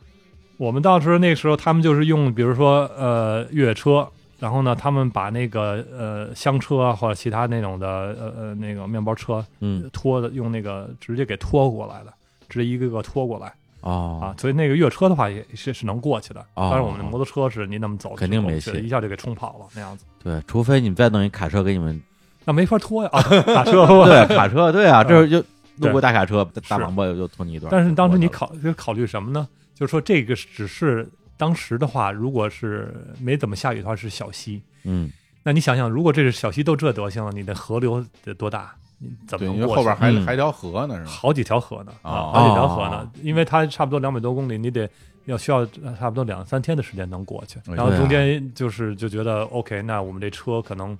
[SPEAKER 3] 我们当时那时候他们就是用，比如说呃越野车。然后呢，他们把那个呃香车啊，或者其他那种的呃呃那个面包车
[SPEAKER 2] 嗯，
[SPEAKER 3] 拖的，用那个直接给拖过来的，直接一个个拖过来啊
[SPEAKER 2] 哦，。
[SPEAKER 3] 所以那个越野车的话也是是能过去的，
[SPEAKER 2] 哦
[SPEAKER 3] 但是我们的摩托车是你那么走
[SPEAKER 2] 肯定
[SPEAKER 3] 就过
[SPEAKER 2] 没
[SPEAKER 3] 不去了
[SPEAKER 2] 戏
[SPEAKER 3] 一下就给冲跑了那样子。
[SPEAKER 2] 对，除非你们再弄一卡车给你们，
[SPEAKER 3] 那没法拖呀，
[SPEAKER 2] <laughs>
[SPEAKER 3] 啊、打车
[SPEAKER 2] 对，卡车，对啊，
[SPEAKER 3] 嗯
[SPEAKER 2] 这就路
[SPEAKER 3] 对
[SPEAKER 2] 过大卡车，大
[SPEAKER 3] 是
[SPEAKER 2] 王八就捅你一顿。
[SPEAKER 3] 但是当时你
[SPEAKER 2] 我
[SPEAKER 3] 考就考虑什么呢？就是说这个只是当时的话，如果是没怎么下雨的话是小溪，
[SPEAKER 2] 嗯，
[SPEAKER 3] 那你想想，如果这是小溪都这德行了，你的河流得多大？你怎
[SPEAKER 1] 啊
[SPEAKER 3] 么
[SPEAKER 1] 对，
[SPEAKER 3] 能
[SPEAKER 1] 因为
[SPEAKER 3] 过去
[SPEAKER 1] 后边还
[SPEAKER 2] 嗯
[SPEAKER 1] 还条河呢，是吧？
[SPEAKER 3] 好几条河呢，
[SPEAKER 1] 哦
[SPEAKER 3] 啊，好几条河呢，因为它差不多两百多公里，你得要需要呃差不多两三天的时间能过去，
[SPEAKER 1] 哎
[SPEAKER 3] 然后
[SPEAKER 2] 对啊
[SPEAKER 3] 中间就是就觉得 OK，那我们这车可能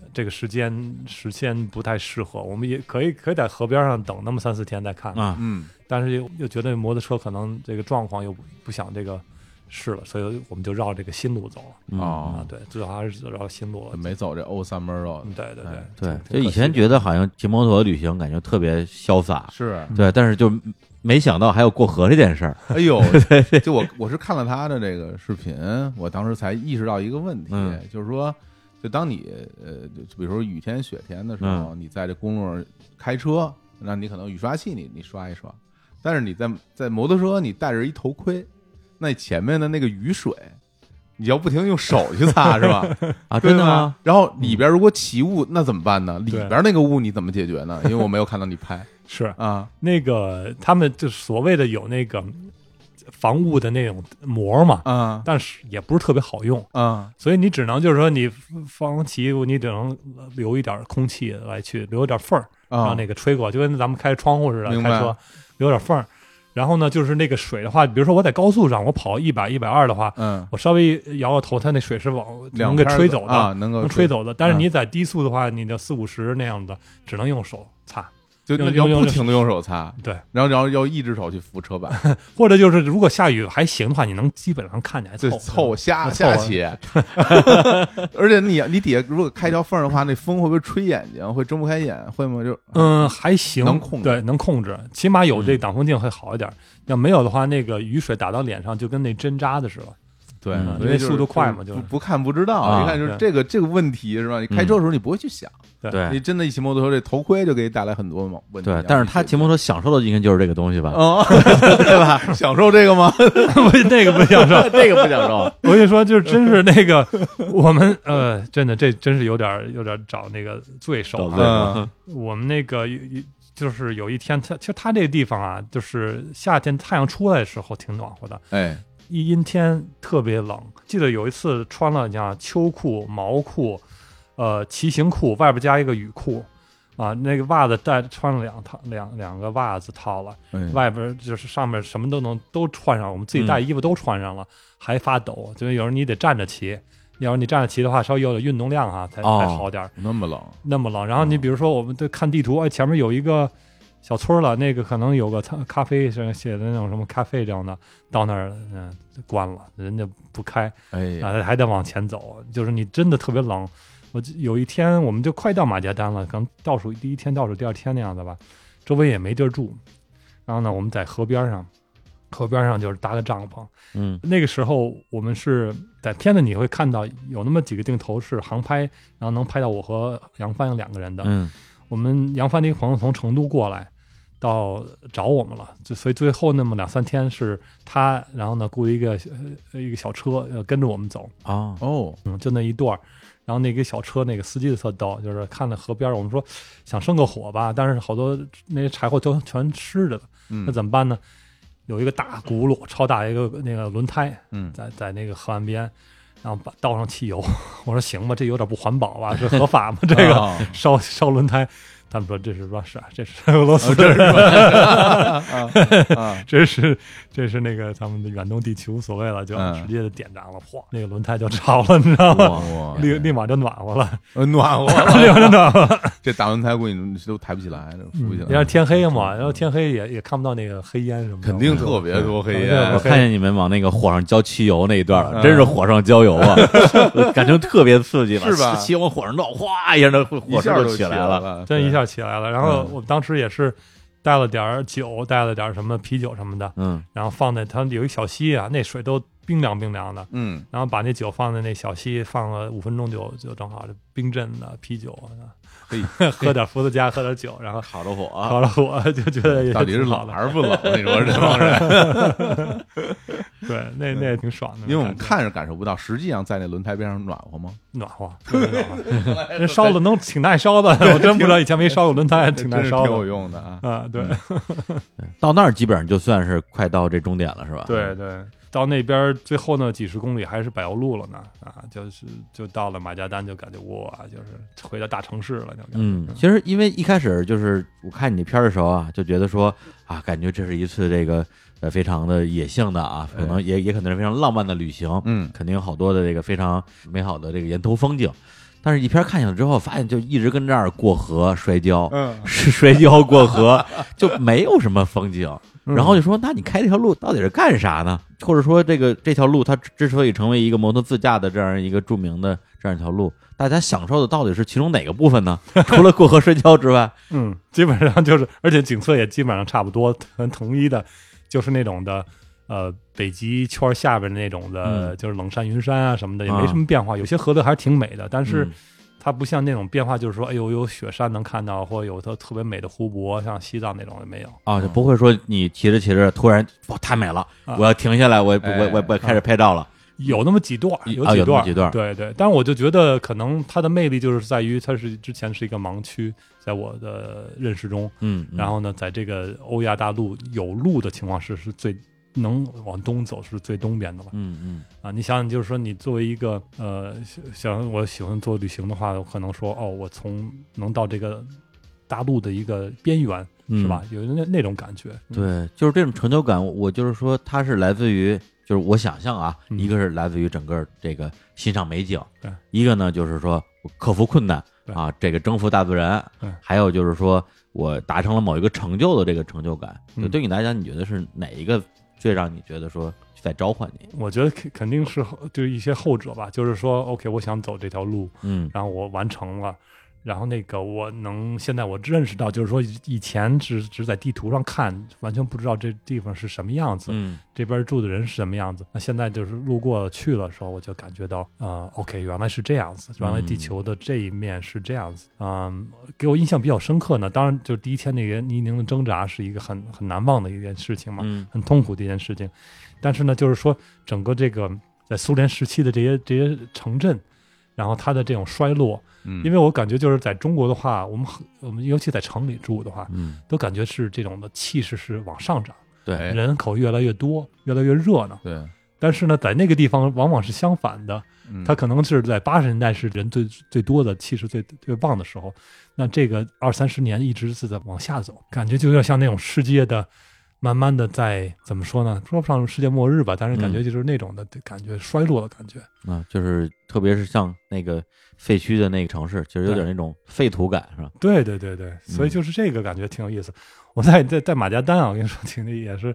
[SPEAKER 3] 呃这个时间时间不太适合，我们也可以可以在河边上等那么三四天再看，
[SPEAKER 2] 啊，
[SPEAKER 1] 嗯，
[SPEAKER 3] 但是又又觉得摩托车可能这个状况又不不想这个试了，所以我们就绕这个新路走了
[SPEAKER 2] 嗯
[SPEAKER 1] 哦
[SPEAKER 3] 啊，对，最好还是绕新路了，
[SPEAKER 1] 没走这 Old Summer
[SPEAKER 3] 嗯
[SPEAKER 1] Road，
[SPEAKER 3] 对对对
[SPEAKER 1] 哎。
[SPEAKER 2] 对，就
[SPEAKER 1] 挺
[SPEAKER 2] 以
[SPEAKER 1] 可惜
[SPEAKER 2] 前觉得好像骑摩托旅行感觉特别潇洒，
[SPEAKER 1] 是，
[SPEAKER 2] 对，但是就没想到还有过河这件事儿。
[SPEAKER 1] <laughs> 哎
[SPEAKER 2] <laughs>
[SPEAKER 1] 呦，就我我是看了他的这个视频，我当时才意识到一个问题，
[SPEAKER 2] 嗯
[SPEAKER 1] 就是说，就当你呃，就比如说雨天、雪天的时
[SPEAKER 2] 嗯
[SPEAKER 1] 候，你在这公路上开车，那你可能雨刷器你你刷一刷，但是你在在摩托车你戴着一头盔，那你前面的那个雨水。你要不停用手去擦是吧？
[SPEAKER 2] 啊，
[SPEAKER 1] 对
[SPEAKER 2] <laughs> 真的
[SPEAKER 1] 吧
[SPEAKER 2] 吗？？
[SPEAKER 1] 然后里边如果起雾，那怎么办呢？里
[SPEAKER 3] 对
[SPEAKER 1] 边那个雾你怎么解决呢？因为我没有看到你拍 <laughs>
[SPEAKER 3] 是，
[SPEAKER 1] 啊，
[SPEAKER 3] 那个他们就是所谓的有那个防雾的那种膜嘛，
[SPEAKER 1] 啊
[SPEAKER 3] 但是也不是特别好用，
[SPEAKER 1] 啊，
[SPEAKER 3] 所以你只能就是说你防起雾，你只能留一点空气来去留一点缝儿，
[SPEAKER 1] 啊
[SPEAKER 3] 让那个吹过，就跟咱们开窗户似的
[SPEAKER 1] 明，白
[SPEAKER 3] 开车留点缝儿。然后呢，就是那个水的话，比如说我在高速上我跑一百一百二的话，
[SPEAKER 1] 嗯，
[SPEAKER 3] 我稍微摇摇头，它那水是往
[SPEAKER 1] 两
[SPEAKER 3] 能给
[SPEAKER 1] 边
[SPEAKER 3] 吹走的，
[SPEAKER 1] 啊，能够
[SPEAKER 3] 能吹走的。但是
[SPEAKER 1] 嗯
[SPEAKER 3] 你在低速的话，你的四五十那样的，只能用手擦。
[SPEAKER 1] 就
[SPEAKER 3] 用
[SPEAKER 1] 那要
[SPEAKER 3] 用用
[SPEAKER 1] 不停的用手擦，
[SPEAKER 3] 对，
[SPEAKER 1] 然后然后要一只手去扶车把，
[SPEAKER 3] 或者就是如果下雨还行的话，你能基本上看见还
[SPEAKER 1] 就 <laughs>
[SPEAKER 3] 凑合
[SPEAKER 1] 哦凑瞎
[SPEAKER 3] 凑合
[SPEAKER 1] 瞎 <laughs> 骑。而且你你底下如果开条缝儿的话，那风会不会吹眼睛？会睁不开眼？会吗？就
[SPEAKER 3] 嗯，还行，
[SPEAKER 1] 能控制嗯
[SPEAKER 3] 对，能控制，起码有这挡风镜会好一点。要没有的话，那个雨水打到脸上就跟那针扎的似的。 <laughs>
[SPEAKER 1] 对
[SPEAKER 2] 嗯
[SPEAKER 1] 所以就是
[SPEAKER 3] 因为速度快嘛
[SPEAKER 1] 就是
[SPEAKER 3] 就是
[SPEAKER 1] 不不看不知道。
[SPEAKER 2] 啊
[SPEAKER 1] 你看就是
[SPEAKER 3] 对
[SPEAKER 1] 这个这个问题是吧？你开车的时候你不会去想，你
[SPEAKER 2] 对
[SPEAKER 1] 真的一骑摩托车，这头盔就给你带来很多问题啊。
[SPEAKER 2] 对，但是他骑摩托享受的应该就是这个东西吧？
[SPEAKER 1] 哦，对 <laughs> 吧？享受这个吗？
[SPEAKER 3] 不，那个不享受，
[SPEAKER 1] <laughs>
[SPEAKER 2] 这个不享受，
[SPEAKER 3] 我跟你说，就是真是那个，我们呃，真的这真是有点儿有点儿找那个罪受
[SPEAKER 2] 找
[SPEAKER 3] 啊。
[SPEAKER 2] 罪
[SPEAKER 1] 嗯
[SPEAKER 3] 我们那个有有就是有一天，它其实它这个地方啊，就是夏天太阳出来的时候挺暖和的，
[SPEAKER 1] 哎，
[SPEAKER 3] 一阴天特别冷。记得有一次穿了你像秋裤、毛裤，呃，骑行裤，外边加一个雨裤，啊，那个袜子带穿了两套两两个袜子套了，
[SPEAKER 1] 哎
[SPEAKER 3] 外边就是上面什么都能都穿上，我们自己带衣服都穿上了，还发抖，就是有时候你得站着骑。要是你站着骑的话，稍微有点运动量啊，才、
[SPEAKER 2] 哦
[SPEAKER 3] 才好点儿。
[SPEAKER 1] 那么冷，
[SPEAKER 3] 那么冷，然后你比如说，我们都看地图，哎，前面有一个小村儿了，那个可能有个咖咖啡上写的那种什么咖啡这样的，到那儿嗯关了，人家不开
[SPEAKER 1] 哎呀，
[SPEAKER 3] 啊，还得往前走，就是你真的特别冷。我记有一天我们就快到马加丹了，可能倒数第一天、倒数第二天那样子吧，周围也没地儿住，然后呢，我们在河边上，河边上就是搭个帐篷。
[SPEAKER 2] 嗯
[SPEAKER 3] 那个时候我们是在片子你会看到有那么几个镜头是航拍，然后能拍到我和杨帆两个人的。
[SPEAKER 2] 嗯，
[SPEAKER 3] 我们杨帆的一个朋友从成都过来，到找我们了，就所以最后那么两三天是他，然后呢雇了一个呃一个小车呃跟着我们走，
[SPEAKER 2] 哦，
[SPEAKER 1] 哦，
[SPEAKER 3] 嗯，就那一段儿。然后那个小车，那个司机的特逗，就是看了河边儿，我们说想生个火吧，但是好多那些柴火都全湿着了，那
[SPEAKER 1] 嗯
[SPEAKER 3] 怎么办呢？有一个大轱辘，超大一个那个轮胎，
[SPEAKER 1] 嗯，
[SPEAKER 3] 在在那个河岸边，然后把倒 <laughs> 上汽油。我说行吧，这有点不环保吧？这合法吗？这个
[SPEAKER 1] 哦
[SPEAKER 3] 烧烧轮胎，他们说这是 Russia，
[SPEAKER 1] <laughs>
[SPEAKER 3] 这是俄罗斯，
[SPEAKER 1] 这是吧？啊啊，
[SPEAKER 3] <laughs> 这是这是那个咱们的远东地区无所谓了，就
[SPEAKER 1] 嗯
[SPEAKER 3] 直接就点燃了，嚯，那个轮胎就着了，你知道吗？
[SPEAKER 1] <laughs> 哇
[SPEAKER 3] 立立马就暖和了，
[SPEAKER 1] 呃暖和
[SPEAKER 3] 立
[SPEAKER 1] 了，
[SPEAKER 3] 马就暖和了。
[SPEAKER 1] <laughs> 这大轮胎估计都抬不起来，扶不起
[SPEAKER 3] 你看
[SPEAKER 1] 来，
[SPEAKER 3] 天黑嘛，然后天黑也也看不到那个黑烟什么的，
[SPEAKER 1] 肯定特别多黑
[SPEAKER 3] 对
[SPEAKER 2] 我
[SPEAKER 1] 烟啊
[SPEAKER 3] 我。
[SPEAKER 2] 看见你们往那个火上浇汽油那一段了，
[SPEAKER 1] 哎嗯
[SPEAKER 2] 真是火上浇油啊，感觉特别刺激了，
[SPEAKER 1] 是吧
[SPEAKER 2] 汽油往火上闹，哗一下，那火
[SPEAKER 1] 一
[SPEAKER 2] 火势
[SPEAKER 1] 下
[SPEAKER 2] 就
[SPEAKER 1] 就
[SPEAKER 2] 起
[SPEAKER 1] 起
[SPEAKER 2] 来了。
[SPEAKER 1] 了，
[SPEAKER 3] 真
[SPEAKER 1] 对
[SPEAKER 3] 一下起来了。然后
[SPEAKER 1] 嗯
[SPEAKER 3] 我当时也是带了点儿酒，带了点儿什么啤酒什么的，
[SPEAKER 2] 嗯，
[SPEAKER 3] 然后放在它有一小溪啊，那水都冰凉冰凉的，
[SPEAKER 1] 嗯，
[SPEAKER 3] 然后把那酒放在那小溪放了五分钟就就正好就冰镇的啤酒啊，喝点伏特加，喝点酒，然后
[SPEAKER 2] 烤着火啊，
[SPEAKER 3] 烤了火就觉
[SPEAKER 1] <laughs>
[SPEAKER 3] 得也
[SPEAKER 1] 到底是
[SPEAKER 3] 挺好
[SPEAKER 1] 冷
[SPEAKER 3] 的
[SPEAKER 1] 还是不冷？你说这帮人，
[SPEAKER 3] 对，那那也挺爽
[SPEAKER 1] <laughs>
[SPEAKER 3] 的，
[SPEAKER 1] 因为我们
[SPEAKER 3] 那感
[SPEAKER 1] 看着感受不到，实际上在那轮胎边上暖和吗？
[SPEAKER 3] 觉暖和，特别暖和
[SPEAKER 1] <laughs>
[SPEAKER 3] 人烧了能挺耐烧的，我真不知道以前没烧过轮胎，挺
[SPEAKER 1] 真
[SPEAKER 3] 耐
[SPEAKER 1] 是
[SPEAKER 3] 烧
[SPEAKER 1] 挺有
[SPEAKER 3] 的
[SPEAKER 1] 用的啊。
[SPEAKER 3] 啊，对。
[SPEAKER 2] 到那儿基本上就算是快到这终点了，是吧？
[SPEAKER 3] <laughs> 对对，到那边儿最后呢几十公里还是柏油路了呢啊，就是就到了马加丹就感觉哇，就是回到大城市了那种感觉。
[SPEAKER 2] 嗯，其实因为一开始就是我看你片儿的时候啊，就觉得说啊，感觉这是一次这个呃非常的野性的啊，可能也也可能是非常浪漫的旅行，
[SPEAKER 1] 嗯，
[SPEAKER 2] 肯定有好多的这个非常美好的这个沿途风景。但是，一片儿看下来之后，发现就一直跟这儿过河摔跤，
[SPEAKER 1] 嗯
[SPEAKER 2] 是摔跤过河，就没有什么风景。
[SPEAKER 3] 嗯
[SPEAKER 2] 然后就说，那你开这条路到底是干啥呢？或者说，这个这条路它之之所以成为一个摩托自驾的这样一个著名的这样一条路，大家享受的到底是其中哪个部分
[SPEAKER 3] <laughs>
[SPEAKER 2] 呢？除了过河摔跤之外，
[SPEAKER 3] 嗯，基本上就是，而且景色也基本上差不多， <laughs> 很统一的，就是那种的。呃，北极圈下边那种的，
[SPEAKER 2] 嗯
[SPEAKER 3] 就是冷杉、云山啊什么的，也
[SPEAKER 2] 啊
[SPEAKER 3] 没什么变化。有些河流还是挺美的，但是
[SPEAKER 2] 嗯
[SPEAKER 3] 它不像那种变化，就是说，哎呦，有雪山能看到，或者有特特别美的湖泊，像西藏那种也没有。
[SPEAKER 2] 啊，就不会说你骑着骑着突然哇太美了，
[SPEAKER 3] 啊哎
[SPEAKER 2] 我要停下来，我我我我我开始拍照了。
[SPEAKER 3] 有那么几段儿，
[SPEAKER 2] 嗯一
[SPEAKER 3] 有
[SPEAKER 2] 啊有
[SPEAKER 3] 几
[SPEAKER 2] 那么
[SPEAKER 3] 段儿，
[SPEAKER 2] 几段儿
[SPEAKER 3] 对对。但我就觉得，可能它的魅力就是在于，它是之前是一个盲区，在我的认识中，
[SPEAKER 2] 嗯，嗯
[SPEAKER 3] 然后呢，在这个欧亚大陆有路的情况是是最能往东走是最东边的了
[SPEAKER 2] 嗯嗯
[SPEAKER 3] 啊！你想想，就是说你作为一个呃，想我喜欢做旅行的话，我可能说哦，我从能到这个大陆的一个边缘、
[SPEAKER 2] 嗯
[SPEAKER 3] 是吧？有那那种感觉，嗯
[SPEAKER 2] 对，就是这种成就感，我我就是说，它是来自于，就是我想象啊，
[SPEAKER 3] 嗯
[SPEAKER 2] 一个是来自于整个这个欣赏美景
[SPEAKER 3] 对，
[SPEAKER 2] 一个呢就是说我克服困难
[SPEAKER 3] 对
[SPEAKER 2] 啊，这个征服大自然
[SPEAKER 3] 对，
[SPEAKER 2] 还有就是说我达成了某一个成就的这个成就感。
[SPEAKER 3] 嗯
[SPEAKER 2] 就对你来讲，你觉得是哪一个最让你觉得说在召唤你？
[SPEAKER 3] 我觉得肯肯定是后就是一些后者吧，就是说，OK，我想走这条路，
[SPEAKER 2] 嗯
[SPEAKER 3] 然后我完成了，然后那个我能现在我认识到，就是说以以前只只在地图上看，完全不知道这地方是什么样子，
[SPEAKER 2] 嗯
[SPEAKER 3] 这边住的人是什么样子。那现在就是路过去了的时候，我就感觉到，呃，OK，原来是这样子，原来地球的这一面是这样子。嗯，给我印象比较深刻呢，当然就是第一天那个泥泞的挣扎是一个很很难忘的一件事情嘛，
[SPEAKER 2] 嗯
[SPEAKER 3] 很痛苦的一件事情。但是呢，就是说整个这个在苏联时期的这些这些城镇，然后它的这种衰落，
[SPEAKER 1] 嗯，
[SPEAKER 3] 因为我感觉就是在中国的话，我们很我们尤其在城里住的话，
[SPEAKER 2] 嗯，
[SPEAKER 3] 都感觉是这种的气势是往上涨，
[SPEAKER 2] 对，
[SPEAKER 1] 哎
[SPEAKER 3] 人口越来越多，越来越热闹。
[SPEAKER 1] 对，
[SPEAKER 3] 但是呢，在那个地方往往是相反的，
[SPEAKER 1] 嗯
[SPEAKER 3] 它可能是在八十年代是人最最多的气势最最旺的时候，那这个二三十年一直是在往下走，感觉就有点像那种世界的，慢慢的在怎么说呢，说不上世界末日吧，但是感觉就是那种的、感觉衰落的感觉，
[SPEAKER 2] 啊，就是特别是像那个废墟的那个城市，其实有点那种废土感，是吧？
[SPEAKER 3] 对对对对，嗯所以就是这个感觉挺有意思。我在在在马加丹啊，我跟你说，挺也是，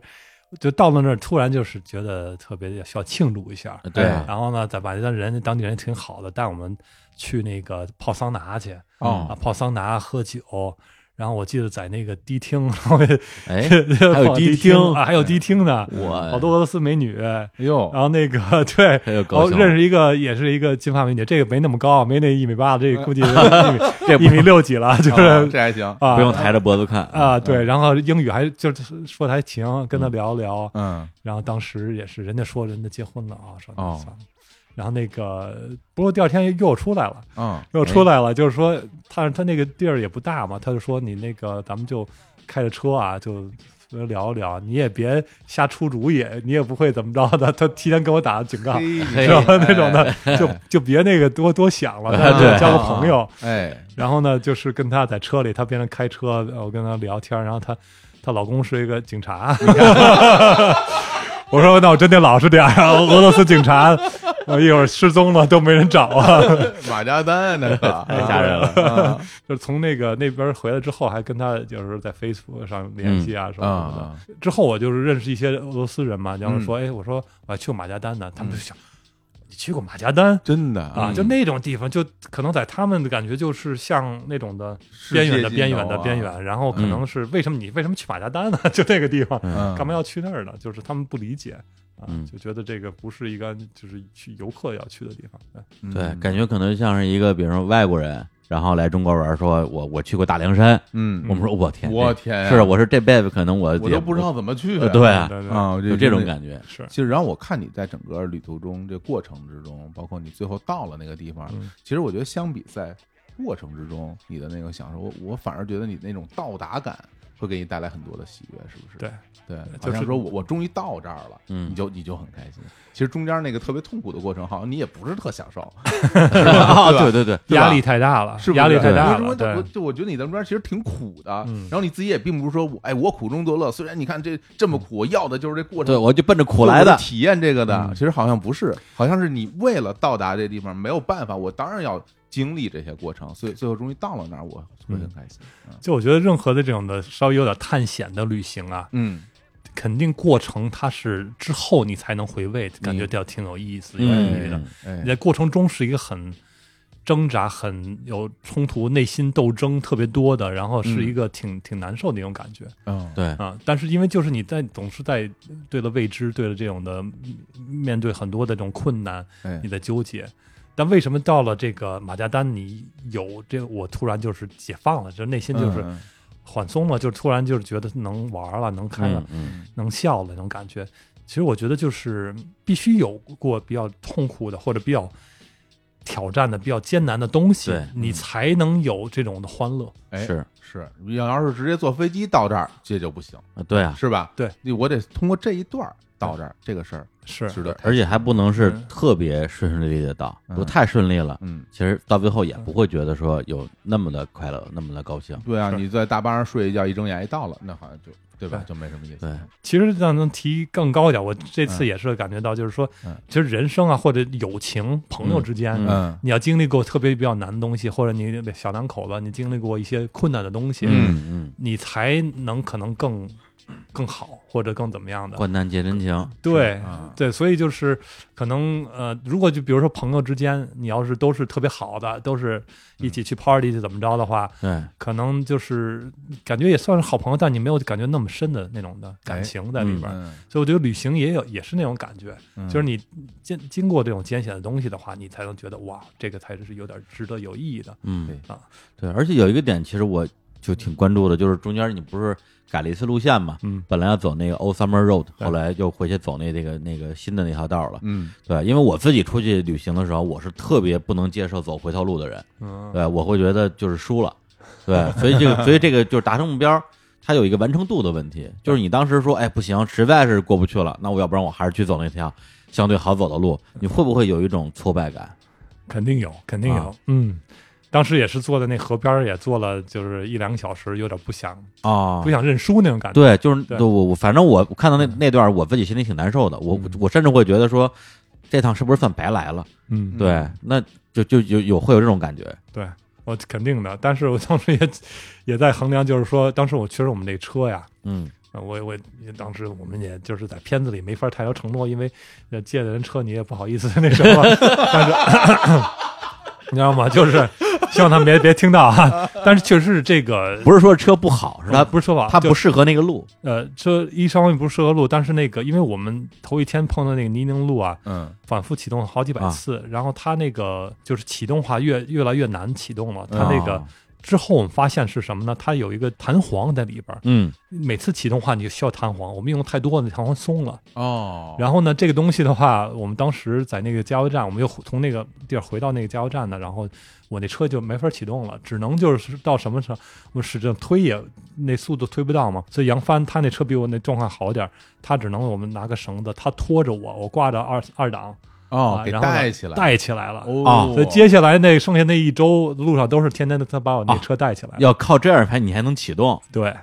[SPEAKER 3] 就到了那儿，突然就是觉得特别需要庆祝一下。
[SPEAKER 2] 对啊
[SPEAKER 1] 哎
[SPEAKER 3] 啊然后呢，在马加丹人当地人挺好的，带我们去那个泡桑拿去啊
[SPEAKER 1] 哦，，
[SPEAKER 3] 泡桑拿喝酒。然后我记得在那个迪厅， <laughs> 然后
[SPEAKER 2] 哎，
[SPEAKER 3] 还
[SPEAKER 2] 有迪
[SPEAKER 3] 迪
[SPEAKER 2] 厅
[SPEAKER 3] <laughs>
[SPEAKER 2] 哎
[SPEAKER 3] 啊，还有迪厅呢，
[SPEAKER 2] 我
[SPEAKER 3] 好多俄罗斯美女。然
[SPEAKER 1] 哎呦，
[SPEAKER 3] 后那个 <laughs> 对，
[SPEAKER 2] 这个
[SPEAKER 3] 然
[SPEAKER 2] 高
[SPEAKER 3] 后
[SPEAKER 2] 兴，啊
[SPEAKER 3] 哦认识一个也是一个金发美女，这个没那么高，没那一米八，这个估计
[SPEAKER 2] 哎 <laughs> 这不
[SPEAKER 3] 一米六几了，就
[SPEAKER 1] 啊
[SPEAKER 3] 是
[SPEAKER 1] 这还行，
[SPEAKER 3] 啊，
[SPEAKER 2] 不用嗯抬着脖子看，
[SPEAKER 3] 啊，对，然后英语还就是说的还行，跟他聊聊，
[SPEAKER 1] 嗯，
[SPEAKER 3] 然后当时也是人家说人家结婚了啊，说那
[SPEAKER 1] 哦
[SPEAKER 3] <laughs> 算了，然后那个不过第二天又出来了，
[SPEAKER 1] 嗯，
[SPEAKER 3] 又出来了，就是说他他那个地儿也不大嘛，他就说你那个咱们就开着车啊，就能聊一聊，你也别瞎出主意，你也不会怎么着的。他提前给我打警
[SPEAKER 1] <laughs>
[SPEAKER 3] 告，
[SPEAKER 1] 嘿哎
[SPEAKER 2] 嘿
[SPEAKER 3] 知道吧？那种的就就别那个多多想了，大家
[SPEAKER 2] 对
[SPEAKER 3] 交个朋友。
[SPEAKER 1] 哎，
[SPEAKER 3] 然后呢，就是跟他在车里，他边上开车，我跟他聊天，然后她她老公是一个警察，我说那我真得老实点儿啊，俄罗斯警察，我一会儿失踪了都没人找啊。
[SPEAKER 1] 马家丹那个
[SPEAKER 2] 太吓人了，
[SPEAKER 1] 啊
[SPEAKER 3] 就是从那个那边回来之后，还跟他就是在 Facebook 上联系啊什么什么的。
[SPEAKER 1] 啊，嗯
[SPEAKER 3] 之后我就是认识一些俄罗斯人嘛，然后说，哎，我说我还去过马加丹呢，他们就想，你去过马加丹？
[SPEAKER 1] 真的
[SPEAKER 3] 啊，
[SPEAKER 2] 嗯
[SPEAKER 3] 就那种地方，就可能在他们的感觉就是像那种的
[SPEAKER 1] 世界
[SPEAKER 3] 边缘的
[SPEAKER 1] 尽
[SPEAKER 3] 边缘
[SPEAKER 1] 头
[SPEAKER 3] 的
[SPEAKER 1] 啊
[SPEAKER 3] 边缘，然后可能是为什么你为什么去马加丹呢？ <laughs> 就那个地方，
[SPEAKER 1] 嗯
[SPEAKER 3] 干嘛要去那儿呢？就是他们不理解啊
[SPEAKER 2] 嗯，
[SPEAKER 3] 就觉得这个不是一个就是去游客要去的地方。嗯对
[SPEAKER 1] 嗯
[SPEAKER 2] 对，感觉可能像是一个，比如说外国人，然后来中国玩，说我我去过大凉山，
[SPEAKER 1] 嗯，
[SPEAKER 2] 我们说我天，
[SPEAKER 1] 我
[SPEAKER 2] 这
[SPEAKER 1] 天啊，
[SPEAKER 2] 是我是这辈子可能我
[SPEAKER 1] 我
[SPEAKER 2] 也
[SPEAKER 1] 都不知道怎么去
[SPEAKER 2] 呃，对啊，
[SPEAKER 3] 对对，
[SPEAKER 1] 啊，
[SPEAKER 2] 有这种
[SPEAKER 1] 觉。<laughs>
[SPEAKER 2] 感觉，
[SPEAKER 3] 是
[SPEAKER 1] 其实，然后我看你在整个旅途中这过程之中，包括你最后到了那个地方，
[SPEAKER 3] 嗯
[SPEAKER 1] 其实我觉得相比在过程之中，你的那个享受，我我反而觉得你那种到达感会给你带来很多的喜悦，是不是？
[SPEAKER 3] 对
[SPEAKER 1] 对，
[SPEAKER 3] 就
[SPEAKER 1] 好像
[SPEAKER 3] 是
[SPEAKER 1] 说我我终于到这儿了，
[SPEAKER 2] 嗯
[SPEAKER 1] 你就你就很开心。其实中间那个特别痛苦的过程，好像你也不是特享受，
[SPEAKER 2] 啊，对对对，
[SPEAKER 1] 对吧
[SPEAKER 3] 压力太大了
[SPEAKER 1] 是，不是
[SPEAKER 3] 啊压力太大
[SPEAKER 1] 因为中
[SPEAKER 3] 了，
[SPEAKER 1] 间
[SPEAKER 3] 对
[SPEAKER 1] 我。就我觉得你在中间其实挺苦的，
[SPEAKER 3] 嗯
[SPEAKER 1] 然后你自己也并不是说我哎我苦中作乐，虽然你看这这么苦，我要的就是这过程
[SPEAKER 2] 对，我就奔着苦来
[SPEAKER 1] 我
[SPEAKER 2] 的
[SPEAKER 1] 是，体验这个的，
[SPEAKER 3] 嗯
[SPEAKER 1] 其实好像不是，好像是你为了到达这地方没有办法，我当然要经历这些过程，所以最后终于到了那儿，我会
[SPEAKER 3] 嗯
[SPEAKER 1] 很开心。
[SPEAKER 3] 就我觉得任何的这种的稍微有点探险的旅行啊，
[SPEAKER 1] 嗯，
[SPEAKER 3] 肯定过程它是之后你才能回味，感觉
[SPEAKER 1] 嗯
[SPEAKER 3] 到挺有意思、有意义的
[SPEAKER 2] 嗯。，
[SPEAKER 1] 哎
[SPEAKER 3] 你，在过程中是一个很挣扎、很有冲突、内心斗争特别多的，然后是一个挺、挺难受的一种感觉
[SPEAKER 1] 嗯，
[SPEAKER 2] 对，
[SPEAKER 3] 啊。但是因为就是你在总是在对了未知、对了这种的面对很多的这种困难，
[SPEAKER 1] 哎
[SPEAKER 3] 你在纠结。但为什么到了这个马加丹，你有这我突然就是解放了，就内心就是
[SPEAKER 1] 嗯
[SPEAKER 3] 缓松了，就突然就是觉得能玩了，能开了，
[SPEAKER 2] 嗯嗯
[SPEAKER 3] 能笑的那种感觉。其实我觉得就是必须有过比较痛苦的或者比较挑战的、比较艰难的东西
[SPEAKER 2] 对，
[SPEAKER 3] 你才能有这种的欢乐。
[SPEAKER 1] 哎
[SPEAKER 2] 是
[SPEAKER 1] 是，你要要是直接坐飞机到这儿，这就不行，
[SPEAKER 2] 啊对啊，
[SPEAKER 1] 是吧？
[SPEAKER 3] 对，
[SPEAKER 1] 我得通过这一段儿到这儿，这个事儿
[SPEAKER 3] 是
[SPEAKER 1] 值得开心，
[SPEAKER 2] 而且还不能是
[SPEAKER 3] 嗯
[SPEAKER 2] 特别顺顺利利的到，如果
[SPEAKER 1] 嗯
[SPEAKER 2] 太顺利了，
[SPEAKER 1] 嗯。
[SPEAKER 2] 其实到最后也不会觉得说有那么的快乐，那么的高兴，
[SPEAKER 1] 对啊，
[SPEAKER 3] 是
[SPEAKER 1] 你在大巴上睡一觉，一睁眼一哎到了，那好像就对吧，
[SPEAKER 3] 对
[SPEAKER 1] 就没什么意思。
[SPEAKER 2] 对
[SPEAKER 3] 其实让能提更高一点，我这次
[SPEAKER 1] 嗯
[SPEAKER 3] 也是感觉到，就是说
[SPEAKER 1] 嗯，
[SPEAKER 3] 其实人生啊，或者友情、朋友之间。
[SPEAKER 1] 嗯
[SPEAKER 3] 你要经历过特别比较难的东西，或者你小两口子，你经历过一些困难的东西，
[SPEAKER 1] 嗯
[SPEAKER 2] 嗯
[SPEAKER 3] 你才能可能更更好，或者更怎么样的
[SPEAKER 2] 嗯，。患难见真情，
[SPEAKER 3] 对，
[SPEAKER 1] 啊，
[SPEAKER 3] 对，所以就是可能呃，如果就比如说朋友之间，你要是都是特别好的，都是一起去 party 去怎么着的话，
[SPEAKER 2] 对，
[SPEAKER 3] 可能就是感觉也算是好朋友，但你没有感觉那么深的那种的
[SPEAKER 1] 哎
[SPEAKER 3] 感情在里边儿。
[SPEAKER 1] 嗯，
[SPEAKER 3] 所以我觉得旅行也有也是那种感觉，
[SPEAKER 1] 嗯
[SPEAKER 3] 就是你经经过这种艰险的东西的话，你才能觉得哇，这个才是有点值得有意义的。
[SPEAKER 2] 嗯
[SPEAKER 3] 啊，
[SPEAKER 2] 对，而且有一个点，其实我就挺关注的，就是中间你不是改了一次路线嘛，
[SPEAKER 3] 嗯
[SPEAKER 2] 本来要走那个 Old Summer Road，
[SPEAKER 3] 对
[SPEAKER 2] 后来又回去走那那个那个新的那条道了。
[SPEAKER 1] 嗯
[SPEAKER 2] 对，因为我自己出去旅行的时候，我是特别不能接受走回头路的人，
[SPEAKER 3] 嗯，
[SPEAKER 2] 对，我会觉得就是输了，对，所以这个所以这个就是达成目标。它有一个完成度的问题，就是你当时说，哎，不行，实在是过不去了，那我要不然我还是去走那条相对好走的路，你会不会有一种挫败感？
[SPEAKER 3] 肯定有，肯定有。
[SPEAKER 2] 啊
[SPEAKER 3] 嗯，当时也是坐在那河边儿，也坐了就是一两个小时，有点不想
[SPEAKER 2] 啊
[SPEAKER 3] 不想认输那种感觉。
[SPEAKER 2] 对，就是
[SPEAKER 3] 对嗯
[SPEAKER 2] 我我反正我看到那那段儿，我自己心里挺难受的，我我甚至会觉得说，这趟是不是算白来了？
[SPEAKER 3] 嗯，
[SPEAKER 2] 对，那就就有有会有这种感觉，
[SPEAKER 3] 对，我肯定的。但是我当时也也在衡量，就是说，当时我确实我们这车呀，
[SPEAKER 2] 嗯
[SPEAKER 3] 呃我我当时我们也就是在片子里没法太多承诺，因为呃借的人车你也不好意思那什么，但是你知道吗？就是希望他们别别听到啊。但是确实是这个呃
[SPEAKER 2] 不是说车不好，是它
[SPEAKER 3] 不是说吧，
[SPEAKER 2] 它
[SPEAKER 3] 呃嗯就
[SPEAKER 2] 不适合那个路，
[SPEAKER 3] 呃车一上面不是适合路，但是那个因为我们头一天碰到那个泥泞路啊，
[SPEAKER 1] 嗯
[SPEAKER 3] 反复启动了好几百
[SPEAKER 2] 啊
[SPEAKER 3] 次，然后它那个就是启动化越越来越难启动了，它那个。
[SPEAKER 2] 啊
[SPEAKER 3] 之后我们发现是什么呢？它有一个弹簧在里边儿，
[SPEAKER 2] 嗯
[SPEAKER 3] 每次启动的话你就需要弹簧，我们用太多了，弹簧松了。
[SPEAKER 1] 哦，
[SPEAKER 3] 然后呢，这个东西的话，我们当时在那个加油站，我们又从那个地儿回到那个加油站呢，然后我那车就没法启动了，只能就是到什么时候，我使劲推也那速度推不到嘛。所以杨帆他那车比我那状况好点儿，他只能我们拿个绳子，他拖着我，我挂着二二档
[SPEAKER 1] 哦
[SPEAKER 3] 啊，
[SPEAKER 1] 给
[SPEAKER 3] 然后呢
[SPEAKER 1] 带起来，
[SPEAKER 3] 带起来了。
[SPEAKER 1] 哦，
[SPEAKER 3] 所以接下来那剩下那一周路上都是天天的他把我那
[SPEAKER 2] 啊
[SPEAKER 3] 车带起来。
[SPEAKER 2] 要靠这样牌你还能启动，
[SPEAKER 3] 对，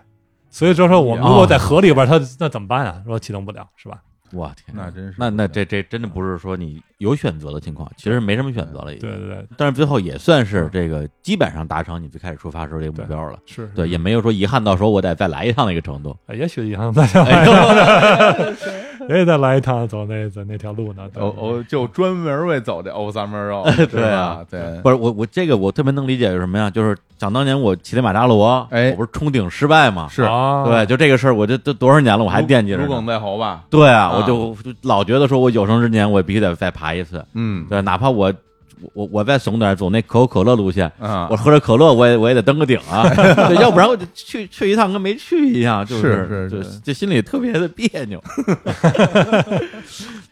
[SPEAKER 3] 所以就说我们如
[SPEAKER 2] 哦
[SPEAKER 3] 果在河里边儿，他那怎么办啊？说启动不了是吧？
[SPEAKER 2] 我天哪，
[SPEAKER 1] 那真是
[SPEAKER 2] 那
[SPEAKER 1] 不
[SPEAKER 2] 那
[SPEAKER 1] 行
[SPEAKER 2] 这这真的不是说你有选择的情况，其实没什么选择了已经。
[SPEAKER 3] 对嗯对对，
[SPEAKER 2] 但是最后也算是这个基本上达成你最开始出发时候这个目标了，
[SPEAKER 3] 是是
[SPEAKER 2] 对，也没有说遗憾到说我得再来一趟那个程
[SPEAKER 3] <laughs>
[SPEAKER 2] 度。
[SPEAKER 3] 哎也许以后再
[SPEAKER 2] <laughs>
[SPEAKER 3] 来一趟，也许再来一趟走那走那条路呢。对
[SPEAKER 1] 哦哦，就专门为走这 O summer
[SPEAKER 3] <laughs>
[SPEAKER 1] road，
[SPEAKER 2] 对啊
[SPEAKER 1] 啊，对，
[SPEAKER 2] 不是我我这个我特别能理解是什么呀？就是想当年我骑那马扎罗，
[SPEAKER 1] 哎
[SPEAKER 2] 我不是冲顶失败嘛，
[SPEAKER 1] 是
[SPEAKER 3] 啊，
[SPEAKER 2] 对，就这个事儿，我这都多少年了，我还
[SPEAKER 1] 如
[SPEAKER 2] 惦记着
[SPEAKER 1] 如鲠
[SPEAKER 2] 呢。
[SPEAKER 1] 在喉吧，
[SPEAKER 2] 对啊，
[SPEAKER 1] 啊
[SPEAKER 2] 我就我就老觉得说，我有生之年我必须得再爬一次，
[SPEAKER 1] 嗯
[SPEAKER 2] 对，哪怕我我我再怂点儿，走那可口可乐路线，
[SPEAKER 1] 啊
[SPEAKER 2] 我，喝着可乐，我也我也得登个顶啊，对，要不然我就去去一趟跟没去一样，就是
[SPEAKER 1] 是
[SPEAKER 2] 就是就心里特别的别扭。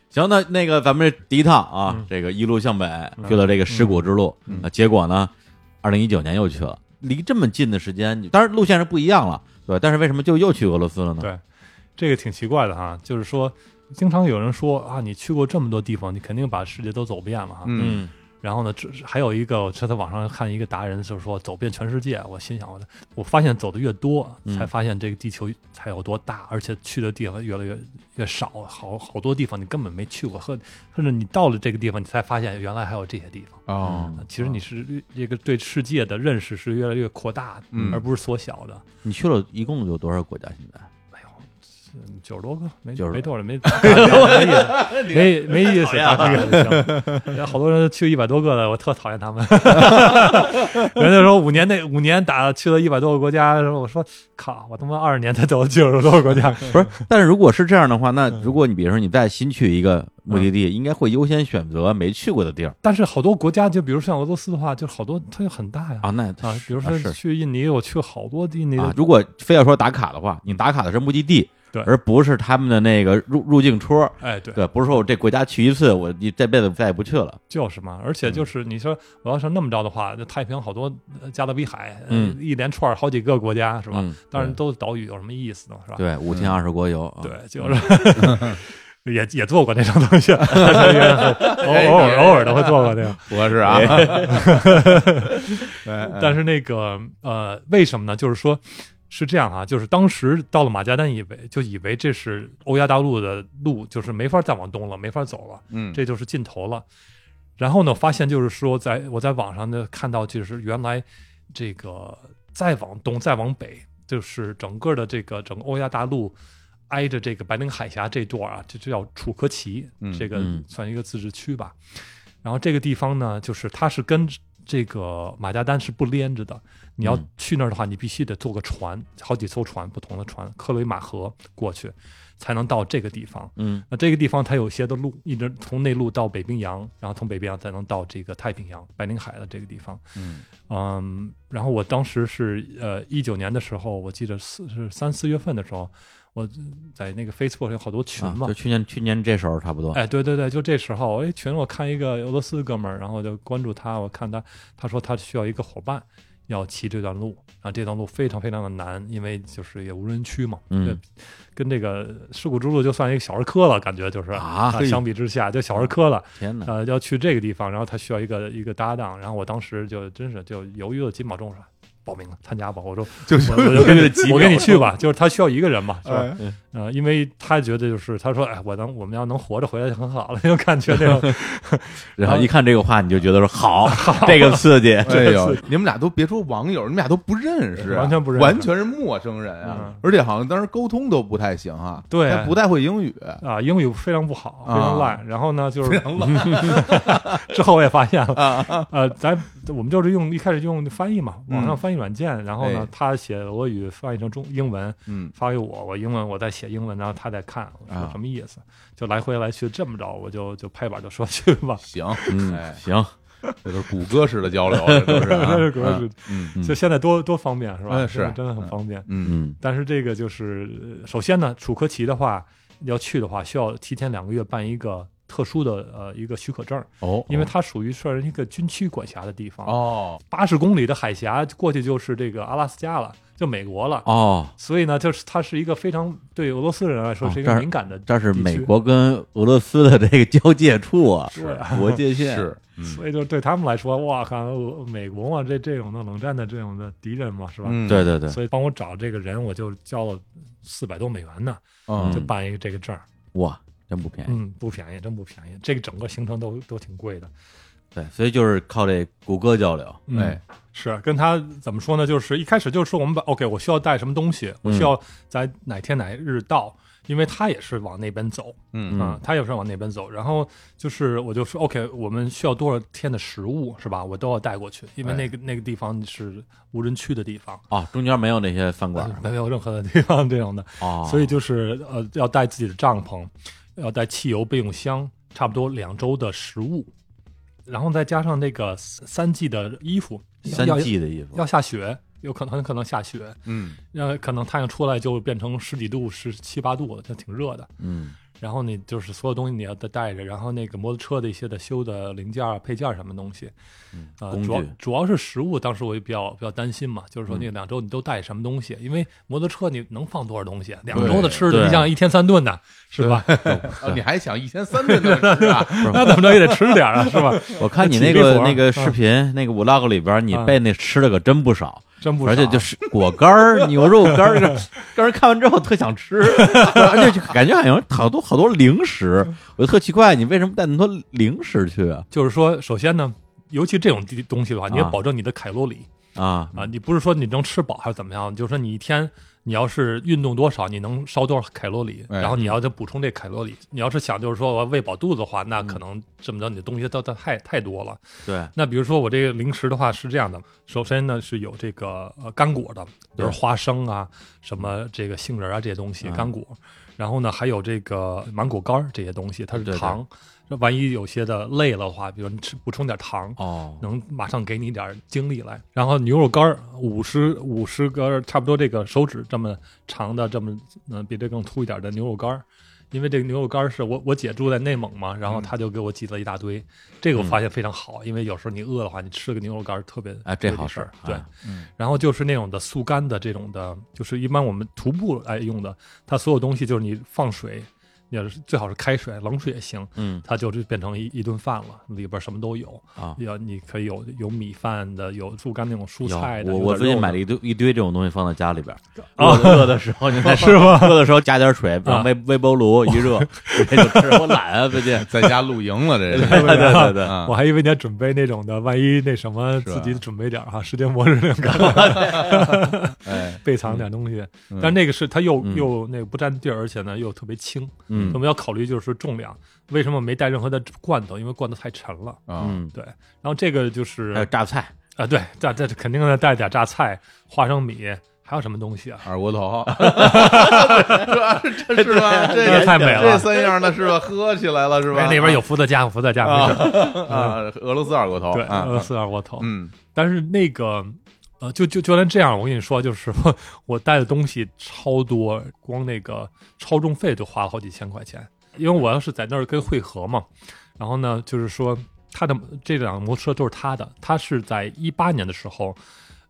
[SPEAKER 2] 行，那那个咱们这第一趟啊，
[SPEAKER 3] 嗯
[SPEAKER 2] 这个一路向北去了这个石鼓之路，
[SPEAKER 1] 嗯
[SPEAKER 2] 啊，结果呢，二零一九年又去了，离这么近的时间，当然路线是不一样了，对，但是为什么就又去俄罗斯了呢？
[SPEAKER 3] 对这个挺奇怪的哈，就是说。经常有人说啊，你去过这么多地方，你肯定把世界都走遍了哈。
[SPEAKER 1] 嗯，
[SPEAKER 2] 嗯，
[SPEAKER 3] 然后呢，这还有一个，我在网上看一个达人，就是说走遍全世界。我心想，我我发现走的越多，
[SPEAKER 2] 嗯
[SPEAKER 3] 才发现这个地球才有多大，而且去的地方越来越越少，好好多地方你根本没去过，和甚至你到了这个地方，你才发现原来还有这些地方。
[SPEAKER 1] 哦，
[SPEAKER 3] 其实你是这个对世界的认识是越来越扩大的，
[SPEAKER 1] 嗯
[SPEAKER 3] 而不是缩小的。
[SPEAKER 2] 你去了一共有多少国家？现在？
[SPEAKER 3] 哎呦，九十多个，没
[SPEAKER 2] 90
[SPEAKER 3] 没多少，没
[SPEAKER 2] <laughs>
[SPEAKER 3] 没没意思，没没意思，这个好多人去一百多个的，我特讨厌他们。 <laughs> 人家说五年内五年打去了一百多个国家，然后我说靠，我他妈二十年才走了九十多个国家。
[SPEAKER 2] 不是，但是如果是这样的话，那如果你比如说你再新去一个目的地，应该会优先选择没去过的地儿
[SPEAKER 3] 但是好多国家，就比如像俄罗斯的话，就好多它就很大呀
[SPEAKER 2] 啊。那
[SPEAKER 3] 啊，比如
[SPEAKER 2] 啊
[SPEAKER 3] 说
[SPEAKER 2] 是
[SPEAKER 3] 去印尼，我去好多印尼
[SPEAKER 2] 啊
[SPEAKER 3] 的，
[SPEAKER 2] 如果非要说打卡的话，你打卡的是目的地，
[SPEAKER 3] 对
[SPEAKER 2] 而不是他们的那个入入境戳。
[SPEAKER 3] 哎，对，
[SPEAKER 2] 对，不是说我这国家去一次，我你这辈子再也不去了。
[SPEAKER 3] 就是嘛，而且就是你说我要是那么着的话，那太平洋好多呃加勒比海，
[SPEAKER 2] 嗯
[SPEAKER 3] 呃一连串好几个国家是吧？
[SPEAKER 2] 嗯
[SPEAKER 3] 当然都是岛屿，有什么意思呢？是吧？嗯
[SPEAKER 2] 对，五天二十国游，啊
[SPEAKER 3] 对，就是 <laughs> 也也做过那种东西，偶偶尔偶尔都会做过那个。
[SPEAKER 1] 我是啊， <laughs> 哎
[SPEAKER 3] <laughs> 但是那个呃，为什么呢？就是说。是这样啊，就是当时到了马加丹，以为就以为这是欧亚大陆的路，就是没法再往东了，没法走了。
[SPEAKER 1] 嗯，
[SPEAKER 3] 这就是尽头了。然后呢，发现就是说在，我在网上呢看到，就是原来这个再往东、再往北，就是整个的这个整个欧亚大陆挨着这个白令海峡这段啊，这就叫楚科奇
[SPEAKER 1] 嗯，
[SPEAKER 3] 这个
[SPEAKER 2] 嗯
[SPEAKER 3] 算一个自治区吧。然后这个地方呢，就是它是跟这个马加丹是不连着的。你要
[SPEAKER 2] 嗯
[SPEAKER 3] 去那儿的话，你必须得坐个船，好几艘船，不同的船，克雷马河过去，才能到这个地方。
[SPEAKER 2] 嗯
[SPEAKER 3] 那这个地方它有些的路，一直从内陆到北冰洋，然后从北冰洋才能到这个太平洋、白令海的这个地方。
[SPEAKER 1] 嗯
[SPEAKER 3] 嗯，然后我当时是呃一九年的时候，我记得四是三四月份的时候，我在那个 Facebook 有好多群
[SPEAKER 2] 啊，
[SPEAKER 3] 嘛
[SPEAKER 2] 就。去年去年这时候差不多。
[SPEAKER 3] 哎，对对对，就这时候，哎，群我看一个俄罗斯哥们儿，然后我就关注他，我看他，他说他需要一个伙伴，要骑这段路，然后这段路非常非常的难，因为就是也无人区嘛，
[SPEAKER 2] 嗯
[SPEAKER 3] 这跟这个事故之路就算一个小儿科了，感觉就是
[SPEAKER 2] 啊嘿
[SPEAKER 3] 相比之下就小儿科了，
[SPEAKER 2] 天哪！
[SPEAKER 1] 嗯
[SPEAKER 3] 呃，要去这个地方，然后他需要一个一个搭档，然后我当时就真是就犹豫了几秒钟，说报名了，参加吧，我说
[SPEAKER 1] 就
[SPEAKER 3] 我我就跟
[SPEAKER 1] 是
[SPEAKER 3] 我跟你去吧，就是他需要一个人嘛，是吧？
[SPEAKER 1] 哎
[SPEAKER 3] 呃，因为他觉得就是他说，哎，我能我们要能活着回来就很好了，那种感觉那
[SPEAKER 1] <laughs>
[SPEAKER 3] 种。
[SPEAKER 2] 然后一看这个话，你就觉
[SPEAKER 3] <laughs>
[SPEAKER 2] 得说好，这个刺激。
[SPEAKER 1] 哎呦，你们俩都别说网友，你们俩都不认识啊，
[SPEAKER 3] 完全不认识
[SPEAKER 1] 完全是陌生人啊
[SPEAKER 3] 嗯！
[SPEAKER 1] 而且好像当时沟通都不太行啊，
[SPEAKER 3] 对
[SPEAKER 1] 还不啊太会英语，
[SPEAKER 3] 啊，英语非常不好，非常烂。然后呢，就
[SPEAKER 1] <laughs>
[SPEAKER 3] 是 <laughs>
[SPEAKER 1] 非常烂
[SPEAKER 3] 之后我也发现
[SPEAKER 1] 啊
[SPEAKER 3] 了，呃，咱我们就是用一开始用翻译嘛，网上翻译软件，然后呢
[SPEAKER 1] 嗯哎，
[SPEAKER 3] 他写俄语翻译成中英文，
[SPEAKER 1] 嗯
[SPEAKER 3] 发给我，我英文我在写英文，然后他在看，我说
[SPEAKER 1] 啊。
[SPEAKER 3] 什么意思？就来回来去这么着，我就就拍板就说去吧
[SPEAKER 1] 行，
[SPEAKER 2] 嗯，
[SPEAKER 1] 哎
[SPEAKER 2] 行，
[SPEAKER 1] 这都是谷歌式的交流，这 <laughs> 都是
[SPEAKER 3] <laughs>
[SPEAKER 1] 啊
[SPEAKER 3] 那是主要是，
[SPEAKER 1] 嗯
[SPEAKER 2] 嗯
[SPEAKER 3] 就现在多多方便是吧？
[SPEAKER 1] 嗯是
[SPEAKER 3] 真的很方便。
[SPEAKER 1] 嗯
[SPEAKER 2] 嗯
[SPEAKER 3] 但是这个就是，呃首先呢，楚科奇的话要去的话，需要提前两个月办一个特殊的呃一个许可证，
[SPEAKER 1] 哦，
[SPEAKER 3] 因为它属于是一个军区管辖的地方，
[SPEAKER 1] <laughs> 哦
[SPEAKER 3] 八十公里的海峡过去就是这个阿拉斯加了，就美国了。
[SPEAKER 2] 哦，
[SPEAKER 3] 所以呢，就是它是一个非常对俄罗斯人来说
[SPEAKER 2] 哦
[SPEAKER 3] 是一
[SPEAKER 2] 这
[SPEAKER 3] 个
[SPEAKER 2] 儿
[SPEAKER 3] 敏感的，
[SPEAKER 2] 这是美国跟俄罗斯的这个交界处啊，
[SPEAKER 3] 是
[SPEAKER 2] 国界线
[SPEAKER 1] 是
[SPEAKER 3] 所以就对他们来说，哇，看俄美国嘛，这这种的冷战的这种的敌人嘛，是吧？
[SPEAKER 1] 嗯
[SPEAKER 2] 对对对，
[SPEAKER 3] 所以帮我找这个人，我就交了四百多美元呢，
[SPEAKER 1] 嗯哎
[SPEAKER 3] 就办一个这个证儿。
[SPEAKER 2] 哇，真不便宜。
[SPEAKER 3] 嗯，不便宜，真不便宜。这个整个行程都都挺贵的。
[SPEAKER 2] 对，所以就是靠这谷歌交流。
[SPEAKER 3] 嗯
[SPEAKER 1] 哎，
[SPEAKER 3] 是跟他怎么说呢？就是一开始就是说我们把 OK，我需要带什么东西，我需要在哪天哪日到，因为他也是往那边走
[SPEAKER 1] 嗯
[SPEAKER 3] 啊，他也是往那边走。然后就是我就说 OK，我们需要多少天的食物是吧？我都要带过去，因为
[SPEAKER 1] 哎
[SPEAKER 3] 那个、那个地方是无人区的地方，
[SPEAKER 2] 哦，中间没有那些饭馆
[SPEAKER 3] 没有任何的地方这种的。
[SPEAKER 2] 啊哦，
[SPEAKER 3] 所以就是呃，要带自己的帐篷，要带汽油备用箱，差不多两周的食物，然后再加上那个三三季的衣服，
[SPEAKER 2] 三
[SPEAKER 3] 要要
[SPEAKER 2] G 的衣服
[SPEAKER 3] 要下雪，有可能很可能下雪，
[SPEAKER 1] 嗯
[SPEAKER 3] 那可能太阳出来就变成十几度、十七八度了，就挺热的。
[SPEAKER 2] 嗯
[SPEAKER 3] 然后你就是所有东西你要带带着，然后那个摩托车的一些的修的零件儿、配件儿什么东西，
[SPEAKER 2] 嗯
[SPEAKER 3] 啊、
[SPEAKER 2] 工具
[SPEAKER 3] 主要主要是食物，当时我也比较比较担心嘛，就是说
[SPEAKER 2] 嗯
[SPEAKER 3] 那两周你都带什么东西？因为摩托车你能放多少东西啊？两周的吃
[SPEAKER 2] 对
[SPEAKER 3] 的，你想一天三顿呢，是吧？
[SPEAKER 1] 啊你还想一天三顿呢，是吧？
[SPEAKER 3] <laughs> 那怎么着也得吃点儿啊，是
[SPEAKER 2] <laughs>
[SPEAKER 3] 吧？
[SPEAKER 2] 我看你
[SPEAKER 3] 体
[SPEAKER 2] 那
[SPEAKER 3] 力
[SPEAKER 2] 个
[SPEAKER 3] 活儿
[SPEAKER 2] 那个视频，那个 vlog 里边，你
[SPEAKER 3] 嗯
[SPEAKER 2] 备那吃的可真不少，
[SPEAKER 3] 真不少，啊
[SPEAKER 2] 而且就是果干儿、牛肉干
[SPEAKER 3] <laughs>
[SPEAKER 2] 儿，让人看完之后特想吃， <laughs> 而且就感觉好像好多好多零食，我就特奇怪，你为什么带那么多零食去啊？
[SPEAKER 3] 就是说，首先呢，尤其这种地东西的话，你
[SPEAKER 2] 啊
[SPEAKER 3] 要保证你的卡路里
[SPEAKER 2] 啊，
[SPEAKER 3] 啊，你不是说你能吃饱还是怎么样，就是说你一天。你要是运动多少，你能烧多少卡路里，
[SPEAKER 1] 哎
[SPEAKER 3] 然后你要再补充这卡路里。你要是想就是说我要喂饱肚子的话，那
[SPEAKER 2] 嗯
[SPEAKER 3] 可能这么着你的东西都都太太多了。
[SPEAKER 2] 对，
[SPEAKER 3] 那比如说我这个零食的话是这样的，首先呢是有这个呃干果的，比
[SPEAKER 2] 对
[SPEAKER 3] 如花生啊、什么这个杏仁啊这些东西，
[SPEAKER 2] 嗯
[SPEAKER 3] 干果。然后呢还有这个芒果干儿这些东西，它是
[SPEAKER 2] 对对
[SPEAKER 3] 糖。那万一有些的累了的话，比如你吃补充点糖。
[SPEAKER 2] 哦，
[SPEAKER 3] 能马上给你点儿精力来，然后牛肉干儿五十五十根儿，差不多这个手指这么长的，这么嗯、呃比这更粗一点的牛肉干儿，因为这个牛肉干儿是我我姐住在内蒙嘛，
[SPEAKER 2] 嗯
[SPEAKER 3] 然后她就给我寄了一大堆，这个我发现非常好，因为有时候你饿的话，你吃个牛肉干儿特别
[SPEAKER 2] 哎这好
[SPEAKER 3] 事儿
[SPEAKER 2] 事儿，
[SPEAKER 3] 对
[SPEAKER 2] 啊，
[SPEAKER 1] 嗯
[SPEAKER 3] 然后就是那种的速干的这种的，就是一般我们徒步爱用的，它所有东西就是你放水，你要是最好是开水，冷水也行，
[SPEAKER 2] 嗯
[SPEAKER 3] 它就是变成一一顿饭了，里边什么都有。
[SPEAKER 2] 啊。
[SPEAKER 3] 要你可以有有米饭的，有猪肝那种蔬
[SPEAKER 2] 有
[SPEAKER 3] 菜的。
[SPEAKER 2] 我
[SPEAKER 3] 有
[SPEAKER 2] 我
[SPEAKER 3] 点
[SPEAKER 2] 最近
[SPEAKER 3] 肉
[SPEAKER 2] 买了
[SPEAKER 3] 的
[SPEAKER 2] 一堆一堆这种东西放在家里边儿，
[SPEAKER 3] <laughs> 啊
[SPEAKER 2] 饿饿的时候你再吃吧， <laughs> 饿的时候加点水，往微微波炉一
[SPEAKER 3] <laughs>
[SPEAKER 2] 热，直接就吃。我懒啊，最近，
[SPEAKER 1] 在家露营了，这是
[SPEAKER 2] 对对对，
[SPEAKER 1] 啊
[SPEAKER 3] 我还以为你要准备那种的，万一那什么
[SPEAKER 1] 是
[SPEAKER 2] 啊
[SPEAKER 3] 自
[SPEAKER 1] 吧
[SPEAKER 3] 己准备点儿哈、时间末日那种感觉，
[SPEAKER 1] 哎，
[SPEAKER 3] <laughs> 备藏点东西。
[SPEAKER 1] 嗯
[SPEAKER 3] 但那个是它又、
[SPEAKER 2] 嗯
[SPEAKER 3] 又那个不占地儿，而且呢又特别轻，
[SPEAKER 2] 嗯
[SPEAKER 3] 我们要考虑就是重量。为什么没带任何的罐头？因为罐头太沉了。
[SPEAKER 1] 啊，
[SPEAKER 2] 嗯，
[SPEAKER 3] 对，然后这个就是
[SPEAKER 2] 还有
[SPEAKER 3] 啊、
[SPEAKER 2] 榨菜，
[SPEAKER 3] 对，这这肯定得带点榨菜、花生米，还有什么东西啊？
[SPEAKER 1] 二锅头，是吧？这是吧？这
[SPEAKER 3] 这
[SPEAKER 1] 个
[SPEAKER 3] 太美了
[SPEAKER 1] 这三样呢是吧？喝起来了是吧？
[SPEAKER 3] 哎，那边有伏特加，有伏特加，没事。
[SPEAKER 1] 啊，俄罗斯二锅头，
[SPEAKER 3] 对，
[SPEAKER 1] 啊
[SPEAKER 3] 俄罗斯二锅头。
[SPEAKER 1] 嗯
[SPEAKER 3] 但是那个，呃，就就就连这样，我跟你说，就是我带的东西超多，光那个超重费就花了好几千块钱，因为我要是在那儿跟汇合嘛，然后呢，就是说他的这辆摩托车都是他的，他是在一八年的时候。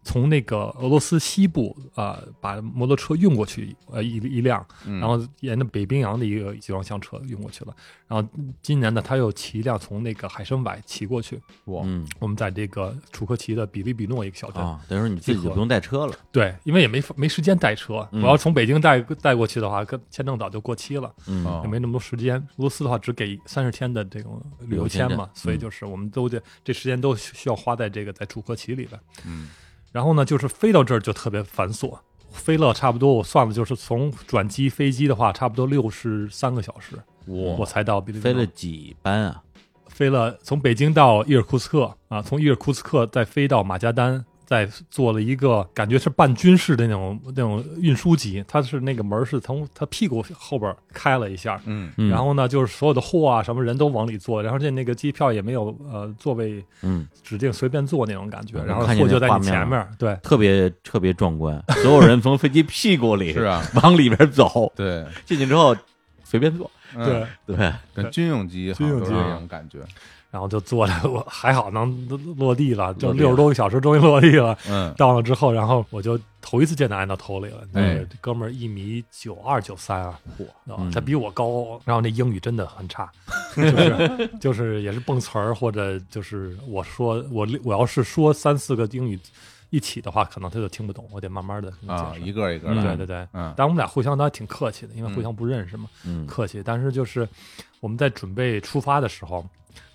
[SPEAKER 3] 从那个俄罗斯西部啊、呃把摩托车运过去，呃，一一辆，
[SPEAKER 1] 嗯
[SPEAKER 3] 然后沿着北冰洋的一个集装箱车运过去了。然后今年呢，他又骑一辆从那个海参崴骑过去，
[SPEAKER 1] 哇，
[SPEAKER 2] 嗯
[SPEAKER 3] 我们在这个楚科奇的比利比诺一个小镇，
[SPEAKER 2] 啊，等于说你自己就不用带车了，
[SPEAKER 3] 对，因为也没没时间带车，
[SPEAKER 2] 嗯
[SPEAKER 3] 我要从北京带带过去的话，跟签证早就过期了，
[SPEAKER 2] 嗯
[SPEAKER 1] 哦
[SPEAKER 3] 也没那么多时间。俄罗斯的话只给三十天的这种旅
[SPEAKER 2] 旅
[SPEAKER 3] 游签
[SPEAKER 2] 游签证
[SPEAKER 3] 嘛
[SPEAKER 2] 嗯，
[SPEAKER 3] 所以就是我们都得这时间都需要花在这个在楚科奇里边。
[SPEAKER 1] 嗯，
[SPEAKER 3] 然后呢，就是飞到这儿就特别繁琐，飞了差不多我算了，就是从转机飞机的话，差不多六十三个小时，我才到比利比
[SPEAKER 2] 飞
[SPEAKER 3] 诺
[SPEAKER 2] 了几班啊？
[SPEAKER 3] 飞了从北京到伊尔库茨克啊，从伊尔库茨克再飞到马加丹，在做了一个感觉是半军事的那种那种运输机，它是那个门儿是从它屁股后边儿开了一下，
[SPEAKER 1] 嗯
[SPEAKER 2] 嗯
[SPEAKER 3] 然后呢，就是所有的货啊，什么人都往里坐，然后这那个机票也没有呃座位
[SPEAKER 2] 嗯，
[SPEAKER 3] 指定，随便坐那种感觉，
[SPEAKER 2] 嗯
[SPEAKER 3] 然后
[SPEAKER 2] 看见
[SPEAKER 3] 货就
[SPEAKER 2] 那
[SPEAKER 3] 在
[SPEAKER 2] 画
[SPEAKER 3] 你
[SPEAKER 2] 面了
[SPEAKER 3] 前面儿，对，
[SPEAKER 2] 特别特别壮
[SPEAKER 3] <laughs>
[SPEAKER 2] 观，所有人从飞机屁股里
[SPEAKER 1] 是啊，
[SPEAKER 2] 往里边走，
[SPEAKER 1] 对
[SPEAKER 2] 进去之后随便坐，
[SPEAKER 1] 嗯
[SPEAKER 3] <laughs> 对，
[SPEAKER 2] 对，
[SPEAKER 1] 跟军用机好
[SPEAKER 3] 军
[SPEAKER 1] 像
[SPEAKER 3] 用
[SPEAKER 1] 都
[SPEAKER 3] 机
[SPEAKER 1] 是这种感觉，
[SPEAKER 3] 然后就坐着，我还好能落地了，就
[SPEAKER 2] 落地了
[SPEAKER 3] 六十多个小时终于落地了。
[SPEAKER 1] 嗯
[SPEAKER 3] 到了之后，然后我就头一次见他按到头里了。
[SPEAKER 1] 哎
[SPEAKER 3] 那个哥们儿一米九二九三啊，嚯、
[SPEAKER 2] 嗯
[SPEAKER 3] 他比我高，然后那英语真的很差， <laughs> 就是就是也是蹦词儿或者就是我说我我要是说三四个英语一起的话，可能他就听不懂，我得慢慢的跟他
[SPEAKER 1] 啊，
[SPEAKER 3] 解释。
[SPEAKER 1] 一个一个
[SPEAKER 2] 嗯
[SPEAKER 1] 的，
[SPEAKER 3] 对对对，
[SPEAKER 1] 嗯
[SPEAKER 3] 但我们俩互相都还挺客气的，因为互
[SPEAKER 1] 嗯
[SPEAKER 3] 相不认识嘛，
[SPEAKER 2] 嗯
[SPEAKER 3] 客气。但是就是我们在准备出发的时候，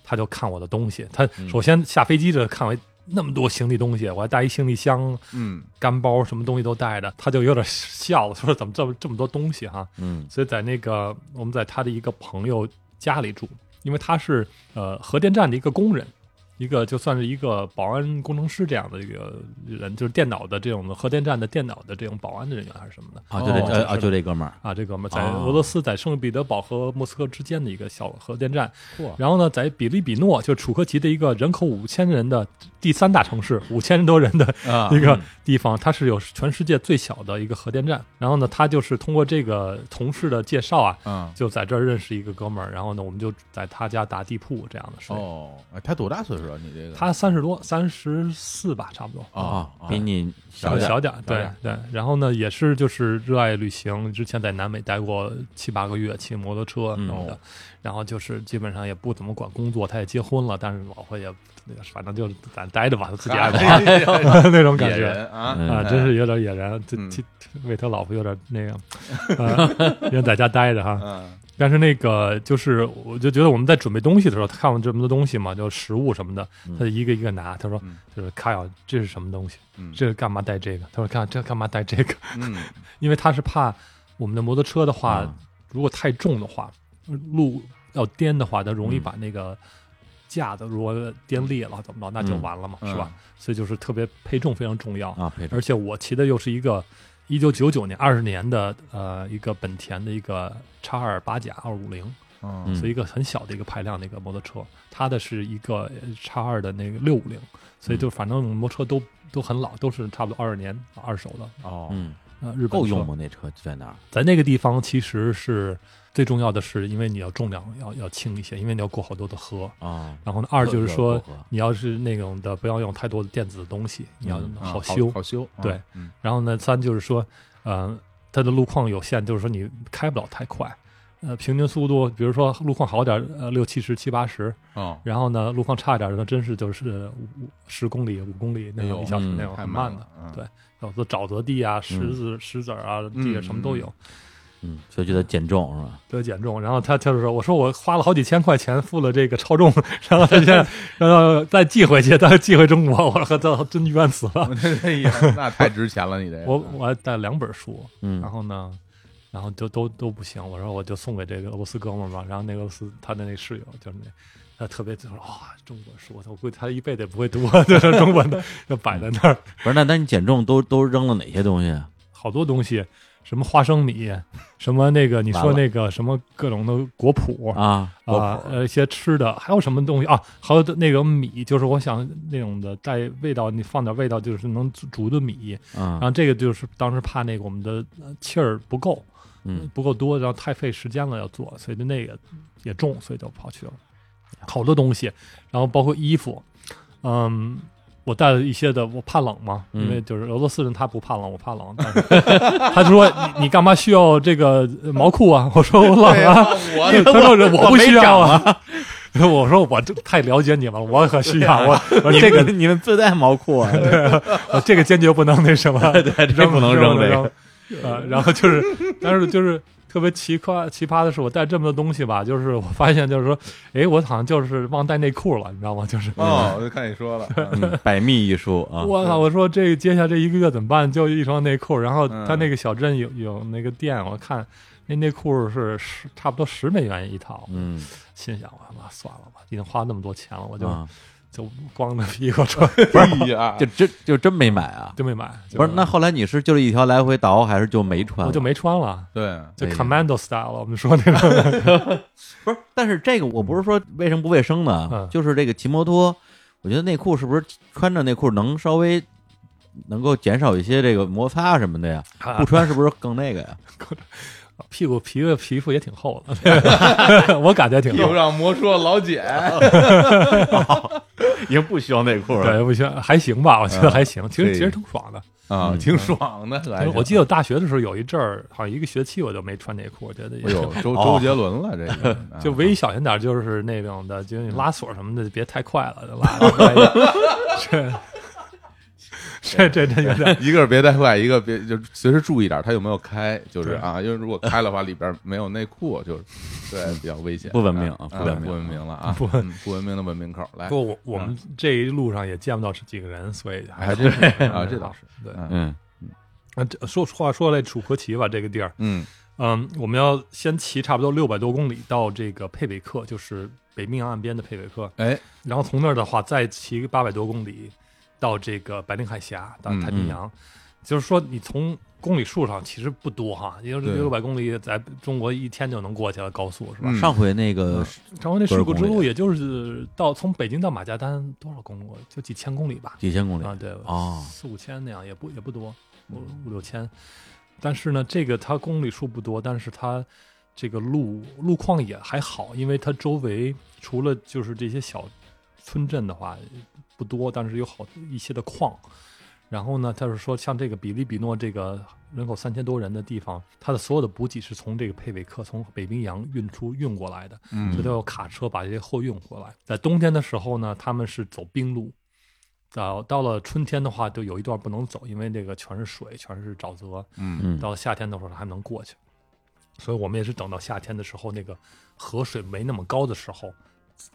[SPEAKER 3] 他就看我的东西。他
[SPEAKER 1] 嗯
[SPEAKER 3] 首先下飞机就看我那么多行李东西，我还带一行李箱，
[SPEAKER 1] 嗯
[SPEAKER 3] 干包什么东西都带着，他就有点笑了，说怎么这么这么多东西哈？
[SPEAKER 2] 嗯
[SPEAKER 3] 所以在那个我们在他的一个朋友家里住，因为他是呃核电站的一个工人，一个就算是一个保安工程师这样的一个人，就是电脑的这种核电站的电脑的这种保安的人员还是什么的
[SPEAKER 2] 啊，就这
[SPEAKER 1] 哦
[SPEAKER 2] 呃啊，就这哥们儿，
[SPEAKER 3] 啊，这哥们儿在
[SPEAKER 2] 哦
[SPEAKER 3] 俄罗斯在圣彼得堡和莫斯科之间的一个小核电站
[SPEAKER 1] 嚯，
[SPEAKER 3] 然后呢，在比利比诺就是楚科奇的一个人口五千人的第三大城市，五千多人的
[SPEAKER 1] 啊
[SPEAKER 3] 一个地方，它是有全世界最小的一个核电站。然后呢，他就是通过这个同事的介绍啊，
[SPEAKER 1] 嗯
[SPEAKER 3] 就在这儿认识一个哥们儿，然后呢，我们就在他家打地铺这样的事。
[SPEAKER 1] 哦，哎他多大岁数啊？你这个
[SPEAKER 3] 他三十多，三十四吧，差不多。
[SPEAKER 1] 啊啊
[SPEAKER 2] 哦比你小点儿
[SPEAKER 3] 哦小点儿，对对。然后呢，也是就是热爱旅行，之前在南美待过七八个月，骑摩托车
[SPEAKER 1] 嗯
[SPEAKER 3] 什么的。然后就是基本上也不怎么管工作，他也结婚了，但是老婆也反正就是咱待着吧，他自己爱玩、
[SPEAKER 1] <laughs>
[SPEAKER 3] <laughs> 那种感
[SPEAKER 1] 野
[SPEAKER 3] 觉。
[SPEAKER 1] 人啊
[SPEAKER 2] 嗯
[SPEAKER 3] 啊，真是有点野然，这
[SPEAKER 1] 嗯
[SPEAKER 3] 这为他老婆有点那个，呃，人在家待着哈。
[SPEAKER 1] 嗯
[SPEAKER 3] 但是那个就是，我就觉得我们在准备东西的时候，他看我这么多东西嘛，就食物什么的，
[SPEAKER 2] 嗯
[SPEAKER 3] 他一个一个拿。他说
[SPEAKER 1] 嗯：“
[SPEAKER 3] 就是看啊，这是什么东西？
[SPEAKER 1] 嗯
[SPEAKER 3] 这干嘛带这个？”他说：“看这干嘛带这个？ <laughs>
[SPEAKER 1] 嗯
[SPEAKER 3] 因为他是怕我们的摩托车的话
[SPEAKER 2] 嗯，
[SPEAKER 3] 如果太重的话，路要颠的话，它容易
[SPEAKER 2] 嗯
[SPEAKER 3] 把那个架子如果颠裂了怎么着，那就
[SPEAKER 2] 嗯
[SPEAKER 3] 完了嘛，
[SPEAKER 1] 嗯
[SPEAKER 3] <laughs> 是吧？所以就是特别配重非常重要。
[SPEAKER 2] 啊，陪着
[SPEAKER 3] 而且我骑的又是一个一九九九年二十年的呃一个本田的一个叉二八甲二五零，
[SPEAKER 1] 嗯
[SPEAKER 3] 所以一个很小的一个排量的一个摩托车，它的是一个呃叉二的那个六五零，所以
[SPEAKER 2] 嗯
[SPEAKER 3] 就反正摩托车都都很老，都是差不多二十年二手的。
[SPEAKER 1] 哦
[SPEAKER 2] 嗯，
[SPEAKER 3] 呃，日本
[SPEAKER 2] 够用
[SPEAKER 3] 车？
[SPEAKER 2] 吗？那车在哪儿？
[SPEAKER 3] 在那个地方其实是最重要的是，因为你要重量要要轻一些，因为你要过好多的河。
[SPEAKER 2] 啊，
[SPEAKER 3] 然后呢，二就是
[SPEAKER 2] 要
[SPEAKER 3] 说
[SPEAKER 2] 过河，
[SPEAKER 3] 你要是那种的，不要用太多的电子的东西，你要
[SPEAKER 2] 嗯
[SPEAKER 3] 好
[SPEAKER 1] 好
[SPEAKER 3] 修。
[SPEAKER 1] 好修，啊
[SPEAKER 3] 对，
[SPEAKER 1] 嗯
[SPEAKER 3] 然后呢，三就是说，呃，它的路况有限，就是说你开不了太快。呃，平均速度，比如说路况好点儿，呃，六七十、七八十，
[SPEAKER 1] 哦
[SPEAKER 3] 然后呢，路况差一点儿，那真是就是五十公里、五公里那
[SPEAKER 1] 哎
[SPEAKER 3] 种
[SPEAKER 1] 呦
[SPEAKER 3] 一小时
[SPEAKER 2] 嗯
[SPEAKER 3] 那种，
[SPEAKER 1] 太
[SPEAKER 3] 很慢的
[SPEAKER 1] 了。，嗯
[SPEAKER 3] 对有的沼泽地啊、石子、石子儿啊，地啊什么都有，
[SPEAKER 2] 嗯，所以就得减重是吧？
[SPEAKER 3] 得减重。然后他他就说：“我说我花了好几千块钱付了这个超重，然后他现在 <laughs> 然后再寄回去，再寄回中国，我说这真冤死了。
[SPEAKER 1] <laughs> 哎呀，那太值钱了，你这个嗯
[SPEAKER 3] 我我还带两本书，
[SPEAKER 2] 嗯
[SPEAKER 3] 然后呢，然后就都都不行，我说我就送给这个俄罗斯哥们儿吧。然后那个俄罗斯他的那室友就是那，他特别就说哇、中国书，我估计他一辈子也不会读，啊 <laughs> 就是中文的就摆在那儿，
[SPEAKER 2] 不是，那那你减重都都扔了哪些东西啊？
[SPEAKER 3] 好多东西，什么花生米，什么那个你
[SPEAKER 2] 完
[SPEAKER 3] 说
[SPEAKER 2] 了
[SPEAKER 3] 那个什么各种的果脯
[SPEAKER 2] 啊，果
[SPEAKER 3] 啊，
[SPEAKER 2] 脯
[SPEAKER 3] 呃，一些吃的，还有什么东西啊？还有那个米，就是我想那种的带味道，你放点味道，就是能煮煮的米。然
[SPEAKER 2] 啊
[SPEAKER 3] 后，这个就是当时怕那个我们的呃气儿不够，
[SPEAKER 2] 嗯，
[SPEAKER 3] 不够多，然后太费时间了要做，所以就那个也重，所以就跑去了，好多东西，然后包括衣服，嗯，我带了一些的，我怕冷嘛，
[SPEAKER 2] 嗯
[SPEAKER 3] 因为就是俄罗斯人他不怕冷，我怕冷，但是 <laughs> 他就说你你干嘛需要这个呃毛裤啊？ <laughs> 我说 <laughs> 我冷啊，
[SPEAKER 1] 我
[SPEAKER 3] 他说我不需要啊。 <laughs> 我说我这太了解你们了，我可需 <laughs> 要我我这个
[SPEAKER 2] 你们自带毛裤啊？
[SPEAKER 3] 我哦这个坚决不能那什么，
[SPEAKER 2] <laughs>
[SPEAKER 3] 对
[SPEAKER 2] 这不能扔这个
[SPEAKER 3] 呃，然后就是，但是就是特别奇葩奇葩的是，我带这么多东西吧，就是我发现就是说，哎，我好像就是忘带内裤了，你知道吗？就是。
[SPEAKER 1] 哦，我就看你说
[SPEAKER 3] <laughs>
[SPEAKER 1] 了，嗯
[SPEAKER 2] 嗯百密一疏啊，
[SPEAKER 3] 我操！我说这接下来这一个月怎么办？就一双内裤，然后
[SPEAKER 1] 嗯
[SPEAKER 3] 他那个小镇有有那个店，我看那内裤是十差不多十美元一套，
[SPEAKER 2] 嗯，
[SPEAKER 3] 心想我他妈算了吧，已经花那么多钱了，我就、
[SPEAKER 2] 啊，
[SPEAKER 3] 就光着屁股穿， <laughs>
[SPEAKER 1] 哎呀，
[SPEAKER 2] 就真就真没买啊？
[SPEAKER 3] 就没买。就
[SPEAKER 2] 不是，那后来你是就是一条来回倒，还是就没穿？
[SPEAKER 3] 我就没穿了，
[SPEAKER 1] 对，
[SPEAKER 3] 就
[SPEAKER 2] 哎呀
[SPEAKER 3] commando style 了我们说那
[SPEAKER 2] <laughs>
[SPEAKER 3] 个，
[SPEAKER 2] 不是，但是这个我不是说卫生不卫生呢，
[SPEAKER 3] 嗯
[SPEAKER 2] 就是这个骑摩托，我觉得内裤是不是穿着内裤能稍微能够减少一些这个摩擦什么的呀？不穿是不是更那个呀？
[SPEAKER 3] 屁股皮的皮肤也挺厚的，我感觉挺
[SPEAKER 1] 又
[SPEAKER 3] 厚。
[SPEAKER 1] 让魔术老姐，
[SPEAKER 3] <laughs>
[SPEAKER 2] 已经不需要内裤
[SPEAKER 3] 对，不行，还行吧，我觉得还行。其
[SPEAKER 1] 可
[SPEAKER 3] 实
[SPEAKER 1] 以
[SPEAKER 3] 其实挺爽的。
[SPEAKER 1] 啊，
[SPEAKER 2] 嗯
[SPEAKER 1] 挺爽的，还是
[SPEAKER 3] 我记得我大学的时候有一阵儿，好像一个学期我就没穿内裤，我觉得也
[SPEAKER 1] 哎呦，周
[SPEAKER 2] 哦
[SPEAKER 1] 周杰伦了，这
[SPEAKER 3] <laughs>
[SPEAKER 1] 个啊
[SPEAKER 3] 就唯一小心点儿就是那种的，就是你拉锁什么的，别太快了，就拉得快。这这这这有点
[SPEAKER 1] <laughs> 一个是别带坏，一个别就随时注意点，他有没有开，就是啊，因为如果开了的话，里边没有内裤，就是对比较危险，
[SPEAKER 2] <laughs> 不文明啊
[SPEAKER 1] 啊，
[SPEAKER 2] 不文明
[SPEAKER 1] 不文明了啊，
[SPEAKER 3] 不
[SPEAKER 1] 嗯不文明的文明口来
[SPEAKER 3] 不，我我们这一路上也见不到几个人，所以
[SPEAKER 1] 还真是啊这倒
[SPEAKER 3] 是对。
[SPEAKER 1] 嗯
[SPEAKER 2] 嗯
[SPEAKER 3] 那这说话说来楚科奇吧，这个地儿，
[SPEAKER 2] <laughs>
[SPEAKER 1] 嗯
[SPEAKER 3] 嗯，我们要先骑差不多六百多公里到这个佩韦克，就是北冰洋岸边的佩韦克，
[SPEAKER 1] 哎
[SPEAKER 3] 然后从那儿的话再骑八百多公里到这个白令海峡
[SPEAKER 2] 嗯
[SPEAKER 3] 到太平洋，就是说你从公里数上其实不多哈，也就是
[SPEAKER 1] 对
[SPEAKER 3] 六百公里，在中国一天就能过去了，高速是吧？
[SPEAKER 1] 嗯
[SPEAKER 2] 上回那个
[SPEAKER 3] 然后
[SPEAKER 2] 多
[SPEAKER 3] 那
[SPEAKER 2] 少
[SPEAKER 3] 事故之
[SPEAKER 2] 公啊
[SPEAKER 3] 路也就是到从北京到马家丹多少公里，就几千公里吧。
[SPEAKER 2] 几千公里
[SPEAKER 3] 啊，对，
[SPEAKER 2] 哦
[SPEAKER 3] 四五千那样也不也不多，五五六千。但是呢，这个它公里数不多，但是它这个路路况也还好，因为它周围除了就是这些小村镇的话不多，但是有好一些的矿。然后呢，他是说像这个比利比诺这个人口三千多人的地方，它的所有的补给是从这个佩韦克从北冰洋运出运过来的，
[SPEAKER 1] 嗯
[SPEAKER 3] 这都有卡车把这些货运回来。在冬天的时候呢，他们是走冰路，到到了春天的话，就有一段不能走，因为这个全是水，全是沼泽。
[SPEAKER 1] 嗯
[SPEAKER 2] 嗯
[SPEAKER 3] 到了夏天的时候还能过去，所以我们也是等到夏天的时候，那个河水没那么高的时候，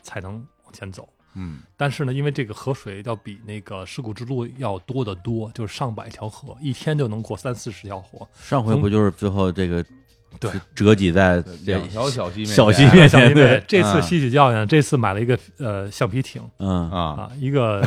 [SPEAKER 3] 才能往前走。
[SPEAKER 1] 嗯
[SPEAKER 3] 但是呢，因为这个河水要比那个尸骨之路要多得多，就是上百条河，一天就能过三四十条河。
[SPEAKER 2] 上回不就是最后这个
[SPEAKER 3] 对
[SPEAKER 2] 折戟在
[SPEAKER 1] 两条小溪面
[SPEAKER 2] 小溪
[SPEAKER 1] 前
[SPEAKER 2] 面
[SPEAKER 3] 小
[SPEAKER 2] 前
[SPEAKER 3] 因为
[SPEAKER 2] 对，
[SPEAKER 3] 这次
[SPEAKER 1] 嗯
[SPEAKER 3] 吸取教训，这次买了一个呃橡皮艇
[SPEAKER 2] 嗯
[SPEAKER 1] 啊。哎
[SPEAKER 3] 啊，一个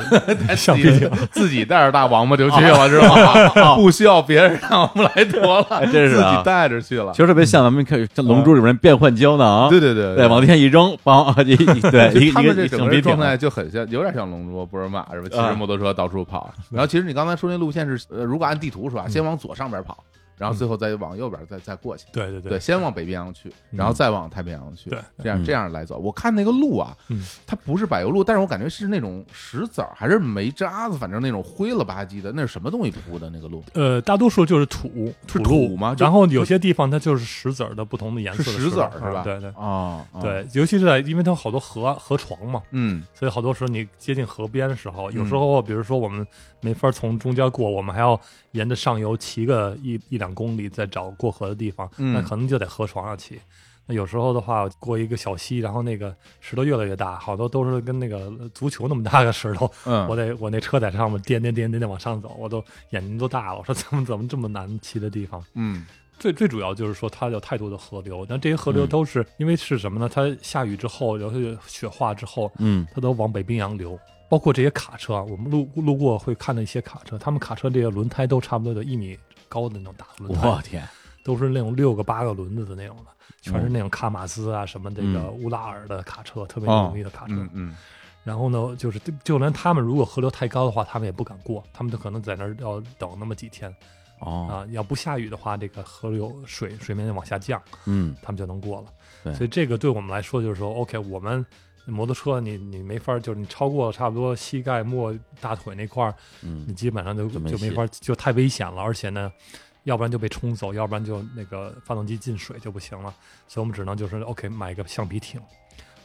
[SPEAKER 3] 橡皮
[SPEAKER 1] 自
[SPEAKER 3] 艇
[SPEAKER 1] 己，自己带着大王八就去了，知
[SPEAKER 2] <laughs>
[SPEAKER 1] 道吗？不需要别人让我们来夺了，
[SPEAKER 2] 真是
[SPEAKER 1] 自
[SPEAKER 2] 啊
[SPEAKER 1] 己带着去了
[SPEAKER 2] 其。实特别像咱们看《龙珠》里面变换胶囊，
[SPEAKER 1] 对对对
[SPEAKER 2] 嗯对，往地上一扔，梆， <laughs> 一一对，
[SPEAKER 1] <laughs> 就
[SPEAKER 2] 一一
[SPEAKER 1] 他
[SPEAKER 2] 个
[SPEAKER 1] 们这
[SPEAKER 2] 一
[SPEAKER 1] 整
[SPEAKER 2] 整
[SPEAKER 1] 个
[SPEAKER 2] 笔
[SPEAKER 1] 状
[SPEAKER 2] 顶，
[SPEAKER 1] 态就很像，有点像龙珠，波尔玛是吧？骑
[SPEAKER 3] 啊
[SPEAKER 1] 着摩托车到处跑。然后其实你刚才说那路线是，呃，如果按地图是
[SPEAKER 3] 嗯
[SPEAKER 1] 吧，先往左上边跑，然后最后再往右边再再过去。
[SPEAKER 3] 对嗯对
[SPEAKER 1] 对，
[SPEAKER 3] 对，嗯
[SPEAKER 1] 先往北冰洋去，然后再往太平洋去，
[SPEAKER 3] 对
[SPEAKER 1] 这样
[SPEAKER 2] 嗯
[SPEAKER 1] 这样来走。我看那个路啊
[SPEAKER 3] 嗯，
[SPEAKER 1] 它不是柏油路，但是我感觉是那种石子儿还是煤渣子，反正那种灰了吧唧的，那是什么东西铺的那个路？
[SPEAKER 3] 呃，大多数就是土
[SPEAKER 1] 是
[SPEAKER 3] 路
[SPEAKER 1] 土吗就
[SPEAKER 3] 然后有些地方它就是石子儿的，不同的颜色
[SPEAKER 1] 是
[SPEAKER 3] 的
[SPEAKER 1] 石子儿
[SPEAKER 3] 儿
[SPEAKER 1] 是吧？
[SPEAKER 3] 嗯对对
[SPEAKER 1] 哦，哦，
[SPEAKER 3] 对，尤其是在因为它有好多河河床嘛，
[SPEAKER 1] 嗯
[SPEAKER 3] 所以好多时候你接近河边的时候，有时候比如说我们没法从中间过，我们还要沿着上游骑个一一两公里，再找过河的地方，
[SPEAKER 1] 嗯
[SPEAKER 3] 那可能就在河床上骑。那有时候的话，过一个小溪，然后那个石头越来越大，好多都是跟那个足球那么大个石头，
[SPEAKER 1] 嗯，
[SPEAKER 3] 我得我那车在上面颠颠颠颠颠往上走，我都眼睛都大了。 <laughs> 我说怎么怎么这么难骑的地方？
[SPEAKER 1] 嗯
[SPEAKER 3] 最最主要就是说它有太多的河流，但这些河流都是、因为是什么呢？它下雨之后，然后雪化之后，
[SPEAKER 2] 嗯
[SPEAKER 3] 它都往北冰洋流。包括这些卡车啊，我们路路过会看到一些卡车，他们卡车这些轮胎都差不多有一米高的那种大轮
[SPEAKER 2] 我
[SPEAKER 3] 胎，
[SPEAKER 2] 天，
[SPEAKER 3] 都是那种六个八个轮子的那种的，全
[SPEAKER 1] 哦
[SPEAKER 3] 是那种卡马兹啊什么这个
[SPEAKER 2] 嗯
[SPEAKER 3] 乌拉尔的卡车，特别
[SPEAKER 1] 哦
[SPEAKER 3] 牛逼的卡车。
[SPEAKER 1] 嗯嗯，
[SPEAKER 3] 然后呢，就是就就连他们如果河流太高的话，他们也不敢过，他们就可能在那儿要等那么几天
[SPEAKER 2] 哦，
[SPEAKER 3] 啊。要不下雨的话，这个河流水水面就往下降，
[SPEAKER 2] 嗯，
[SPEAKER 3] 他们就能过了。
[SPEAKER 2] 对
[SPEAKER 3] 所以这个对我们来说就是说，OK，我们摩托车你你没法儿，就是你超过差不多膝盖末大腿那块儿，
[SPEAKER 2] 嗯
[SPEAKER 3] 你基本上就
[SPEAKER 2] 就没
[SPEAKER 3] 就没
[SPEAKER 2] 戏
[SPEAKER 3] 法儿，就太危险了，而且呢。要不然就被冲走，要不然就那个发动机进水就不行了，所以我们只能就是 OK 买一个橡皮艇，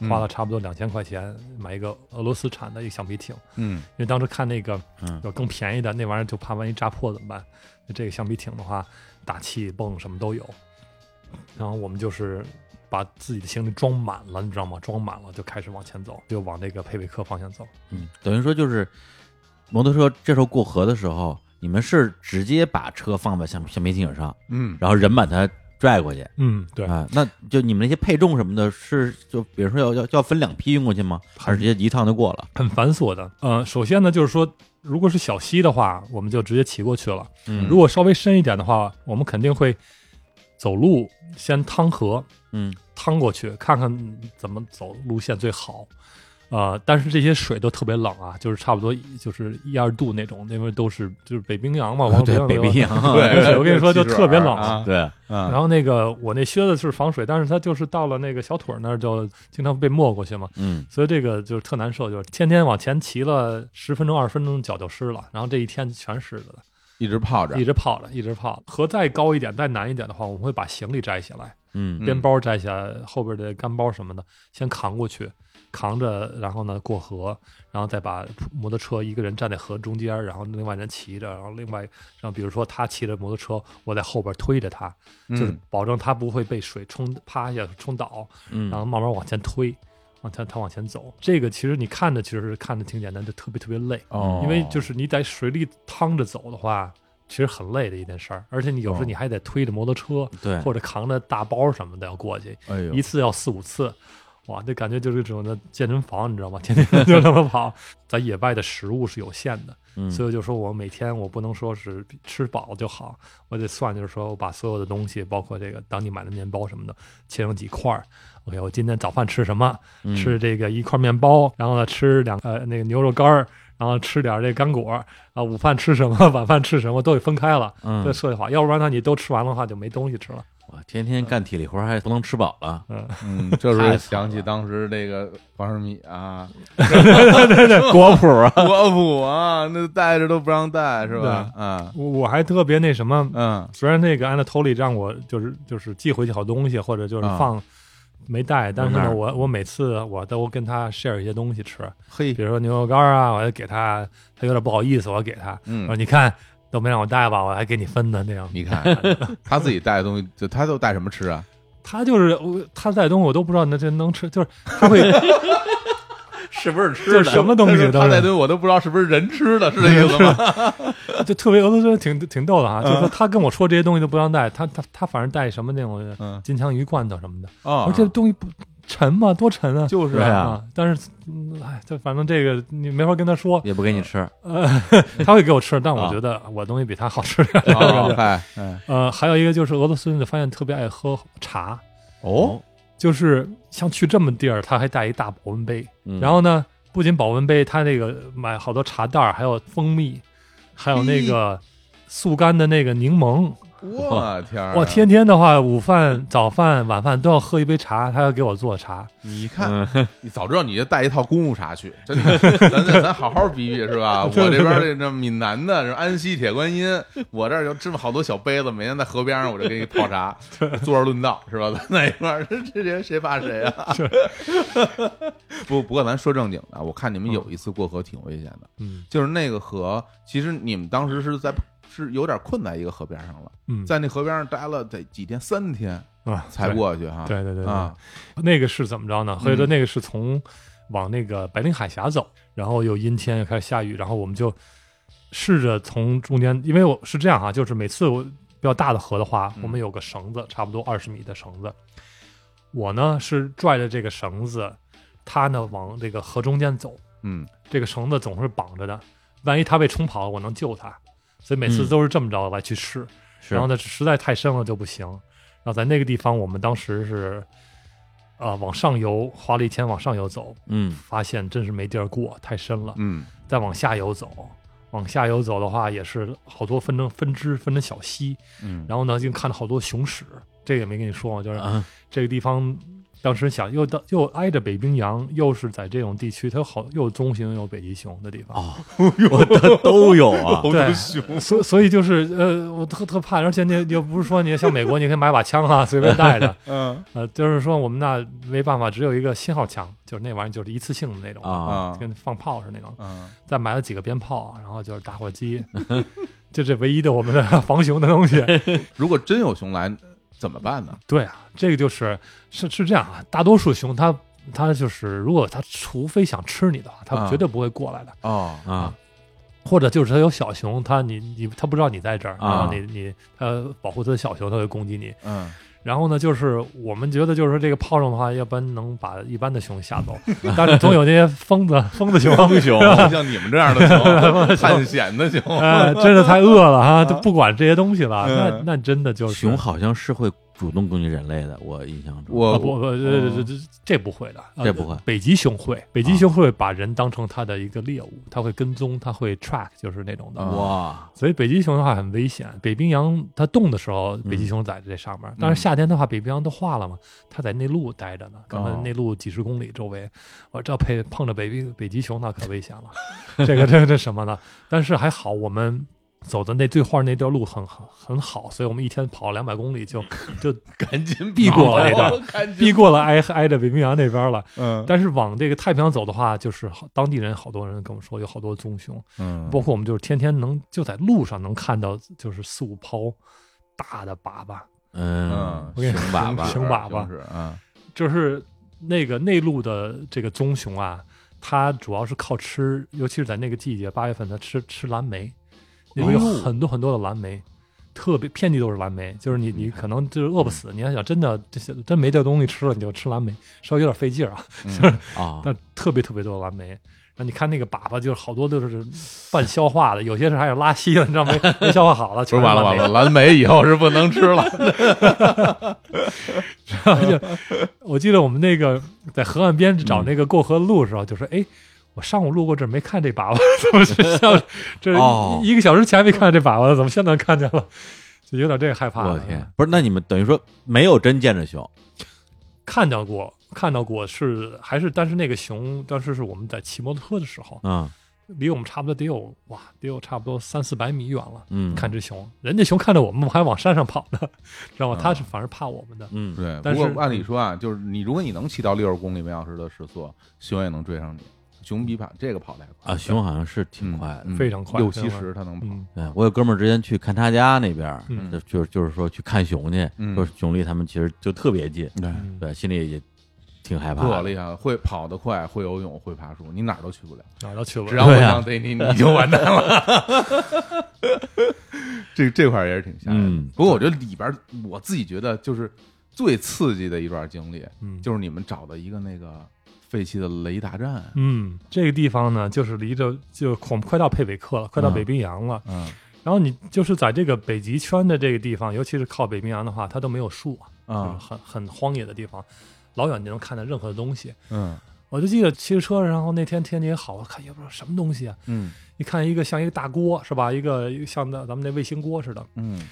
[SPEAKER 1] 嗯
[SPEAKER 3] 花了差不多两千块钱买一个俄罗斯产的一个橡皮艇，
[SPEAKER 1] 嗯
[SPEAKER 3] 因为当时看那个
[SPEAKER 2] 嗯
[SPEAKER 3] 有更便宜的那玩意儿，就怕万一扎破怎么办？那这个橡皮艇的话，打气泵什么都有。然后我们就是把自己的行李装满了，你知道吗？装满了就开始往前走，就往那个佩韦克方向走。
[SPEAKER 2] 嗯，等于说就是摩托车这时候过河的时候，你们是直接把车放在橡橡皮艇上，
[SPEAKER 1] 嗯，
[SPEAKER 2] 然后人把它拽过去。
[SPEAKER 3] 嗯，对，
[SPEAKER 2] 啊，那就你们那些配重什么的，是就比如说要要要分两批运过去吗？还是直接一趟就过了？
[SPEAKER 3] 很繁琐的。嗯、首先呢，就是说，如果是小溪的话，我们就直接骑过去了；
[SPEAKER 2] 嗯
[SPEAKER 3] 如果稍微深一点的话，我们肯定会走路先趟河，
[SPEAKER 2] 嗯
[SPEAKER 3] 趟过去，看看怎么走路线最好。呃，但是这些水都特别冷啊，就是差不多就是一二度那种，因为都是就是哦北冰洋嘛，往
[SPEAKER 2] 啊 <laughs> 对，北冰
[SPEAKER 3] 洋。
[SPEAKER 2] 洋，
[SPEAKER 3] <laughs> 对我跟你说就
[SPEAKER 1] 七十
[SPEAKER 3] 特别
[SPEAKER 1] 二
[SPEAKER 3] 冷
[SPEAKER 1] 啊，
[SPEAKER 2] 对，
[SPEAKER 1] 嗯，
[SPEAKER 3] 然后那个我那靴子是防水，但是它就是到了那个小腿儿那儿就经常被没过去嘛，
[SPEAKER 2] 嗯
[SPEAKER 3] 所以这个就是特难受，就是天天往前骑了十分钟二十分钟脚就湿了，然后这一天全湿了，
[SPEAKER 1] 一直泡着
[SPEAKER 2] 啊
[SPEAKER 3] 一，直泡着一直泡着。河再高一点再难一点的话，我们会把行李摘下来，
[SPEAKER 2] 嗯
[SPEAKER 3] 边包摘下来，后边的干包什么的先扛过去，扛着，然后呢过河，然后再把摩托车一个人站在河中间，然后另外人骑着，然后另外让比如说他骑着摩托车，我在后边推着他，就是
[SPEAKER 1] 嗯
[SPEAKER 3] 保证他不会被水冲趴下冲倒，
[SPEAKER 2] 嗯
[SPEAKER 3] 然后慢慢往前推，往前他往前走。这个其实你看着其实是看着挺简单，就特别特别累，
[SPEAKER 1] 哦，
[SPEAKER 3] 因为就是你在水里趟着走的话。其实很累的一件事儿，而且你有时候
[SPEAKER 1] 哦
[SPEAKER 3] 你还得推着摩托车，
[SPEAKER 2] 对
[SPEAKER 3] 或者扛着大包什么的要过去，
[SPEAKER 1] 哎呦
[SPEAKER 3] 一，次要四五次，哇，这感觉就是这种的健身房，你知道吗？天 <laughs> 天就那么跑，在野外的食物是有限的，
[SPEAKER 2] 嗯
[SPEAKER 3] 所以就说我每天我不能说是吃饱就好，我得算，就是说我把所有的东西，包括这个当地买的面包什么的，切成几块儿。OK，我今天早饭吃什么？
[SPEAKER 2] 嗯
[SPEAKER 3] 吃这个一块面包，然后呢吃两呃那个牛肉干儿，然后吃点儿这干果儿啊。午饭吃什么，晚 <laughs> 饭吃什么都得分开了，
[SPEAKER 2] 嗯
[SPEAKER 3] 都，设计好，要不然呢你都吃完了的话就没东西吃了。
[SPEAKER 2] 我天天干体力活儿还不能吃饱啊
[SPEAKER 3] <laughs>
[SPEAKER 2] 了，
[SPEAKER 1] 嗯，这时
[SPEAKER 2] 太
[SPEAKER 1] 候
[SPEAKER 2] 惨
[SPEAKER 1] 想起
[SPEAKER 2] 了
[SPEAKER 1] 当时那个黄世米
[SPEAKER 3] <laughs>
[SPEAKER 1] 啊，
[SPEAKER 2] 果谱啊，
[SPEAKER 1] 国普啊，那带着都不让带是吧？啊，
[SPEAKER 3] 我我还特别那什么，
[SPEAKER 1] 嗯，
[SPEAKER 3] 虽然那个安娜托利让我就是就是寄回去好东西，或者就是
[SPEAKER 1] 啊
[SPEAKER 3] 放、没带，但是
[SPEAKER 2] 那
[SPEAKER 3] 呢，
[SPEAKER 2] 儿
[SPEAKER 3] 我我每次我都跟他 share 一些东西吃，
[SPEAKER 1] 嘿
[SPEAKER 3] 比，如说牛肉干啊，我还给他，他有点不好意思，我给他，我说
[SPEAKER 1] 嗯，
[SPEAKER 3] 你看都没让我带吧，我还给你分呢那样。
[SPEAKER 1] 你看他自己带的东西，就他都带什么吃啊？
[SPEAKER 3] 他就是我他带东西我都不知道那这能吃，就是他
[SPEAKER 1] <laughs>
[SPEAKER 3] 会
[SPEAKER 2] <laughs> 是不是
[SPEAKER 3] 就是什么东
[SPEAKER 1] 他
[SPEAKER 3] 西
[SPEAKER 1] 说
[SPEAKER 3] 都
[SPEAKER 1] 他带
[SPEAKER 3] 是
[SPEAKER 1] 的我都不知道是不是人吃的，是这意思
[SPEAKER 3] <laughs>
[SPEAKER 1] 吗？
[SPEAKER 3] 就特别俄罗斯人挺挺逗的
[SPEAKER 1] 嗯
[SPEAKER 3] 哈，就是说他跟我说这些东西都不让带，他他他反正带什么那种
[SPEAKER 1] 嗯
[SPEAKER 3] 金枪鱼罐头什么的，
[SPEAKER 1] 哦
[SPEAKER 3] 我说这东西不沉吗？多沉啊！
[SPEAKER 1] 就是
[SPEAKER 2] 对啊
[SPEAKER 3] 啊，但是，嗯哎，这反正这个你没法跟他说，
[SPEAKER 2] 也不给你吃，
[SPEAKER 3] 他会给我吃，但我
[SPEAKER 2] 啊
[SPEAKER 3] 觉得我东西比他好吃。
[SPEAKER 1] 哦，嗨，嗯
[SPEAKER 3] <laughs> 呃，还有一个就是俄罗斯人就发现特别爱喝茶，
[SPEAKER 1] 哦，
[SPEAKER 3] 就是像去这么地儿，他还带一大保温杯，
[SPEAKER 2] 嗯
[SPEAKER 3] 然后呢，不仅保温杯，他那个买好多茶袋儿，还有蜂蜜，还有那个速干的那个柠檬。
[SPEAKER 1] 我天儿啊，
[SPEAKER 3] 我天天的话，午饭、早饭、晚饭都要喝一杯茶，他要给我做茶。
[SPEAKER 1] 你看，
[SPEAKER 2] 嗯
[SPEAKER 1] <laughs> 你早知道你就带一套公务茶去， <laughs> 真的，咱咱咱好好比比是
[SPEAKER 3] <laughs>
[SPEAKER 1] 吧？我这边这这闽南的，这安溪铁观音，我这儿就这么好多小杯子，每天在河边上我就给你泡
[SPEAKER 3] <laughs>
[SPEAKER 1] 茶，坐着论道是吧？咱在一块儿， <laughs> 这这人谁怕谁
[SPEAKER 3] <laughs>
[SPEAKER 1] 啊？ <laughs> 不不过咱说正经的，我看你们有一次过河挺危险的，
[SPEAKER 3] 嗯
[SPEAKER 1] 就是那个河，其实你们当时是在是有点困在一个河边上了，
[SPEAKER 3] 嗯，
[SPEAKER 1] 在那河边上待了得几天，三天
[SPEAKER 3] 啊
[SPEAKER 1] 才
[SPEAKER 3] 对
[SPEAKER 1] 过去哈。
[SPEAKER 3] 对对对对
[SPEAKER 1] 啊，
[SPEAKER 3] 那个是怎么着呢？
[SPEAKER 1] 嗯
[SPEAKER 3] 所以说那个是从往那个白令海峡走，然后又阴天又开始下雨，然后我们就试着从中间，因为我是这样哈、就是每次我比较大的河的话，
[SPEAKER 1] 嗯
[SPEAKER 3] 我们有个绳子，差不多二十米的绳子，我呢是拽着这个绳子，他呢往这个河中间走，
[SPEAKER 1] 嗯，
[SPEAKER 3] 这个绳子总是绑着的，万一他被冲跑了，我能救他，所以每次
[SPEAKER 2] 嗯
[SPEAKER 3] 都是这么着来去试。
[SPEAKER 2] 是
[SPEAKER 3] 然后呢，实在太深了就不行。然后在那个地方，我们当时是，啊、往上游花了一天往上游走，
[SPEAKER 2] 嗯
[SPEAKER 3] <laughs> 发现真是没地儿过，太深了。
[SPEAKER 1] 嗯，
[SPEAKER 3] 再往下游走，往下游走的话也是好多分成分支，分成小溪。
[SPEAKER 1] 嗯
[SPEAKER 3] 然后呢，就看到好多熊屎，这个也没跟你说嘛，就是
[SPEAKER 2] 啊
[SPEAKER 3] 这个地方。当时想，又到又挨着北冰洋，又是在这种地区，它有好又有棕熊又有北极熊的地方，
[SPEAKER 2] 哦，我的 <laughs> 都有啊，
[SPEAKER 3] <laughs> 对，所所以就是呃，我特特怕，而且你又不是说你像美国，你可以买把枪啊，随便带着，
[SPEAKER 1] 嗯
[SPEAKER 3] 呃，就是说我们那没办法，只有一个信号枪，就是那玩意儿就是一次性的那种，
[SPEAKER 2] 啊，
[SPEAKER 1] 啊
[SPEAKER 3] 跟放炮似的那种，
[SPEAKER 1] 嗯，
[SPEAKER 3] 再买了几个鞭炮，啊然后就是打火机， <laughs> 就这唯一的我们的 <laughs> 防熊的东西。
[SPEAKER 1] 如果真有熊来怎么办呢？
[SPEAKER 3] 对啊，这个就是是是这样啊，大多数熊它它就是如果它除非想吃你的话，它
[SPEAKER 1] 啊
[SPEAKER 3] 绝对不会过来的。
[SPEAKER 1] 哦，
[SPEAKER 2] 啊，
[SPEAKER 3] 或者就是它有小熊，它你你它不知道你在这儿，呃
[SPEAKER 2] 啊
[SPEAKER 3] 然后你你它保护它的小熊，它会攻击你。
[SPEAKER 1] 嗯
[SPEAKER 3] 然后呢，就是我们觉得，就是说这个炮仗的话，要不然能把一般的熊吓 <laughs> 走，但是总有那些疯 <laughs> 子、疯子熊，
[SPEAKER 2] 英雄，
[SPEAKER 1] 像你们这样的熊，探险的熊， <laughs>
[SPEAKER 3] 哎，真的太饿了哈，就不管这些东西了。那那真的就是啊
[SPEAKER 2] 熊，好像是会主动攻击人类的，我印象中，
[SPEAKER 1] 我
[SPEAKER 3] 啊不不，这这这这不会的，啊
[SPEAKER 2] 这不会啊
[SPEAKER 3] 北极熊会，北极熊会把人当成它的一个猎物，它会跟踪，它会 track，就是那种的。
[SPEAKER 2] 哦
[SPEAKER 1] 啊
[SPEAKER 2] 哇，
[SPEAKER 3] 所以北极熊的话很危险，北冰洋它冻的时候，
[SPEAKER 1] 嗯
[SPEAKER 3] 北极熊在这上面。但是夏天的话，北冰洋都化了嘛，它在内陆待着呢，可
[SPEAKER 1] 哦
[SPEAKER 3] 能内陆几十公里周围，我这碰碰着北冰北极熊那可危险了， <laughs> 这个这这什么呢？但是还好我们。走的那最后那段路很很很好，所以我们一天跑两百公
[SPEAKER 1] <laughs>
[SPEAKER 3] 里就就
[SPEAKER 1] 赶紧
[SPEAKER 3] 避过了
[SPEAKER 1] 那
[SPEAKER 3] 那段，
[SPEAKER 1] 赶紧
[SPEAKER 3] 避过了挨挨着北冰洋那边了。
[SPEAKER 1] 嗯
[SPEAKER 3] 但是往这个太平洋走的话，就是好当地人好多人跟我说有好多棕熊，
[SPEAKER 1] 嗯
[SPEAKER 3] 包括我们就是天天能就在路上能看到，就是四五泡大的粑粑，
[SPEAKER 2] 嗯，
[SPEAKER 3] 我跟你
[SPEAKER 2] 熊粑粑，
[SPEAKER 3] 熊粑粑
[SPEAKER 1] 是啊，
[SPEAKER 3] 就是那个内陆的这个棕熊啊，它主要是靠吃，尤其是在那个季节，八月份它吃吃蓝莓，那边有
[SPEAKER 1] 哎呦
[SPEAKER 3] 很多很多的蓝莓。特别遍地都是蓝莓，就是你你可能就是饿不死，你要想真的这些真没这东西吃了，你就吃蓝莓，稍微有点费劲儿啊。
[SPEAKER 1] 嗯
[SPEAKER 2] 啊，
[SPEAKER 3] 但特别特别多的蓝莓。然后你看那个粑粑，就是好多都是半消化的，有些是还有拉稀的，你知道没？没消化好了，
[SPEAKER 1] 不
[SPEAKER 3] 全
[SPEAKER 1] 是完
[SPEAKER 3] 是
[SPEAKER 1] 了
[SPEAKER 3] 蓝
[SPEAKER 1] 完
[SPEAKER 3] 莓
[SPEAKER 1] 了，蓝莓以后是不能吃了，
[SPEAKER 3] 我记得我们那个在河岸边
[SPEAKER 2] 嗯
[SPEAKER 3] 找那个过河的路的时候，就说：“哎，我上午路过这儿没看这粑粑， <laughs> 怎么是像这
[SPEAKER 2] 哦
[SPEAKER 3] 一个小时前没看这粑粑，怎么现在看见了？”就有点这个害怕。
[SPEAKER 2] 我的天，，不是，那你们等于说没有真见着熊，
[SPEAKER 3] 看到过，看到过是还是，但是那个熊当时是我们在骑摩托车的时候，
[SPEAKER 2] 嗯
[SPEAKER 3] 离我们差不多得有哇，得有差不多三四百米远了。
[SPEAKER 2] 嗯，
[SPEAKER 3] 看只熊，人家熊看着我们，我们还往山上跑呢，知道吗？
[SPEAKER 1] 啊
[SPEAKER 3] 它是反而怕我们的。
[SPEAKER 1] <laughs>
[SPEAKER 2] 嗯，
[SPEAKER 1] 对，
[SPEAKER 3] 但
[SPEAKER 1] 不过
[SPEAKER 3] 是
[SPEAKER 1] 按理说啊，就是你如果你能骑到六十公里每小时的时速，熊也能追上你。熊比跑这个跑得还快
[SPEAKER 2] 啊，熊好像是挺快的。
[SPEAKER 1] 嗯
[SPEAKER 3] 非常快
[SPEAKER 1] 六七
[SPEAKER 3] 非常快
[SPEAKER 1] 十它能跑。
[SPEAKER 3] 嗯，
[SPEAKER 2] 对，我有哥们儿之前去看他家那边儿，
[SPEAKER 3] 嗯
[SPEAKER 2] 就就就是说去看熊去，
[SPEAKER 1] 嗯
[SPEAKER 2] 说熊离他们其实就特别近，
[SPEAKER 1] 对
[SPEAKER 3] 嗯
[SPEAKER 2] 对，心里也挺
[SPEAKER 3] 啊
[SPEAKER 2] 害怕的。
[SPEAKER 1] 特厉害了，会跑得快，会游泳，会爬树，你哪儿都去不了。
[SPEAKER 3] 哪儿都去不
[SPEAKER 1] 只
[SPEAKER 3] 了。
[SPEAKER 1] 要我
[SPEAKER 2] 对啊
[SPEAKER 1] 想逮你， <laughs> 你就完蛋了。这这块儿也是挺吓人的
[SPEAKER 2] 嗯。
[SPEAKER 1] 不过我觉得里边儿，我自己觉得就是最刺激的一段经历，
[SPEAKER 3] 嗯，
[SPEAKER 1] 就是你们找的一个那个废弃的雷达站。
[SPEAKER 3] 嗯，这个地方呢，就是离着就快快到佩韦克了，快到
[SPEAKER 2] 嗯
[SPEAKER 3] 北冰洋了。
[SPEAKER 1] 嗯
[SPEAKER 3] 然后你就是在这个北极圈的这个地方，尤其是靠北冰洋的话，它都没有树啊，就是
[SPEAKER 1] 啊
[SPEAKER 3] 很很荒野的地方，老远就能看到任何东西。
[SPEAKER 1] 嗯
[SPEAKER 3] 我就记得骑着车，然后那天天气也好，我看也不知道什么东西啊，
[SPEAKER 1] 嗯
[SPEAKER 3] 一看一个像一个大锅是吧？一个一个像咱咱们那卫星锅似的，
[SPEAKER 1] 嗯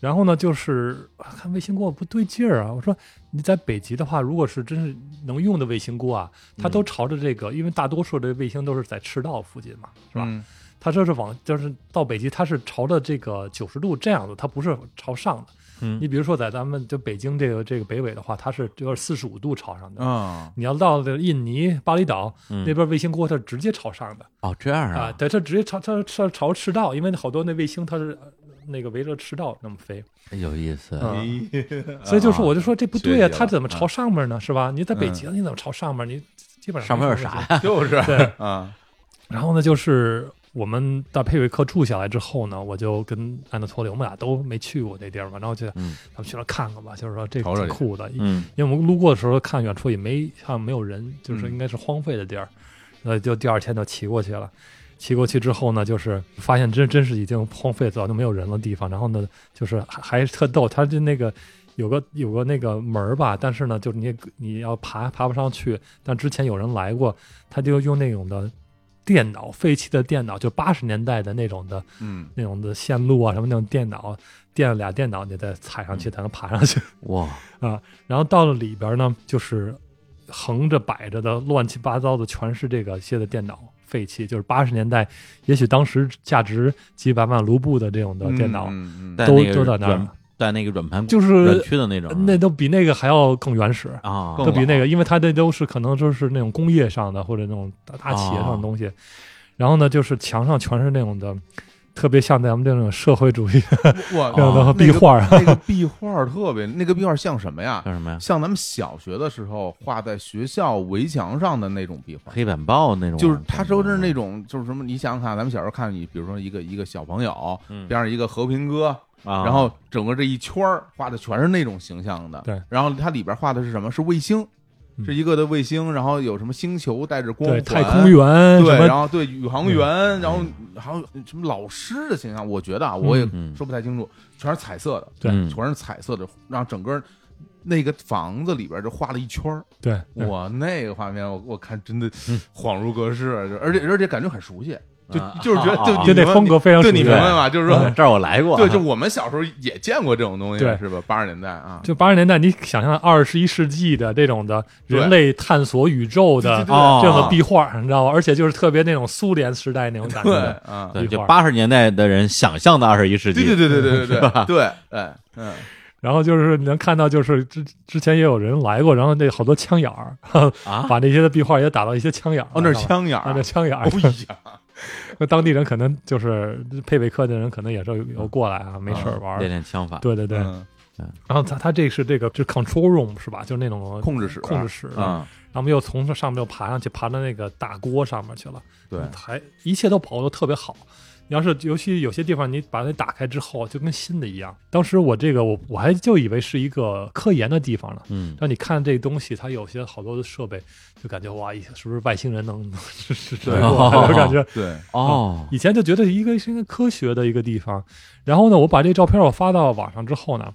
[SPEAKER 3] 然后呢，就是啊看卫星锅不对劲儿啊！我说你在北极的话，如果是真是能用的卫星锅啊，它
[SPEAKER 2] 嗯
[SPEAKER 3] 都朝着这个，因为大多数的卫星都是在赤道附近嘛，是吧？
[SPEAKER 1] 嗯
[SPEAKER 3] 它这是往就是到北极，它是朝着这个九十度这样的，它不是朝上的。
[SPEAKER 2] 嗯
[SPEAKER 3] 你比如说在咱们就北京这个这个北纬的话，它是就是四十五度朝上的。
[SPEAKER 1] 啊
[SPEAKER 3] 你要到的印尼巴厘岛、
[SPEAKER 2] 嗯
[SPEAKER 3] 那边卫星锅，它是直接朝上的。
[SPEAKER 2] 哦，这样
[SPEAKER 3] 啊，，对，它直接朝它朝朝赤道，因为好多那卫星它是呃那个围着赤道那么飞，
[SPEAKER 2] 有意思。
[SPEAKER 3] 嗯
[SPEAKER 1] 哎
[SPEAKER 3] 所以就是我就说这不对
[SPEAKER 1] 学
[SPEAKER 3] 呀、
[SPEAKER 1] 习了
[SPEAKER 3] 它怎么朝上面呢？是吧？你在北极，你怎么朝上面？你基本
[SPEAKER 2] 上
[SPEAKER 3] 上
[SPEAKER 2] 面有啥
[SPEAKER 3] 呀？
[SPEAKER 1] <laughs> 就是
[SPEAKER 3] 对，
[SPEAKER 1] 啊
[SPEAKER 3] 然后呢，就是我们在佩韦克住下来之后呢，我就跟安德托里，我们俩都没去过那地儿嘛，然后就咱
[SPEAKER 2] 嗯
[SPEAKER 3] 们去那儿看看吧，就是说这
[SPEAKER 1] 瞅瞅
[SPEAKER 3] 挺
[SPEAKER 1] 去
[SPEAKER 3] 酷的，
[SPEAKER 2] 嗯
[SPEAKER 3] 因为我们路过的时候看远处也没看没有人，就是
[SPEAKER 1] 嗯
[SPEAKER 3] 应该是荒废的地儿，呃，就第二天就骑过去了。骑过去之后呢，就是发现真真是已经荒废，早就没有人了地方。然后呢，就是还还特逗，它就那个有个有个那个门儿吧，但是呢，就是你也你要爬爬不上去，但之前有人来过，他就用那种的电脑废弃的电脑，就八十年代的那种的
[SPEAKER 1] 嗯
[SPEAKER 3] 那种的线路啊，什么那种电脑垫了俩电脑，你再踩上去才能爬上去。
[SPEAKER 2] 哇，
[SPEAKER 3] 然后到了里边呢，就是横着摆着的乱七八糟的，全是这个些的电脑废弃，就是八十年代，也许当时价值几百万卢布的这种的电脑，
[SPEAKER 1] 嗯嗯
[SPEAKER 2] 带
[SPEAKER 1] 嗯
[SPEAKER 3] 都
[SPEAKER 2] 那个
[SPEAKER 3] 都在那儿
[SPEAKER 2] 软，带那个软盘，
[SPEAKER 3] 就
[SPEAKER 2] 软
[SPEAKER 3] 是
[SPEAKER 2] 驱的那种，
[SPEAKER 3] 那都比那个还要更原始，
[SPEAKER 2] 啊，
[SPEAKER 1] 啊更
[SPEAKER 3] 都比
[SPEAKER 1] 老
[SPEAKER 3] 那个，因为它那都是可能就是那种工业上的或者那种大大企业上
[SPEAKER 2] 哦
[SPEAKER 3] 的东西，然后呢，就是墙上全是那种的。特别像咱们这种社会主义
[SPEAKER 1] 哇
[SPEAKER 3] 这样的
[SPEAKER 1] 那个
[SPEAKER 3] 壁画儿，
[SPEAKER 1] 那个壁画儿特别，那个壁画儿像什么呀
[SPEAKER 2] 叫？什
[SPEAKER 3] 嗯
[SPEAKER 2] 么呀？
[SPEAKER 1] 像咱们小学的时候画在学校围墙上的那种壁画，
[SPEAKER 2] 黑板报那种，
[SPEAKER 1] 就是
[SPEAKER 3] 啊
[SPEAKER 1] 它都是那种就是什么？你想想看，咱们小时候看你，比如说一个一个小朋友
[SPEAKER 2] 嗯
[SPEAKER 1] 边上一个和平鸽，
[SPEAKER 2] 啊，
[SPEAKER 1] 然后整个这一圈儿画的全是那种形象的。
[SPEAKER 3] 对，
[SPEAKER 1] 然后它里边画的是什么？是卫星，
[SPEAKER 3] 嗯
[SPEAKER 1] 是一个的卫星，然后有什么星球带着光
[SPEAKER 3] 对
[SPEAKER 1] 环，
[SPEAKER 3] 太空员
[SPEAKER 1] 对，
[SPEAKER 3] 什
[SPEAKER 1] 然
[SPEAKER 3] 么嗯
[SPEAKER 1] 后对宇航员，然后还有什么老师的形象，我觉得啊，我也
[SPEAKER 2] 嗯
[SPEAKER 1] 说不太清楚，全是彩色的，
[SPEAKER 3] 对
[SPEAKER 2] 嗯
[SPEAKER 1] 全是彩色的，让整个那个房子里边就画了一圈儿。
[SPEAKER 3] 对，
[SPEAKER 2] 嗯
[SPEAKER 3] 对
[SPEAKER 1] 哇，那个画面我我看真的恍如隔世，啊就而且而且感觉很熟悉，就
[SPEAKER 2] 啊
[SPEAKER 1] 就是觉
[SPEAKER 2] 啊
[SPEAKER 1] 得
[SPEAKER 2] 啊
[SPEAKER 1] 就
[SPEAKER 3] 就那风格非常
[SPEAKER 1] 对你
[SPEAKER 3] 熟
[SPEAKER 1] 明
[SPEAKER 3] 悉
[SPEAKER 1] 白吗？就是
[SPEAKER 2] 啊
[SPEAKER 3] <laughs>
[SPEAKER 1] 说，
[SPEAKER 2] 这儿我来过，
[SPEAKER 1] 嗯对，就我们小时候也见过这种东西
[SPEAKER 3] 对，
[SPEAKER 1] 是吧？八十年代啊，
[SPEAKER 3] 就八十年代，你想象二十一世纪的这种的
[SPEAKER 1] 对
[SPEAKER 3] 人类探索宇宙的
[SPEAKER 1] 对对啊对
[SPEAKER 2] 哦
[SPEAKER 3] 这种的壁画，你知道吗？而且就是特别那种苏联时代那种感
[SPEAKER 1] 对
[SPEAKER 3] 觉，
[SPEAKER 1] 啊，
[SPEAKER 2] 对，
[SPEAKER 3] 一
[SPEAKER 2] 就
[SPEAKER 3] 会儿
[SPEAKER 2] 八十年代的人想象的二十一世纪，
[SPEAKER 1] 对对对对对对
[SPEAKER 2] 是吧啊
[SPEAKER 1] 对对，哎嗯，
[SPEAKER 3] 然后就是能看到，就是之之前也有人来过，然后那好多枪眼儿，
[SPEAKER 2] 啊，
[SPEAKER 3] 把那些的壁画也打到一些枪眼儿。
[SPEAKER 1] 哦，那是
[SPEAKER 3] 知道吧，
[SPEAKER 1] 枪眼儿
[SPEAKER 3] 啊，那
[SPEAKER 1] 啊，
[SPEAKER 3] 枪眼儿
[SPEAKER 1] 哦，呀，
[SPEAKER 3] 那当地人可能就是佩贝克的人，可能也是有有过来啊，没事儿玩
[SPEAKER 2] 练
[SPEAKER 3] 儿。
[SPEAKER 2] 练枪法，
[SPEAKER 3] 对对对， <laughs>
[SPEAKER 1] 嗯
[SPEAKER 3] 然后他他这是这个就是 control room 是吧？就是那种
[SPEAKER 1] 控制室啊
[SPEAKER 3] 控制室。
[SPEAKER 1] 啊，
[SPEAKER 3] 然后我们又从这上面又爬上去，爬到那个大锅上面去了。嗯
[SPEAKER 1] 对，
[SPEAKER 3] 还一切都保护的特别好。你要是尤其有些地方，你把它打开之后，就跟新的一样。当时我这个我我还就以为是一个科研的地方呢。
[SPEAKER 2] 嗯，
[SPEAKER 3] 让你看这东西，它有些好多的设备，就感觉哇，是不是外星人能 <laughs> 能是是是
[SPEAKER 1] 对 <laughs>
[SPEAKER 3] 我就感觉
[SPEAKER 1] 对，
[SPEAKER 2] 哦，
[SPEAKER 3] 以前就觉得一个是一个科学的一个地方。然后呢，我把这照片我发到网上之后呢，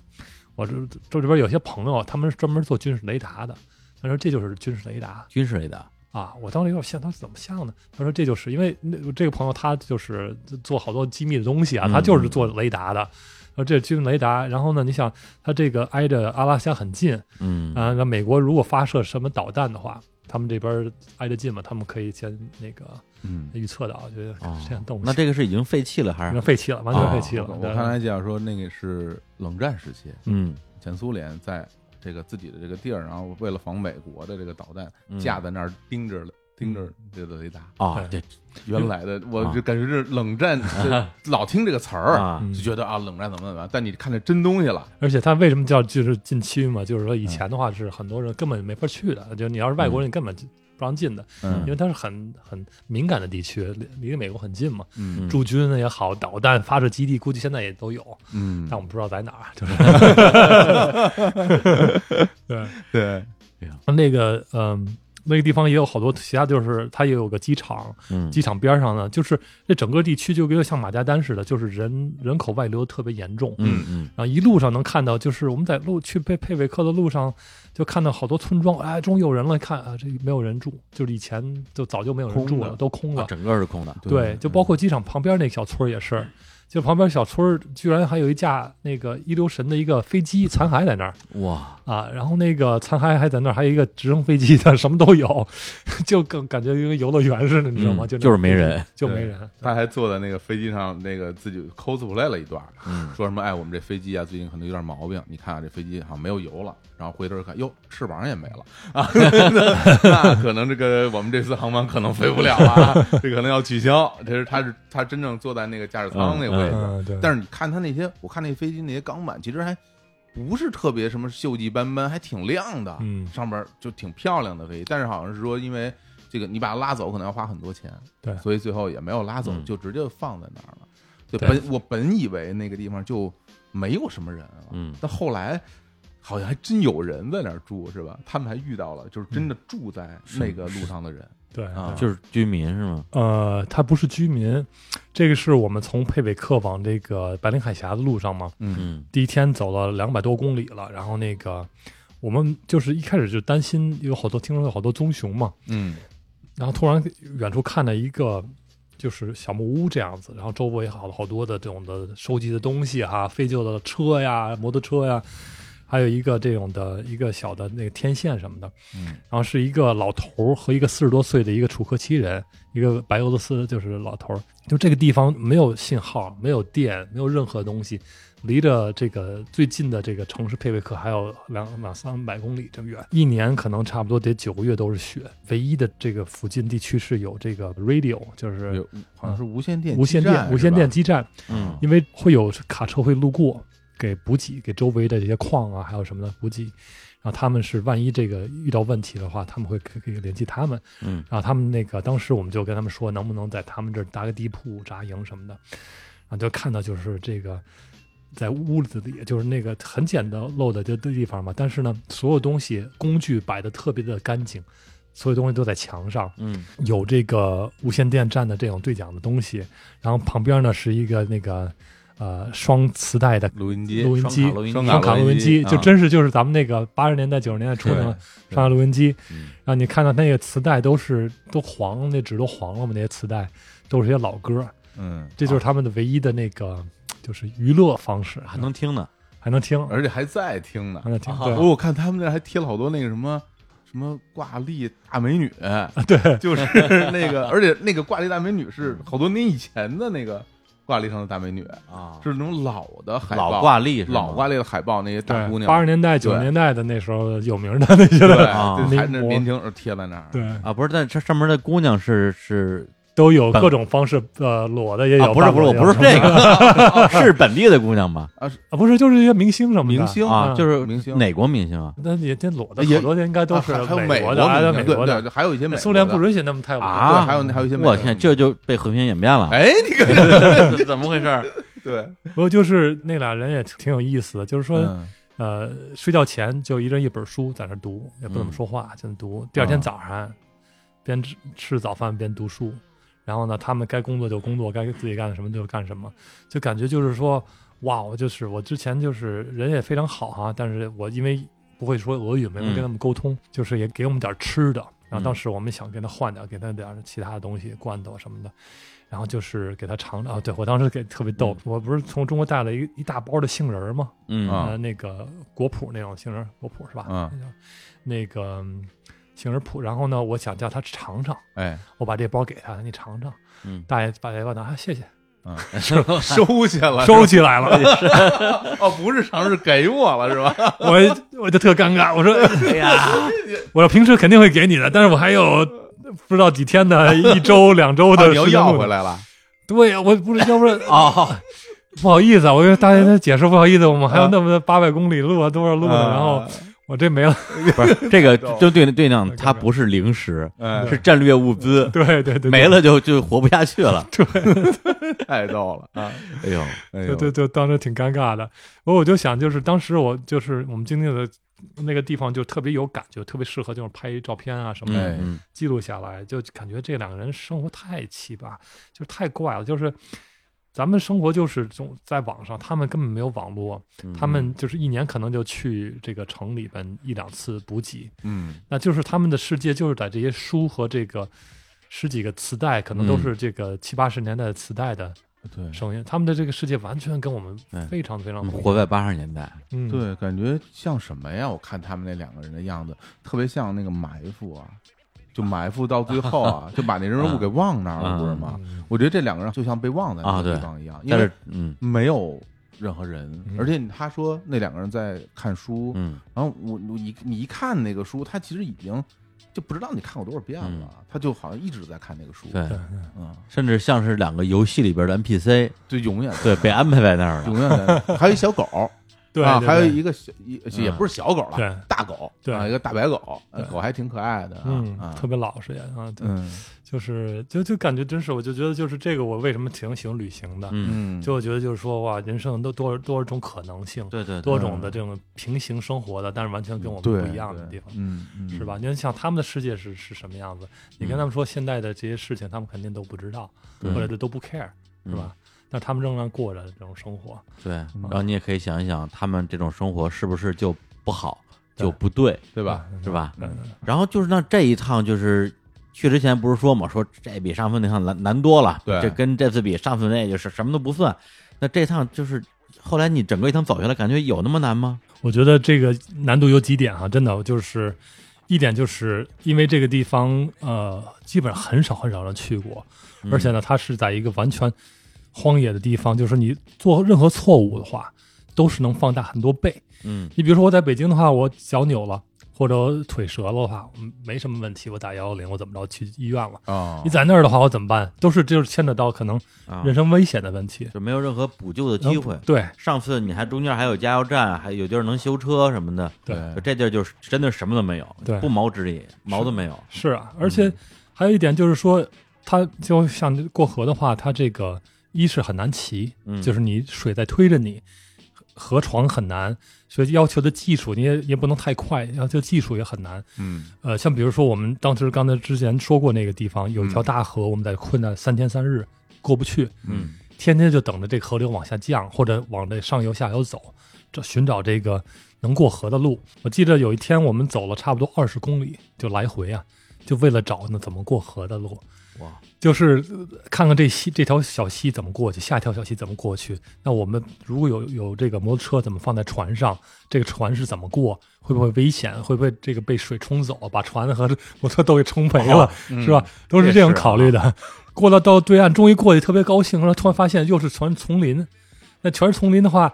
[SPEAKER 3] 我这这里边有些朋友，他们是专门做军事雷达的，他说这就是军事雷达，
[SPEAKER 2] 军事类的，
[SPEAKER 3] 啊，我当时有点像他怎么像呢？他说这就是因为那这个朋友他就是做好多机密的东西啊，
[SPEAKER 2] 嗯
[SPEAKER 3] 他就是做雷达的。呃，这军用雷达，然后呢，你想他这个挨着阿拉斯加很近
[SPEAKER 2] 嗯
[SPEAKER 3] 啊，那美国如果发射什么导弹的话，他们这边挨着近嘛，他们可以先那个
[SPEAKER 1] 嗯。
[SPEAKER 3] 预测到，就是
[SPEAKER 2] 哦
[SPEAKER 3] 这样动
[SPEAKER 2] 那
[SPEAKER 3] 起
[SPEAKER 2] 这
[SPEAKER 3] 来。
[SPEAKER 2] 个是已经废弃了还
[SPEAKER 3] 已经
[SPEAKER 2] 是？
[SPEAKER 3] 废弃了，完
[SPEAKER 2] 哦
[SPEAKER 3] 全废弃了。
[SPEAKER 1] 嗯哦我
[SPEAKER 3] 对
[SPEAKER 1] 我看来介绍说，那个是冷战时期，
[SPEAKER 2] 嗯，
[SPEAKER 1] 前苏联在这个自己的这个地儿，然后为了防美国的这个导弹，
[SPEAKER 2] 嗯
[SPEAKER 1] 架在那儿盯着了。盯着这个雷达，
[SPEAKER 2] 啊，对
[SPEAKER 1] 原来的我就感觉这冷战，这老听这个词儿，
[SPEAKER 2] 啊，
[SPEAKER 3] 嗯
[SPEAKER 1] 就觉得啊冷战怎么怎么样，但你看这真东西了，
[SPEAKER 3] 而且它为什么叫就是禁区嘛？就是说以前的话是很多人根本没法去的，就你要是外国人，你根本就不让进的。因
[SPEAKER 1] 嗯
[SPEAKER 3] 为它是很很敏感的地区，离离美国很近嘛，
[SPEAKER 1] 嗯
[SPEAKER 3] 驻军也好，导弹发射基地估计现在也都有，
[SPEAKER 1] 嗯
[SPEAKER 3] 但，我们不知道在哪儿。啊
[SPEAKER 1] <laughs>
[SPEAKER 3] 就是对，
[SPEAKER 1] 对，
[SPEAKER 3] 那个嗯、那个地方也有好多其他，就是它也有个机场，
[SPEAKER 2] 嗯
[SPEAKER 3] 机场边上呢，就是这整个地区就跟像马加丹似的，就是人人口外流特别严重。
[SPEAKER 2] 嗯嗯
[SPEAKER 3] 然后一路上能看到，就是我们在路去佩佩韦克的路上，就看到好多村庄，哎，终于有人了，看啊，这没有人住，就是以前就早就没有人
[SPEAKER 1] 空
[SPEAKER 3] 住
[SPEAKER 1] 的
[SPEAKER 3] 了，都空
[SPEAKER 2] 啊
[SPEAKER 3] 了。
[SPEAKER 2] 整个是空的，
[SPEAKER 3] 对，就包括机场旁边那小村儿也是，就旁边小村儿居然还有一架那个一流神的一个飞机残骸在那儿
[SPEAKER 2] 哇，
[SPEAKER 3] 啊，然后那个残骸还在那儿，还有一个直升飞机的，什么都有， <laughs> 就更感觉跟游乐园似的，你知道吗？
[SPEAKER 2] 嗯
[SPEAKER 3] 就那
[SPEAKER 2] 就是没人，
[SPEAKER 3] 就没人。
[SPEAKER 1] 他还坐在那个飞机上，那个自己 cosplay 了一段，
[SPEAKER 2] 嗯
[SPEAKER 1] 说什么哎我们这飞机啊最近可能有点毛病，你看啊这飞机好像没有油了，然后回头一看哟翅膀也没了 <laughs> 啊，那可能这个我们这次航班可能飞不了 <laughs> 啊，这可能要取消。这是他是他真正坐在那个驾驶舱那位置，
[SPEAKER 3] 嗯，对。
[SPEAKER 1] 但是你看他那些，我看那飞机那些钢板其实还不是特别什么锈迹斑斑，还挺亮的，
[SPEAKER 3] 嗯
[SPEAKER 1] 上边就挺漂亮的飞机，但是好像是说因为。这个你把它拉走可能要花很多钱，
[SPEAKER 3] 对
[SPEAKER 1] 所以最后也没有拉走，
[SPEAKER 2] 嗯
[SPEAKER 1] 就直接放在那儿了。对，
[SPEAKER 3] 对
[SPEAKER 1] 本我本以为那个地方就没有什么人了，
[SPEAKER 2] 嗯
[SPEAKER 1] 但后来好像还真有人在那儿住，是吧？他们还遇到了，就是真的
[SPEAKER 3] 嗯
[SPEAKER 1] 住在那个路上的人，
[SPEAKER 3] 对
[SPEAKER 1] 啊
[SPEAKER 3] 对
[SPEAKER 2] 嗯就是居民是吗？
[SPEAKER 3] 呃，它不是居民，这个是我们从佩韦克往这个白令海峡的路上嘛，
[SPEAKER 1] 嗯
[SPEAKER 2] 嗯
[SPEAKER 3] 第一天走了两百多公里了，然后那个我们就是一开始就担心有好多听说有好多棕熊嘛，
[SPEAKER 1] 嗯
[SPEAKER 3] 然后突然远处看到一个就是小木屋这样子，然后周围好好多的这种的收集的东西哈、废旧的车呀、摩托车呀，还有一个这种的一个小的那个天线什么的，
[SPEAKER 1] 嗯
[SPEAKER 3] 然后是一个老头儿和一个四十多岁的一个楚科奇人，一个白俄罗斯就是老头儿，就这个地方没有信号，没有电，没有任何东西，离着这个最近的这个城市佩韦克还有两两三百公里这么远，一年可能差不多得九个月都是雪。唯一的这个附近地区是有这个 radio，就是
[SPEAKER 1] 有好像是无线电基站，
[SPEAKER 3] 无线电
[SPEAKER 1] 是吧
[SPEAKER 3] 无线电基站，
[SPEAKER 2] 嗯
[SPEAKER 3] 因为会有卡车会路过，给补给给周围的这些矿啊，还有什么的补给。然后他们是万一这个遇到问题的话，他们会可以联系他们。
[SPEAKER 2] 嗯
[SPEAKER 3] 然后他们那个当时我们就跟他们说，能不能在他们这儿搭个地铺、扎营什么的。然后就看到就是这个在屋子里，就是那个很简单漏的的地方嘛。但是呢，所有东西工具摆的特别的干净，所有东西都在墙上，
[SPEAKER 2] 嗯
[SPEAKER 3] 有这个无线电站的这种对讲的东西，然后旁边呢是一个那个呃双磁带的
[SPEAKER 1] 录音机，
[SPEAKER 3] 录音
[SPEAKER 2] 双
[SPEAKER 3] 机
[SPEAKER 2] 卡。录音
[SPEAKER 1] 双
[SPEAKER 2] 机
[SPEAKER 3] 双卡
[SPEAKER 1] 卡
[SPEAKER 3] 录
[SPEAKER 1] 录
[SPEAKER 3] 音
[SPEAKER 1] 音
[SPEAKER 3] 机
[SPEAKER 1] 机
[SPEAKER 3] 嗯就
[SPEAKER 1] 啊
[SPEAKER 3] 真是就是咱们那个八十年代九十年代初
[SPEAKER 1] 对
[SPEAKER 3] 的双卡录音机，
[SPEAKER 2] 嗯
[SPEAKER 3] 然后你看到那个磁带都是都黄了，那纸都黄了嘛，那些磁带都是些老歌，
[SPEAKER 1] 嗯，
[SPEAKER 3] 这就是他们的唯一的那个就是娱乐方式，
[SPEAKER 2] 还能听呢，
[SPEAKER 3] 还能听，
[SPEAKER 1] 而且还在听呢
[SPEAKER 3] 还。能听，
[SPEAKER 2] 啊
[SPEAKER 3] 对
[SPEAKER 1] 哦，我看他们那还贴了好多那个什么什么挂历大美女，
[SPEAKER 3] 啊对，
[SPEAKER 1] 就是那个，而且那个挂历大美女是好多年以前的那个挂历上的大美女，
[SPEAKER 2] 啊，
[SPEAKER 1] 是那种老的海报，
[SPEAKER 2] 老挂历是吗，
[SPEAKER 1] 老挂历的海报，那些大姑
[SPEAKER 3] 对，
[SPEAKER 1] 娘，
[SPEAKER 3] 八十年代九十年代的那时候有名的那些
[SPEAKER 1] 对，
[SPEAKER 3] 的，
[SPEAKER 2] 啊
[SPEAKER 1] 对还
[SPEAKER 3] 民
[SPEAKER 1] 那
[SPEAKER 3] 国
[SPEAKER 1] 年轻贴在那儿，
[SPEAKER 3] 对，
[SPEAKER 2] 啊，不是，但这上面的姑娘是是
[SPEAKER 3] 都有
[SPEAKER 2] 本
[SPEAKER 3] 各种方式，呃，裸的也
[SPEAKER 2] 啊，
[SPEAKER 3] 有，
[SPEAKER 2] 不是
[SPEAKER 3] 半
[SPEAKER 2] 不是，
[SPEAKER 3] 裸
[SPEAKER 2] 我
[SPEAKER 3] 的
[SPEAKER 2] 不
[SPEAKER 3] 也
[SPEAKER 2] 是这
[SPEAKER 3] 有
[SPEAKER 2] 个，是本地的姑娘吧？
[SPEAKER 3] 啊，不是，就是一些明星什么的，
[SPEAKER 1] 明星
[SPEAKER 2] 啊，
[SPEAKER 3] 嗯
[SPEAKER 2] 就是
[SPEAKER 1] 明星
[SPEAKER 2] 哪国明星啊？
[SPEAKER 3] 那也这裸的，
[SPEAKER 1] 也
[SPEAKER 3] 好多应该都是
[SPEAKER 1] 啊还还有
[SPEAKER 3] 美
[SPEAKER 1] 国
[SPEAKER 3] 的，还有
[SPEAKER 1] 明
[SPEAKER 3] 美
[SPEAKER 1] 星对
[SPEAKER 3] 国
[SPEAKER 1] 对，
[SPEAKER 3] 的，
[SPEAKER 1] 对还有一些美
[SPEAKER 3] 苏联
[SPEAKER 1] 国的
[SPEAKER 3] 不允许那么太裸
[SPEAKER 2] 啊
[SPEAKER 1] 对还有还有一些美国
[SPEAKER 2] 我
[SPEAKER 1] 的
[SPEAKER 2] 天，这就被和平演变了，
[SPEAKER 1] 哎， <laughs> 你个
[SPEAKER 2] <laughs> 怎么回事？
[SPEAKER 1] 对，
[SPEAKER 3] 不过就是那俩人也挺有意思的，就是说，
[SPEAKER 1] 嗯
[SPEAKER 3] 呃，睡觉前就一人一本书在那读，也不
[SPEAKER 2] 嗯
[SPEAKER 3] 怎么说话，就读。第二
[SPEAKER 2] 啊
[SPEAKER 3] 天早上，边吃吃早饭边读书，然后呢，他们该工作就工作，该自己干什么就干什么，就感觉就是说，哇，我就是我之前就是人也非常好哈、但是我因为不会说俄语，没法
[SPEAKER 2] 嗯
[SPEAKER 3] 跟他们沟通，就是也给我们点吃的。然后当
[SPEAKER 2] 嗯
[SPEAKER 3] 时我们想给他换点，给他点其他的东西，罐头什么的。然后就是给他尝尝啊，对我当时给特别逗，我不是从中国带了一一大包的杏仁儿吗？
[SPEAKER 2] 嗯
[SPEAKER 1] 啊
[SPEAKER 3] 呃，那个果脯那种杏仁儿果脯是吧？
[SPEAKER 1] 嗯
[SPEAKER 3] 那叫，那个嗯杏仁脯。然后呢，我想叫他尝尝，
[SPEAKER 2] <laughs>
[SPEAKER 1] 哎，
[SPEAKER 3] 我把这包给他，你尝尝。
[SPEAKER 2] 嗯，
[SPEAKER 3] 大爷把这包拿，啊谢谢，
[SPEAKER 1] 收起来了，
[SPEAKER 3] 收起来了。
[SPEAKER 1] 哦，不是尝试给我了是吧？
[SPEAKER 3] 我我就特尴尬，我说 <laughs>
[SPEAKER 2] 哎呀，
[SPEAKER 3] 我说平时肯定会给你的，但是我还有不知道几天的一周两周
[SPEAKER 1] <laughs> 啊
[SPEAKER 3] 的
[SPEAKER 1] 你要
[SPEAKER 3] 时间
[SPEAKER 1] 要
[SPEAKER 3] 录
[SPEAKER 1] 回
[SPEAKER 3] 呢。
[SPEAKER 1] 来了，
[SPEAKER 3] 对呀，我不是， <laughs> 要不然
[SPEAKER 2] 哦，
[SPEAKER 3] 不好意思啊，我跟大爷他解释不好意思，我们
[SPEAKER 1] 啊
[SPEAKER 3] 还有那么八百公里路啊，多少路呢？然后我这没了， <laughs>
[SPEAKER 2] 不是这个，就对对那样，它不是零食，
[SPEAKER 1] 哎
[SPEAKER 2] 是战略物资，
[SPEAKER 3] 对对对，对
[SPEAKER 2] 没，了就就活不下去了。
[SPEAKER 1] 太逗了啊！
[SPEAKER 2] <laughs> 哎呦，
[SPEAKER 1] 哎
[SPEAKER 3] 对
[SPEAKER 1] 呦
[SPEAKER 3] 对，就当时挺尴尬的。我我就想，就是当时我就是我们经历的那个地方，就特别有感觉，特别适合就是拍照片啊什么的，
[SPEAKER 1] 哎
[SPEAKER 2] 嗯
[SPEAKER 3] 记录下来，就感觉这两个人生活太奇葩，就是太怪了，就是。咱们生活就是总在网上，他们根本没有网络，
[SPEAKER 2] 嗯，
[SPEAKER 3] 他们就是一年可能就去这个城里边一两次补给，
[SPEAKER 1] 嗯，
[SPEAKER 3] 那就是他们的世界就是在这些书和这个十几个磁带，可能都是这个七八十年代的磁带的
[SPEAKER 1] 对
[SPEAKER 3] 声音，他们的这个世界完全跟我们
[SPEAKER 2] 对
[SPEAKER 3] 非常非
[SPEAKER 2] 我
[SPEAKER 3] 常
[SPEAKER 2] 们
[SPEAKER 3] 不一
[SPEAKER 2] 嗯活
[SPEAKER 3] 样。
[SPEAKER 2] 在八十年代，
[SPEAKER 3] 嗯，
[SPEAKER 1] 嗯对，感觉像什么呀？我看他们那两个人的样子，特别像那个埋伏啊，就埋伏到最后
[SPEAKER 2] <laughs>
[SPEAKER 1] 啊，就把那人物给忘那儿了，
[SPEAKER 2] 嗯
[SPEAKER 1] 不是吗？
[SPEAKER 3] 嗯，
[SPEAKER 1] 我觉得这两个人就像被忘在
[SPEAKER 2] 啊
[SPEAKER 1] 那个
[SPEAKER 2] 对
[SPEAKER 1] 地方一样，因
[SPEAKER 2] 但
[SPEAKER 1] 为
[SPEAKER 2] 是嗯
[SPEAKER 1] 没有任何人，
[SPEAKER 3] 嗯
[SPEAKER 1] 而且他说那两个人在看书，
[SPEAKER 2] 嗯
[SPEAKER 1] 然后我我一你一看那个书，他其实已经就不知道你看过多少遍了，他就好像一直在看那个书，
[SPEAKER 2] 嗯对，
[SPEAKER 1] 嗯，
[SPEAKER 2] 甚至像是两个游戏里边的 NPC，
[SPEAKER 1] 就永
[SPEAKER 2] <laughs>
[SPEAKER 1] 远
[SPEAKER 2] 对，被安排在那儿了。
[SPEAKER 1] 永远在，还有一小狗儿
[SPEAKER 3] 对，
[SPEAKER 1] 啊，
[SPEAKER 3] 对
[SPEAKER 1] 还有
[SPEAKER 3] 对嗯
[SPEAKER 1] 一个小一也不是小狗了，
[SPEAKER 3] 对
[SPEAKER 1] 大狗，
[SPEAKER 3] 对
[SPEAKER 1] 啊，一个大白狗，呃
[SPEAKER 3] 对
[SPEAKER 1] 狗还挺可爱的啊，
[SPEAKER 3] 嗯，
[SPEAKER 1] 啊
[SPEAKER 3] 特，别老实也啊，对，
[SPEAKER 1] 嗯
[SPEAKER 3] 就是就就感觉真是，我就觉得就是这个，我为什么挺喜欢旅行的，
[SPEAKER 2] 嗯，
[SPEAKER 1] 嗯，
[SPEAKER 3] 就我觉得就是说哇，人生都多少多少种可能性，
[SPEAKER 2] 对对，对
[SPEAKER 3] 多种的这种平行生活的，但是完全跟我们
[SPEAKER 1] 嗯对
[SPEAKER 3] 不一样的地方。
[SPEAKER 1] 嗯，嗯
[SPEAKER 3] 是？吧？你想他们的世界是是什么样子？你跟他们说现在的这些事情，他们肯定都不知道，
[SPEAKER 2] 对
[SPEAKER 3] 或者都不 care，是
[SPEAKER 1] 嗯
[SPEAKER 3] 吧？嗯但他们仍然过着这种生活。
[SPEAKER 2] 嗯对，然后你也可以想一想，他们这种生活是不是就不好，就不对，
[SPEAKER 1] 对吧？
[SPEAKER 2] 是吧？
[SPEAKER 3] 嗯？嗯
[SPEAKER 2] 然后就是那这一趟就是去之前不是说嘛，说这比上次那趟难难多了，
[SPEAKER 1] 对
[SPEAKER 2] 这跟这次比上次那就是什么都不算。那这趟就是后来你整个一趟走下来，感觉有那么难吗？
[SPEAKER 3] 我觉得这个难度有几点哈、真的就是一点就是因为这个地方呃，基本上很少很少人去过，
[SPEAKER 2] 嗯
[SPEAKER 3] 而且呢，它是在一个完全荒野的地方，就是你做任何错误的话，都是能放大很多倍。
[SPEAKER 2] 嗯
[SPEAKER 3] 你比如说我在北京的话，我脚扭了或者我腿折了的话，嗯没什么问题，我打幺幺零，我怎么着去医院了？
[SPEAKER 1] 哦
[SPEAKER 3] 你，在那儿的话，我怎么办？都是就是牵扯到可能
[SPEAKER 2] 啊，
[SPEAKER 3] 人身危险的问题，嗯
[SPEAKER 2] 就没有任何补救的机会。
[SPEAKER 3] 对
[SPEAKER 2] 上次你还中间还有加油站，还有地儿能修车什么的，
[SPEAKER 3] 对
[SPEAKER 2] 这地儿就是真的什么都没有，
[SPEAKER 3] 对
[SPEAKER 2] 不毛之地，毛都没有。
[SPEAKER 3] 是啊，而且还有一点就是说，它就像过河的话，它这个一是很难骑，
[SPEAKER 2] 嗯
[SPEAKER 3] 就是你水在推着你，河床很难，所以要求的技术你也也不能太快，要求技术也很难。
[SPEAKER 1] 嗯
[SPEAKER 3] 呃，像比如说我们当时刚才之前说过那个地方有一条大河，我们在困在三天三日过不去，
[SPEAKER 2] 嗯
[SPEAKER 3] 天天就等着这河流往下降或者往这上游下游走，这寻找这个能过河的路。我记得有一天我们走了差不多二十公里，就来回啊，就为了找那怎么过河的路。
[SPEAKER 2] 哇！
[SPEAKER 3] 就是呃看看这溪这条小溪怎么过去，下一条小溪怎么过去。那我们如果有有这个摩托车，怎么放在船上？这个船是怎么过？会不会危险？会不会这个被水冲走，把船和摩托车都给冲没了，是吧？都是这种考虑的。过了到对岸，终于过去，特别高兴。然后突然发现又是全是丛林，那全是丛林的话，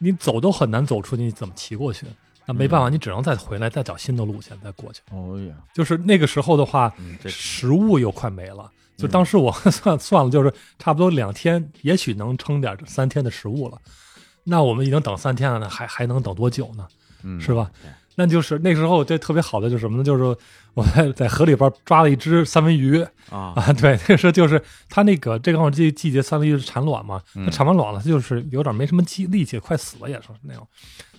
[SPEAKER 3] 你走都很难走出去，你怎么骑过去？那没办法，你只能再回来，再找新的路线再过去。
[SPEAKER 1] 哦呀，
[SPEAKER 3] 就是那个时候的话，
[SPEAKER 2] 嗯，这嗯
[SPEAKER 3] 食物又快没了。就当时我 <laughs> 算算了，就是差不多两天，也许能撑点三天的食物了。那我们已经等三天了呢，还还能等多久呢？
[SPEAKER 1] 嗯
[SPEAKER 3] 是吧？那就是那时候这特别好的就是什么呢？就是我 <laughs> 在在河里边抓了一只三文鱼
[SPEAKER 2] 啊
[SPEAKER 3] 啊， <laughs> 对，那时候就是它那个这个季季节三文鱼是产卵嘛，
[SPEAKER 2] 嗯
[SPEAKER 3] 它产完卵了，它就是有点没什么力力气，快死了也是那种。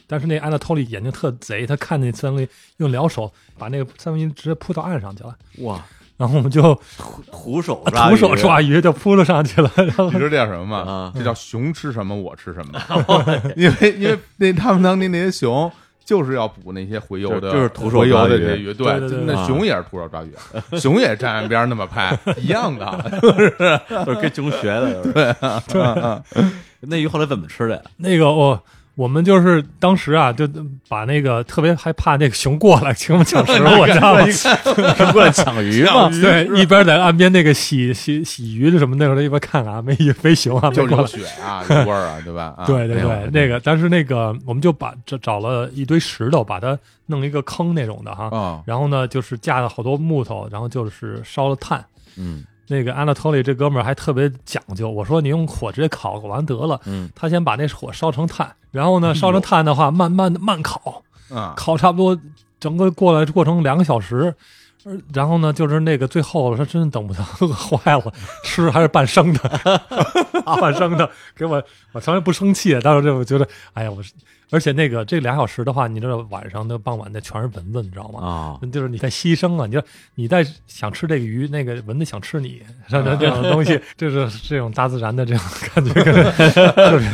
[SPEAKER 3] 但是那安娜托利眼睛特贼，他看见三文鱼用两手把那个三文鱼直接扑到岸上去了，
[SPEAKER 2] 哇，
[SPEAKER 3] 然后我们就
[SPEAKER 2] 徒徒手
[SPEAKER 3] 徒啊手抓鱼就扑了上去了，然后
[SPEAKER 1] <laughs> 你知道这叫什么吗
[SPEAKER 2] 啊？哦
[SPEAKER 1] 这叫熊吃什么我吃什
[SPEAKER 2] <laughs>
[SPEAKER 1] 么， <laughs> 因为因为那他们当地那些熊。就是要捕那些洄游的，
[SPEAKER 2] 就就是徒
[SPEAKER 1] 洄
[SPEAKER 2] 手
[SPEAKER 1] 游
[SPEAKER 2] 抓
[SPEAKER 1] 的
[SPEAKER 2] 鱼
[SPEAKER 1] 这些鱼，
[SPEAKER 3] 对对对
[SPEAKER 1] 那
[SPEAKER 2] 啊
[SPEAKER 1] 熊也是徒手抓鱼， <laughs> 熊也站岸边儿那么
[SPEAKER 2] <laughs>
[SPEAKER 1] 拍，一样的。
[SPEAKER 2] 鱼，都是跟熊学
[SPEAKER 3] <laughs>
[SPEAKER 2] 的。对，啊那鱼后来怎么吃的呀？
[SPEAKER 3] 那个我、我们就是当时啊，就把那个特别害怕那个熊过来请我们抢食物，你知道吗？
[SPEAKER 2] 是过来抢鱼啊嘛？
[SPEAKER 3] <laughs> 对，一边在岸边那个洗洗洗鱼的什么那时候一边看啊，没鱼没熊啊，没
[SPEAKER 1] 就是
[SPEAKER 3] 过
[SPEAKER 1] 有
[SPEAKER 3] 来。
[SPEAKER 1] 血啊，有味儿啊，对吧？啊，
[SPEAKER 3] <laughs> 对对
[SPEAKER 1] 没有
[SPEAKER 3] 对，那个，但是那个，我们就把这找了一堆石头，把它弄一个坑那种的哈，
[SPEAKER 5] 哦
[SPEAKER 1] 啊，
[SPEAKER 3] 然后呢，就是架了好多木头，然后就是烧了炭，
[SPEAKER 2] 嗯
[SPEAKER 3] 那个安娜托利这哥们儿还特别讲究，我说你用火直接烤，完得了。
[SPEAKER 2] 嗯，
[SPEAKER 3] 他先把那火烧成炭，然后呢，烧成炭的话，慢慢的慢烤，
[SPEAKER 1] 啊，
[SPEAKER 3] 烤差不多整个过来过程两个小时。呃然后呢，就是那个最后他真的等不到，饿坏了，吃还是半生的， <laughs> 半生的，给我我从来不生气，啊但是这我觉得，哎呀，我是，而且那个这俩小时的话，你知道晚上的傍晚那全是蚊子，你知道吗？
[SPEAKER 2] 啊，
[SPEAKER 3] 就是你在牺牲啊，你就你在想吃这个鱼，那个蚊子想吃你， <laughs> 这
[SPEAKER 2] 啊
[SPEAKER 3] 这这种东西，就是这种大自然的这种感觉，
[SPEAKER 2] <laughs>
[SPEAKER 3] 特别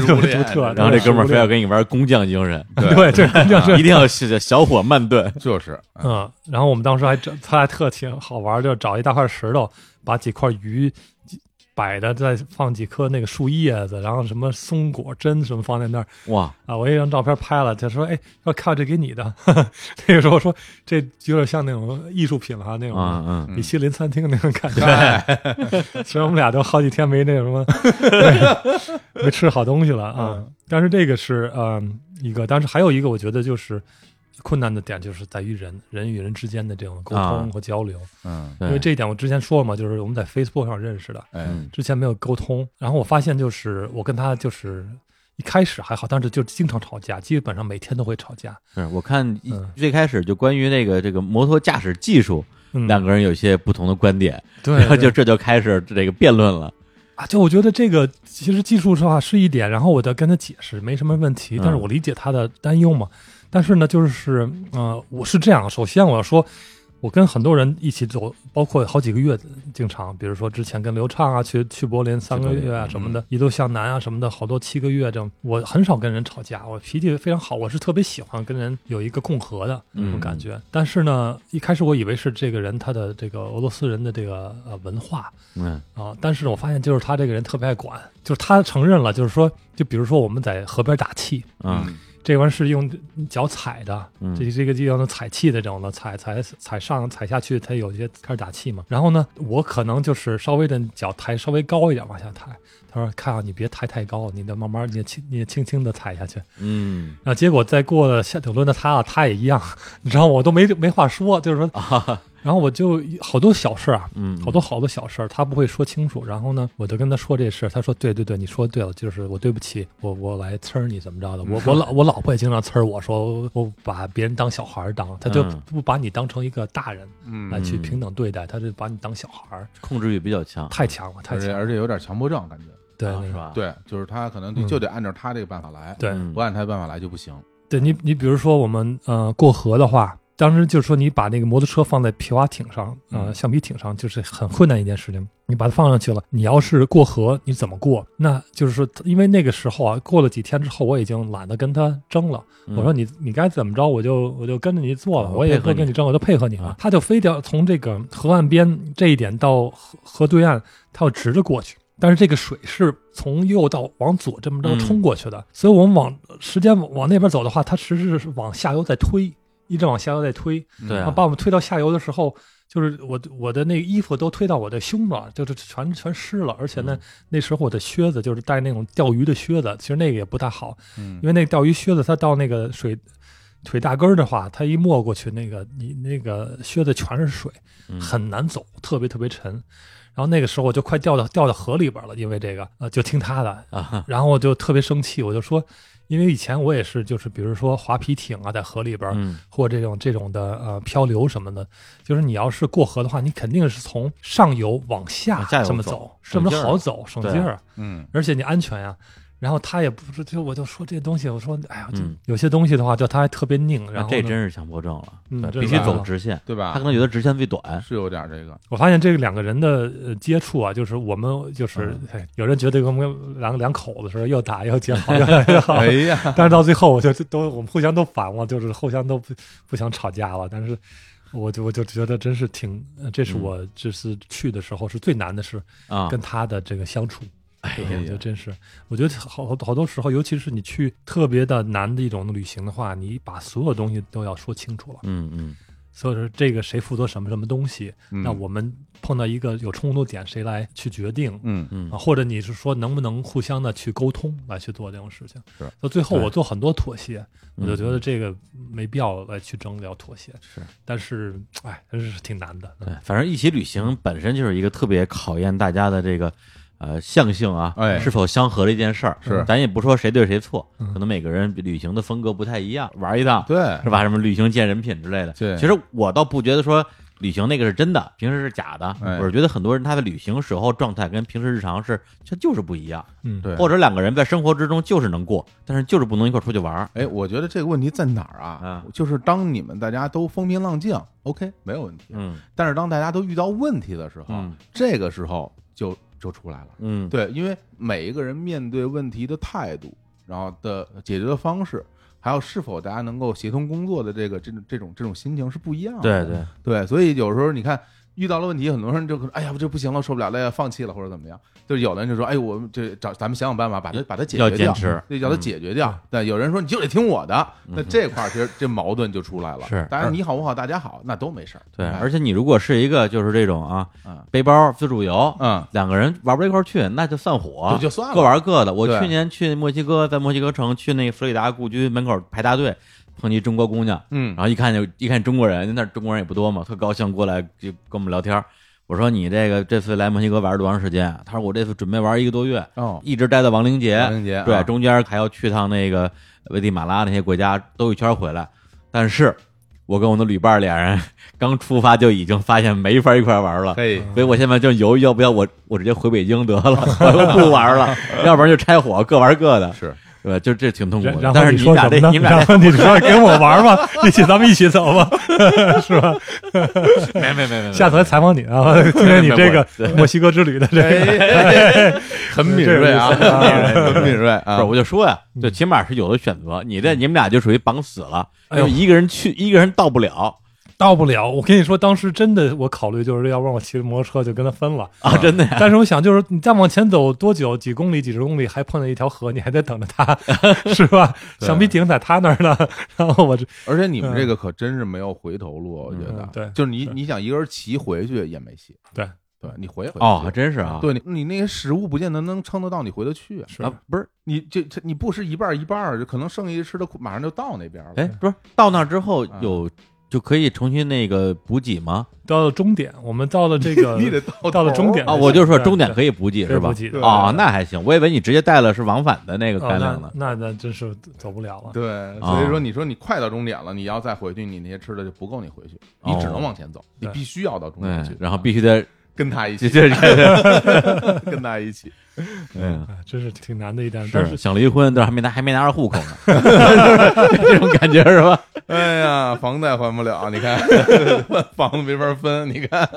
[SPEAKER 3] 特别独特。
[SPEAKER 2] 然后这哥们儿非要
[SPEAKER 3] 跟
[SPEAKER 2] 跟你玩工匠精神，
[SPEAKER 3] <laughs> 对，这肯定
[SPEAKER 2] 一
[SPEAKER 3] 是
[SPEAKER 2] 定要小小火慢炖。
[SPEAKER 1] 就是啊
[SPEAKER 3] 嗯。然后我们当时还找他还特挺好玩，就找一大块石头，把几块鱼摆的，再放几颗那个树叶子，然后什么松果针什么放在那儿，
[SPEAKER 2] 哇，
[SPEAKER 3] 啊，我也张照片拍了，他说：“哎，要看这给你的。” <laughs> 那个时候我说这有点像那种艺术品了哈，那种、
[SPEAKER 2] 嗯嗯
[SPEAKER 3] 米其林餐厅那种感觉。 <laughs> 其实我们俩都好几天没那什
[SPEAKER 2] <laughs>
[SPEAKER 3] 么，没吃好东西了啊。但是这个是嗯一个，但是还有一个，我觉得就是困难的点就是在于人人与人之间的这种沟
[SPEAKER 2] 啊
[SPEAKER 3] 通和交流，
[SPEAKER 1] 嗯，
[SPEAKER 2] 对
[SPEAKER 3] 因为这一点我之前说了嘛，就是我们在 Facebook 上认识的，
[SPEAKER 1] 哎，
[SPEAKER 2] 嗯
[SPEAKER 3] 之前没有沟通，然后我发现就是我跟他就是一开始还好，但是就经常吵架，基本上每天都会吵架。
[SPEAKER 2] 是我看一
[SPEAKER 3] 嗯
[SPEAKER 2] 最开始就关于那个这个摩托驾驶技术，
[SPEAKER 3] 嗯，
[SPEAKER 2] 两个人有一些不同的观点，<laughs>
[SPEAKER 3] 对，
[SPEAKER 2] 然后就
[SPEAKER 3] 对
[SPEAKER 2] 这就开始这个辩论了。
[SPEAKER 3] 啊，就我觉得这个其实技术的话是一点，然后我再跟他解释没什么问题，但是
[SPEAKER 2] 嗯
[SPEAKER 3] 我理解他的担忧嘛。但是呢，就是呃，我是这样，首先我要说，我跟很多人一起走，包括好几个月，经常，比如说之前跟刘畅啊去去柏林三个月啊什么的，一路向南啊什么的，好多七个月这样，我很少跟人吵架，我脾气非常好，我是特别喜欢跟人有一个共和的那种感觉。但是呢，一开始我以为是这个人他的这个俄罗斯人的这个呃文化，
[SPEAKER 2] 嗯
[SPEAKER 3] 啊，但是我发现就是他这个人特别爱管，就是他承认了，就是说，就比如说我们在河边打气，
[SPEAKER 1] 嗯
[SPEAKER 2] 啊
[SPEAKER 3] 这玩意儿是用脚踩的，
[SPEAKER 2] 嗯
[SPEAKER 3] 这这个就叫做踩气的这种的，踩踩踩上踩下去，它有一些开始打气嘛。然后呢，我可能就是稍微的脚抬稍微高一点往下抬，他说：“看啊，你别抬太高，你得慢慢，你得轻，你得轻轻的踩下去。”
[SPEAKER 2] 嗯
[SPEAKER 3] 然后结果再过了下等轮到他了，他也一样，你知道我都没没话说，就是说，然后我就好多小事啊，
[SPEAKER 2] 嗯，
[SPEAKER 3] 好多好多小事儿，他不会说清楚。然后呢，我就跟他说这事儿，他说：“对对对，你说对了，就是我对不起，我我来呲儿你怎么着的？我
[SPEAKER 2] 嗯
[SPEAKER 3] 我老我老婆也经常呲儿我说我把别人当小孩儿当，他就
[SPEAKER 2] 嗯
[SPEAKER 3] 不把你当成一个大人来去
[SPEAKER 2] 嗯
[SPEAKER 3] 平等对待，他就把你当小孩儿，
[SPEAKER 2] 控制欲比较强。
[SPEAKER 3] 太强了，太
[SPEAKER 1] 而
[SPEAKER 3] 强
[SPEAKER 1] 且
[SPEAKER 3] 了。
[SPEAKER 1] 而且有点强迫症感觉，
[SPEAKER 3] 对
[SPEAKER 2] 啊
[SPEAKER 3] 对
[SPEAKER 2] 是吧？
[SPEAKER 5] 对，就是他可能就
[SPEAKER 3] 嗯
[SPEAKER 5] 就得按照他这个办法来，
[SPEAKER 3] 对
[SPEAKER 2] 嗯
[SPEAKER 5] 不按他办法来就不行。
[SPEAKER 3] 对你，你比如说我们呃过河的话，当时就是说你把那个摩托车放在皮划艇上，呃
[SPEAKER 5] 嗯
[SPEAKER 3] 橡皮艇上，就是很困难一件事情。你把它放上去了，你要是过河，你怎么过？那就是说，因为那个时候啊，过了几天之后，我已经懒得跟他争了。
[SPEAKER 2] 嗯
[SPEAKER 3] 我说你你该怎么着，我就我就跟着你做了，
[SPEAKER 2] 我
[SPEAKER 3] 我也
[SPEAKER 2] 配合
[SPEAKER 3] 不跟
[SPEAKER 2] 你
[SPEAKER 3] 你争，我就配合你了
[SPEAKER 2] 啊。
[SPEAKER 3] 他就非得从这个河岸边这一点到河河对岸，他要直着过去。但是这个水是从右到往左这么着
[SPEAKER 2] 嗯
[SPEAKER 3] 冲过去的，所以我们往时间往往那边走的话，它其实是往下游在推，一直往下游在推。
[SPEAKER 2] 对
[SPEAKER 1] 嗯
[SPEAKER 3] 然后
[SPEAKER 2] 啊，
[SPEAKER 3] 把我们推到下游的时候，就是我我的那个衣服都推到我的胸了，就是全全湿了。而且
[SPEAKER 2] 嗯
[SPEAKER 3] 呢，那时候我的靴子就是带那种钓鱼的靴子，其实那个也不太好，
[SPEAKER 5] 嗯
[SPEAKER 3] 因为那个钓鱼靴子它到那个水腿大根儿的话，它一没过去，那个你那个靴子全是水，
[SPEAKER 2] 嗯
[SPEAKER 3] 很难走，特别特别沉。然后那个时候我就快掉到掉到河里边了，因为这个呃就听他的，
[SPEAKER 2] 啊，
[SPEAKER 3] 然后我就特别生气，我就说，因为以前我也是就是比如说划皮艇啊，在河里边儿，
[SPEAKER 2] 嗯
[SPEAKER 3] 或这种这种的呃漂流什么的，就是你要是过河的话，你肯定是从上游往下
[SPEAKER 2] 往下游
[SPEAKER 3] 这么
[SPEAKER 2] 走
[SPEAKER 3] 走，这
[SPEAKER 2] 省
[SPEAKER 3] 么
[SPEAKER 2] 劲儿
[SPEAKER 3] 好走，省
[SPEAKER 2] 对
[SPEAKER 3] 劲
[SPEAKER 2] 啊
[SPEAKER 3] 儿，
[SPEAKER 5] 嗯
[SPEAKER 3] 而且你安全呀。然后他也不是，就我就说这东西，我说哎呀，就
[SPEAKER 2] 嗯
[SPEAKER 3] 有些东西的话，就他还特别拧。然
[SPEAKER 2] 那
[SPEAKER 3] 后
[SPEAKER 2] 这
[SPEAKER 3] 呢
[SPEAKER 2] 真是强迫症了，
[SPEAKER 3] 嗯
[SPEAKER 2] 对
[SPEAKER 3] 这啊
[SPEAKER 2] 必须
[SPEAKER 5] 是吧
[SPEAKER 2] 走直线，
[SPEAKER 5] 对吧
[SPEAKER 2] 他可能觉得直线最
[SPEAKER 3] <laughs>
[SPEAKER 2] 短，
[SPEAKER 5] 是有点这个，
[SPEAKER 3] 我发现这两个人的呃接触啊，就是我们就是、
[SPEAKER 2] 嗯
[SPEAKER 3] 哎有人觉得我们两两口子似的，又打
[SPEAKER 2] <laughs>
[SPEAKER 3] 又结好，越来越好。
[SPEAKER 5] 哎呀，
[SPEAKER 3] 但是到最后，我就都我们互相都烦了，就是互相都不不想吵架了。但是，我就我就觉得真是挺，呃这是
[SPEAKER 2] 嗯
[SPEAKER 3] 我这次去的时候是最难的事，
[SPEAKER 2] 啊，
[SPEAKER 3] 跟他的这个相处。哎
[SPEAKER 5] 呀
[SPEAKER 3] 我觉得真是，我觉得好好好多时候，尤其是你去特别的难的一种旅行的话，你把所有东西都要说清楚了。
[SPEAKER 2] 嗯嗯
[SPEAKER 3] 所以说，这个谁负责什么什么东西，
[SPEAKER 5] 嗯
[SPEAKER 3] 那我们碰到一个有冲突点，谁来去决定？
[SPEAKER 5] 嗯
[SPEAKER 2] 嗯
[SPEAKER 3] 啊，，或者你是说能不能互相的去沟通来去做这种事情？
[SPEAKER 5] 是，
[SPEAKER 3] 到最后
[SPEAKER 2] 对
[SPEAKER 3] 我做很多妥协，我就觉得
[SPEAKER 2] 嗯
[SPEAKER 3] 这个没必要来去争要妥协。
[SPEAKER 2] 是
[SPEAKER 3] 但是，哎，真是挺难的。
[SPEAKER 2] 对，反正一起旅行本身就是一个特别考验大家的这个呃象性啊，
[SPEAKER 5] 哎
[SPEAKER 2] 是否相合的一件事儿。
[SPEAKER 5] 是
[SPEAKER 2] 咱也不说谁对谁错，
[SPEAKER 3] 嗯
[SPEAKER 2] 可能每个人旅行的风格不太一样，玩一趟
[SPEAKER 5] 对
[SPEAKER 2] 是吧？什么旅行见人品之类的。
[SPEAKER 5] 对
[SPEAKER 2] 其实我倒不觉得说。旅行那个是真的，平时是假的。
[SPEAKER 5] 哎
[SPEAKER 2] 我是觉得很多人他的旅行时候状态跟平时日常是，他就是不一样，
[SPEAKER 3] 嗯，
[SPEAKER 5] 对，
[SPEAKER 2] 或者两个人在生活之中就是能过，但是就是不能一块儿出去玩儿。
[SPEAKER 5] 哎，我觉得这个问题在哪儿啊
[SPEAKER 2] 啊？
[SPEAKER 5] 就是当你们大家都风平浪静，OK，没有问题。
[SPEAKER 2] 嗯
[SPEAKER 5] 但是当大家都遇到问题的时候，
[SPEAKER 2] 嗯
[SPEAKER 5] 这个时候就就出来了。
[SPEAKER 2] 嗯，
[SPEAKER 5] 对，因为每一个人面对问题的态度，然后的解决的方式，还有是否大家能够协同工作的这个这种这种这种心情是不一样的。
[SPEAKER 2] 对对，
[SPEAKER 5] 对，啊所以有时候你看遇到了问题，很多人就可能哎呀，我这不行了，受不了了，要放弃了或者怎么样。就是有的人就说，哎，我们这找咱们想想办法，把它把它解
[SPEAKER 2] 要
[SPEAKER 5] 决掉，
[SPEAKER 2] 坚持
[SPEAKER 5] 对，要它
[SPEAKER 2] 嗯
[SPEAKER 5] 解决掉。对，有人说你就得听我的，那这块儿其实这矛盾就出来了。
[SPEAKER 2] 是
[SPEAKER 5] 当然你好我好大家好，那都没事儿。
[SPEAKER 2] 对，
[SPEAKER 5] 哎
[SPEAKER 2] 而且你如果是一个就是这种啊
[SPEAKER 5] 嗯，
[SPEAKER 2] 背包自助游，
[SPEAKER 5] 嗯，
[SPEAKER 2] 两个人玩不到一块儿去，那就散伙，
[SPEAKER 5] 就就算了
[SPEAKER 2] 各玩各的。我
[SPEAKER 5] 对
[SPEAKER 2] 去年去墨西哥，在墨西哥城去那个弗里达故居门口排大队，碰见一中国姑娘，
[SPEAKER 5] 嗯
[SPEAKER 2] 然后一看就一看中国人，那儿中国人也不多嘛，特高兴过来就跟我们聊天儿。我说你这个这次来墨西哥玩了多长时间？啊他说我这次准备玩一个多月，
[SPEAKER 5] 哦，
[SPEAKER 2] 一直待到亡灵节，
[SPEAKER 5] 王林杰
[SPEAKER 2] 对，
[SPEAKER 5] 啊
[SPEAKER 2] 中间还要去趟那个危地马拉那些国家兜一圈回来。但是，我跟我的旅伴俩人 <laughs> 刚出发就已经发现没法一块玩了，
[SPEAKER 5] 嘿，
[SPEAKER 2] 所以我现在正犹豫要不要我我直接回北京得了，我又不玩了，要不然就拆伙各玩各的，
[SPEAKER 5] 是
[SPEAKER 2] 对吧？就这挺痛苦
[SPEAKER 3] 然
[SPEAKER 2] 的。
[SPEAKER 3] 然
[SPEAKER 2] 但
[SPEAKER 3] 后
[SPEAKER 2] 是
[SPEAKER 3] 你
[SPEAKER 2] 你
[SPEAKER 3] 说
[SPEAKER 2] 们俩
[SPEAKER 3] 什
[SPEAKER 2] 这
[SPEAKER 3] 么呢？
[SPEAKER 2] 你们俩
[SPEAKER 3] 然后你说给我玩吧，一起咱们一起走吧。
[SPEAKER 2] 这 <laughs> 没没没没没，
[SPEAKER 3] 下次来采访你啊，听听你这个墨西哥之旅的这个。
[SPEAKER 2] 哎
[SPEAKER 5] 很敏锐啊，
[SPEAKER 3] 这个意思
[SPEAKER 2] <laughs>
[SPEAKER 5] 很敏锐
[SPEAKER 2] 不
[SPEAKER 5] 啊
[SPEAKER 2] 是，。我就说呀，就起码是有的选择。你这你们俩就属于绑死了，
[SPEAKER 3] 哎呦
[SPEAKER 2] 因为一个人去，一个人到不了
[SPEAKER 3] 到不了，我跟你说，当时真的我考虑就是要不然我骑着摩托车就跟他分了。
[SPEAKER 2] 啊，真 <laughs> 的呀。
[SPEAKER 3] 但是我想，就是你再往前走多久，几公里、几十公里，还碰见一条河，你还得等着
[SPEAKER 2] <laughs>
[SPEAKER 3] 他，是吧？
[SPEAKER 5] 对
[SPEAKER 3] 橡皮艇在他那儿呢，然后我这
[SPEAKER 5] 而且你
[SPEAKER 2] 嗯
[SPEAKER 5] 们这个可真是没有回头路，我觉得
[SPEAKER 3] 嗯。对
[SPEAKER 5] 就是你
[SPEAKER 3] 是
[SPEAKER 5] 你想一个人骑回去也没戏，
[SPEAKER 3] 对
[SPEAKER 5] 对，你回回
[SPEAKER 2] 哦，还
[SPEAKER 5] 去
[SPEAKER 2] 真是啊。
[SPEAKER 5] 对你你那些食物不见得能撑得到你回得去啊，
[SPEAKER 3] 是
[SPEAKER 2] 啊，不是，
[SPEAKER 5] 你这这你不是一半儿一半儿，就可能剩下一吃的马上就到那边了。
[SPEAKER 2] 哎，不是到那儿之后
[SPEAKER 5] 啊
[SPEAKER 2] 有、就可以重新那个补给吗？
[SPEAKER 3] 到了终点，我们到了这个
[SPEAKER 5] <laughs> 你得到
[SPEAKER 3] <laughs> 到了终点
[SPEAKER 2] 啊，我就说终点
[SPEAKER 3] 对
[SPEAKER 2] 可以补给
[SPEAKER 3] 对
[SPEAKER 2] 是吧
[SPEAKER 3] 补给？的
[SPEAKER 2] 啊、
[SPEAKER 5] 对
[SPEAKER 2] 那还行，我以为你直接带了是往返的那个干粮
[SPEAKER 3] 哦
[SPEAKER 2] 呢，。嗯
[SPEAKER 3] 那那那真是走不了了。
[SPEAKER 5] 对，
[SPEAKER 2] 啊
[SPEAKER 5] 所以说你说你快到终点了，你要再回去，你那些吃的就不够你回去，
[SPEAKER 2] 哦
[SPEAKER 5] 你只能往前走，你
[SPEAKER 3] 对
[SPEAKER 2] 嗯
[SPEAKER 5] 必须要到终点去
[SPEAKER 2] 啊 <laughs> 对，。然后必须得
[SPEAKER 1] 跟他一
[SPEAKER 2] 这
[SPEAKER 1] 起，
[SPEAKER 2] 这 <laughs> 这，
[SPEAKER 1] 跟他一起，
[SPEAKER 2] 嗯，
[SPEAKER 3] 哎真是挺难的一点。但
[SPEAKER 2] 是
[SPEAKER 3] 是
[SPEAKER 2] 想离婚，但是还没拿还没拿着户口 <laughs> 呢，这种感觉是吧？
[SPEAKER 1] 哎呀，房贷还不了，你
[SPEAKER 5] <laughs>
[SPEAKER 1] 看房子没法分，你看，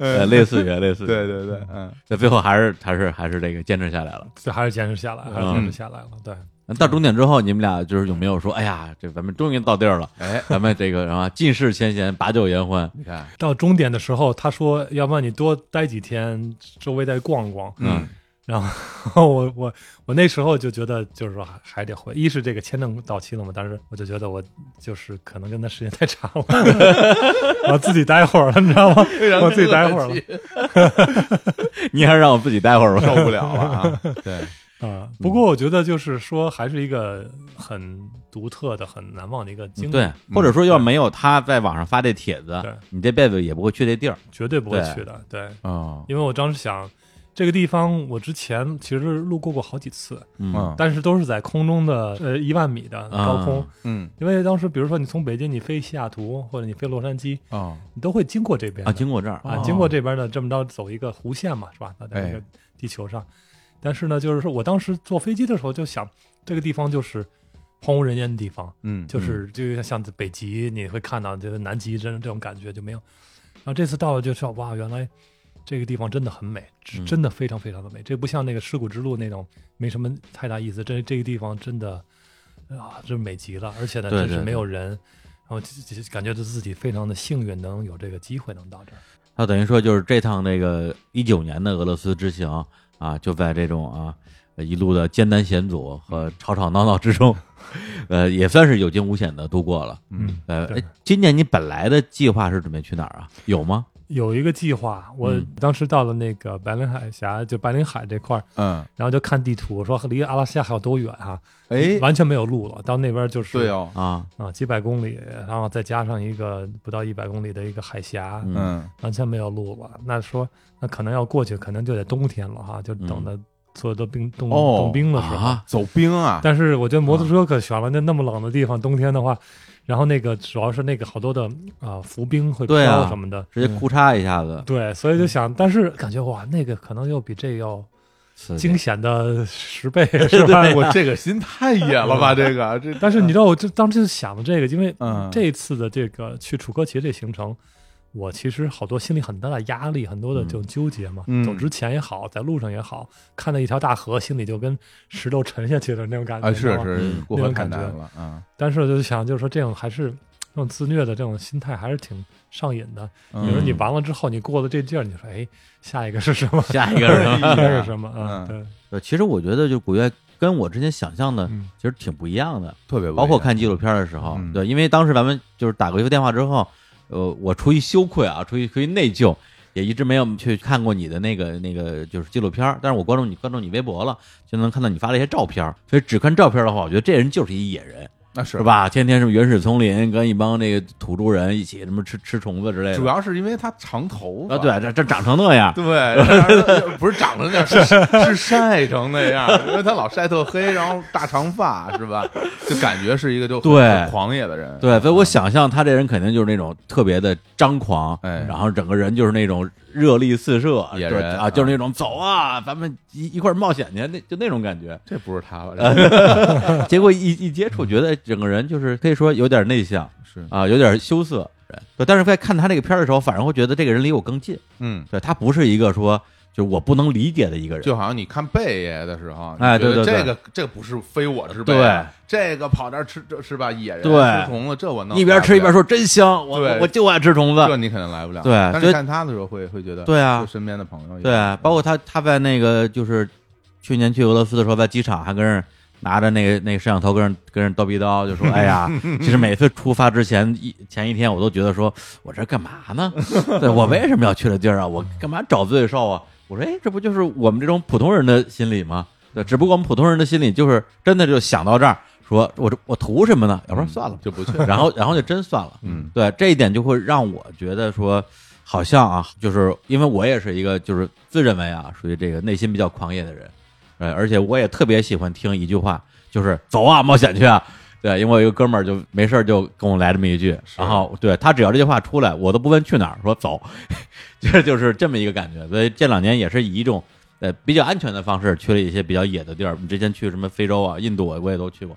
[SPEAKER 2] 呃，类似于类似于，
[SPEAKER 1] 对对对，嗯，
[SPEAKER 2] 这最后还是还是还是这个坚持下来了。
[SPEAKER 3] 这还是坚持下来，还是坚
[SPEAKER 2] 嗯
[SPEAKER 3] 持下来了。对，
[SPEAKER 2] 那到终点之后，你们俩就是有没有说，哎呀，这咱们终于到地儿了，
[SPEAKER 1] 哎，
[SPEAKER 2] 咱们这个什么尽释前嫌，把酒言欢，
[SPEAKER 1] 你看，
[SPEAKER 3] 到终点的时候，他说：“要不然你多待几天，周围再逛逛。”
[SPEAKER 2] 嗯，
[SPEAKER 3] <laughs> 然后我我我那时候就觉得，就是说还还得回，一是这个签证到期了嘛，但是我就觉得我就是可能跟他时间太长了，我自己待会儿了，你知道吗？我自己待会儿了
[SPEAKER 2] 你还是让我自己待会儿吧。
[SPEAKER 1] 受不了了啊，对，
[SPEAKER 3] 啊、不过我觉得就是说，还是一个很独特的、很难忘的一个经历，
[SPEAKER 2] <laughs> 嗯
[SPEAKER 1] 嗯
[SPEAKER 2] 对，或者说要没有他在网上发这帖子
[SPEAKER 3] 对，
[SPEAKER 2] 你这辈子也不会去这地儿。
[SPEAKER 3] 绝对不会
[SPEAKER 2] 对
[SPEAKER 3] 去的。对，
[SPEAKER 1] 哦，
[SPEAKER 3] 因为我当时想，这个地方我之前其实路过过好几次，
[SPEAKER 2] 嗯
[SPEAKER 1] 嗯
[SPEAKER 3] 但是都是在空中的呃一万米的高空。
[SPEAKER 2] 啊
[SPEAKER 1] 嗯，
[SPEAKER 3] 因为当时，比如说你从北京你飞西雅图或者你飞洛杉矶，
[SPEAKER 1] 哦，
[SPEAKER 3] 你都会经过这边的
[SPEAKER 2] 啊，经过这儿
[SPEAKER 3] 啊
[SPEAKER 1] 哦
[SPEAKER 3] 经过这边的这么着走一个弧线嘛，是吧？在
[SPEAKER 1] 哎
[SPEAKER 3] 这个地球上。但是呢，就是说我当时坐飞机的时候就想，这个地方就是荒无人烟的地方，
[SPEAKER 1] 嗯，
[SPEAKER 3] 就是就像北极你会看到，就是南极真的这种感觉就没有。然后这次到了就知道，哇，原来这个地方真的很美，是
[SPEAKER 2] 嗯
[SPEAKER 3] 真的非常非常的美。这不像那个尸骨之路那种没什么太大意思，这这个地方真的啊，真美极了，而且呢，
[SPEAKER 2] 对
[SPEAKER 3] 真
[SPEAKER 2] 对
[SPEAKER 3] 是
[SPEAKER 2] 对
[SPEAKER 3] 没有人。然后就就感觉到自己非常的幸运，能有这个机会能到这儿。
[SPEAKER 2] 他等于说就是这趟那个一九年的俄罗斯之行啊，就在这种啊一路的艰难险阻和吵吵闹闹之中， <laughs> 呃，也算是有惊无险的度过了。
[SPEAKER 1] 嗯，
[SPEAKER 2] 呃，
[SPEAKER 3] 对
[SPEAKER 2] 哎今年你本来的计划是准备去哪儿啊？有吗？
[SPEAKER 3] 有一个计划，我
[SPEAKER 2] 嗯
[SPEAKER 3] 当时到了那个白令海峡，就白令海这块儿，
[SPEAKER 1] 嗯，
[SPEAKER 3] 然后就看地图，说离阿拉斯加还有多远啊？
[SPEAKER 1] 哎，
[SPEAKER 3] 完全没有路了，到那边就是
[SPEAKER 1] 对哦，
[SPEAKER 2] 啊，
[SPEAKER 3] 啊，几百公里，然后再加上一个不到一百公里的一个海峡，
[SPEAKER 2] 嗯
[SPEAKER 1] 嗯，
[SPEAKER 3] 完全没有路了。那说那可能要过去，可能就得冬天了哈，就等到所有的冰冻、
[SPEAKER 1] 哦
[SPEAKER 3] 冻冰的时候。
[SPEAKER 2] 嗯啊，
[SPEAKER 1] 走冰
[SPEAKER 3] <laughs>
[SPEAKER 1] 啊，
[SPEAKER 3] 但是我觉得摩托车可悬了，那那么冷的地方，冬天的话，然后那个主要是那个好多的啊、浮冰会
[SPEAKER 2] 对啊嗯
[SPEAKER 3] 飘什么的，
[SPEAKER 2] 直接裤嚓一下子，
[SPEAKER 3] 对，所以就想，但是感觉哇，那个可能又比这要
[SPEAKER 2] 刺激 <laughs>
[SPEAKER 3] 惊险的十倍，是吧？
[SPEAKER 1] 我这个心太野了吧，这个这，
[SPEAKER 3] <laughs> 但是你知道，我就当时就想了这个，因为
[SPEAKER 1] 嗯
[SPEAKER 3] 这一次的这个去楚科奇这行程，我其实好多心里很大的压力，很多的这种纠结嘛。
[SPEAKER 1] 嗯
[SPEAKER 3] 走之前也好，在路上也好，看到一条大河，心里就跟石头沉下去的那种感觉。
[SPEAKER 1] 啊，
[SPEAKER 3] 你知
[SPEAKER 1] 是
[SPEAKER 3] 道吗
[SPEAKER 1] 是
[SPEAKER 2] 嗯
[SPEAKER 1] 过河
[SPEAKER 3] 那种
[SPEAKER 1] 太
[SPEAKER 3] 感
[SPEAKER 1] 难
[SPEAKER 3] 觉
[SPEAKER 1] 了啊，
[SPEAKER 3] 但是我就想，就是说这种还是这种自虐的这种心态，还是挺上瘾的。
[SPEAKER 1] 有
[SPEAKER 3] 有时候你
[SPEAKER 2] 嗯
[SPEAKER 3] 完了之后，你过了这劲儿，你就说，哎，下一个是什
[SPEAKER 1] <laughs>
[SPEAKER 3] 么？
[SPEAKER 2] 下一个是什么？<laughs>
[SPEAKER 3] 下一个是什么？
[SPEAKER 1] 嗯
[SPEAKER 3] 啊，对，
[SPEAKER 2] 呃其实我觉得就古月跟我之前想象的
[SPEAKER 3] 嗯
[SPEAKER 2] 其实挺不一样的，
[SPEAKER 1] 特别
[SPEAKER 5] 啊
[SPEAKER 1] 不一样
[SPEAKER 2] 包括看纪录片的时候，
[SPEAKER 1] 嗯
[SPEAKER 2] 对，因为当时咱们就是打过一个电话之后，呃，我出于羞愧啊，出于出于内疚，也一直没有去看过你的那个那个就是纪录片儿，但是我关注你关注你微博了，就能看到你发了一些照片儿，所以只看照片儿的话，我觉得这人就是一野人，
[SPEAKER 1] 那是
[SPEAKER 2] 是？吧？天天什么原始丛林，跟一帮那个土著人一起什么吃吃虫子之类的，
[SPEAKER 1] 主要是因为他长头发
[SPEAKER 2] <laughs> 啊，对，这这长成那样，
[SPEAKER 1] 对，然后不是长成那样，
[SPEAKER 2] <laughs>
[SPEAKER 1] 是是晒成那样，因为他老晒特黑，然后大长发是吧？就感觉是一个就很
[SPEAKER 2] 对
[SPEAKER 1] 很狂野的人，
[SPEAKER 2] 对，所以我想象他这人肯定就是那种特别的张狂，
[SPEAKER 1] 哎
[SPEAKER 2] 然后整个人就是那种热力四射，
[SPEAKER 1] 野
[SPEAKER 2] 就是
[SPEAKER 1] 人。
[SPEAKER 2] 啊，就是那种走啊，咱们一一块儿冒险去，那就那种感觉 <laughs>
[SPEAKER 1] 这不是他吧？这
[SPEAKER 2] 结果一一接触，觉得哎整个人就是可以说有点内向
[SPEAKER 1] 是
[SPEAKER 2] 啊，有点羞涩。对，但是在看他这个片儿的时候，反而会觉得这个人离我更近。
[SPEAKER 1] <laughs> 嗯，
[SPEAKER 2] 对他不是一个说就是我不能理解的一个人，
[SPEAKER 1] 就好像你看贝爷的时候，
[SPEAKER 2] 哎
[SPEAKER 1] 你觉得
[SPEAKER 2] 对对对
[SPEAKER 1] 这个这个不是非我之辈，
[SPEAKER 2] 对，
[SPEAKER 1] 这个跑这儿吃这是吧？野人
[SPEAKER 2] 对
[SPEAKER 1] 吃虫子，这我能
[SPEAKER 2] 一边吃一边
[SPEAKER 1] 说，
[SPEAKER 2] 说真香，我我
[SPEAKER 1] 对
[SPEAKER 2] 我就爱吃虫子。
[SPEAKER 1] 这你肯定来不了。
[SPEAKER 2] 对
[SPEAKER 1] 但
[SPEAKER 2] 所以
[SPEAKER 1] 是看他的时候会会觉得，
[SPEAKER 2] 对啊
[SPEAKER 1] 就身边的朋友也
[SPEAKER 2] 对，包括他他在那个就是去年去俄罗斯的时候，在机场还跟人拿着那个那个摄像头跟人跟人叨逼叨，就说：“哎呀，其实每次出发之前一前一天，我都觉得说我这干嘛呢？ <laughs> 对我为什么要去这地儿啊？我干嘛找罪受啊？”我说：“哎，这不就是我们这种普通人的心理吗？对，只不过我们普通人的心理就是真的就想到这儿，说我这我图什么呢？要不然算了吧。
[SPEAKER 1] 嗯就不去。
[SPEAKER 2] 然后，然后就真算了。
[SPEAKER 1] 嗯
[SPEAKER 2] 对，这一点就会让我觉得说，好像啊，就是因为我也是一个就是自认为啊，属于这个内心比较狂野的人，呃，而且我也特别喜欢听一句话，就是“走啊，冒险去啊”，对，因为我有一个哥们儿就没事儿就跟我来这么一句，然后对他只要这句话出来，我都不问去哪儿，说走， <laughs> 这就是这么一个感觉。所以这两年也是以一种呃比较安全的方式去了一些比较野的地儿。我们之前去什么非洲啊、印度啊，我也都去过。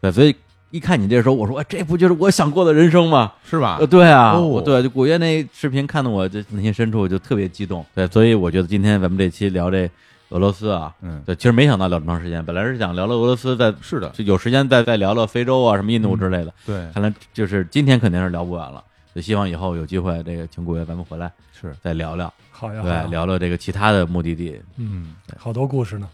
[SPEAKER 2] 对，所以一看你这时候，我说哎这不就是我想过的人生吗？
[SPEAKER 5] 是吧
[SPEAKER 2] 呃，？对啊，
[SPEAKER 5] 哦
[SPEAKER 2] 我对，就古月那视频看得我这内心深处就特别激动。对，所以我觉得今天咱们这期聊这俄罗斯啊，
[SPEAKER 5] 嗯，
[SPEAKER 2] 对，其实没想到聊这么长时间，本来是想聊聊俄罗斯，再
[SPEAKER 5] 是的，
[SPEAKER 2] 就有时间再再聊聊非洲啊、什么印度之类的。
[SPEAKER 5] <laughs> 对，
[SPEAKER 2] 看来就是今天肯定是聊不完了，就希望以后有机会，这个请古月咱们回来
[SPEAKER 5] 是
[SPEAKER 2] 再聊聊，
[SPEAKER 3] 好呀，
[SPEAKER 2] 对
[SPEAKER 3] 好呀，
[SPEAKER 2] 聊聊这个其他的目的地。
[SPEAKER 3] 嗯，好多故事呢，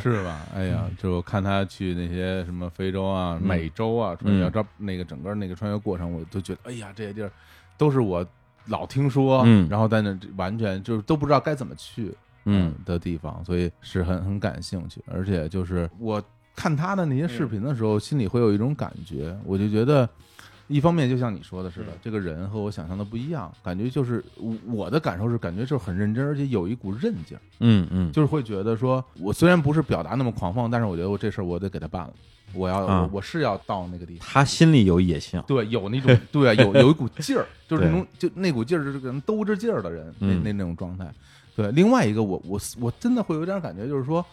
[SPEAKER 5] 是吧？哎呀，就我看他去那些什么非洲啊、
[SPEAKER 2] 嗯
[SPEAKER 5] 美洲啊，穿越
[SPEAKER 2] 嗯
[SPEAKER 5] 这那个整个那个穿越过程，我都觉得，哎呀，这些地儿都是我老听说，
[SPEAKER 2] 嗯
[SPEAKER 5] 哦然后但是完全就是都不知道该怎么去，呃
[SPEAKER 2] 嗯，
[SPEAKER 5] 的地方，所以是很很感兴趣，而且就是我看他的那些视频的时候，心里会有一种感觉，我就觉得。一方面，就像你说的似的，这个人和我想象的不一样，感觉就是我我的感受是感觉就是很认真，而且有一股韧劲儿。
[SPEAKER 2] 嗯嗯，
[SPEAKER 5] 就是会觉得说，我虽然不是表达那么狂放，但是我觉得我这事儿我得给他办了，我要、
[SPEAKER 2] 啊
[SPEAKER 5] 我我是要到那个地方。
[SPEAKER 2] 他心里有野性，
[SPEAKER 5] 对，有那种对，啊有有一股劲儿，就是
[SPEAKER 2] 对
[SPEAKER 5] 那种就那股劲儿，就是可能兜着劲儿的人，那
[SPEAKER 2] 嗯
[SPEAKER 5] 那那种状态。对，另外一个我我我真的会有点感觉，就是说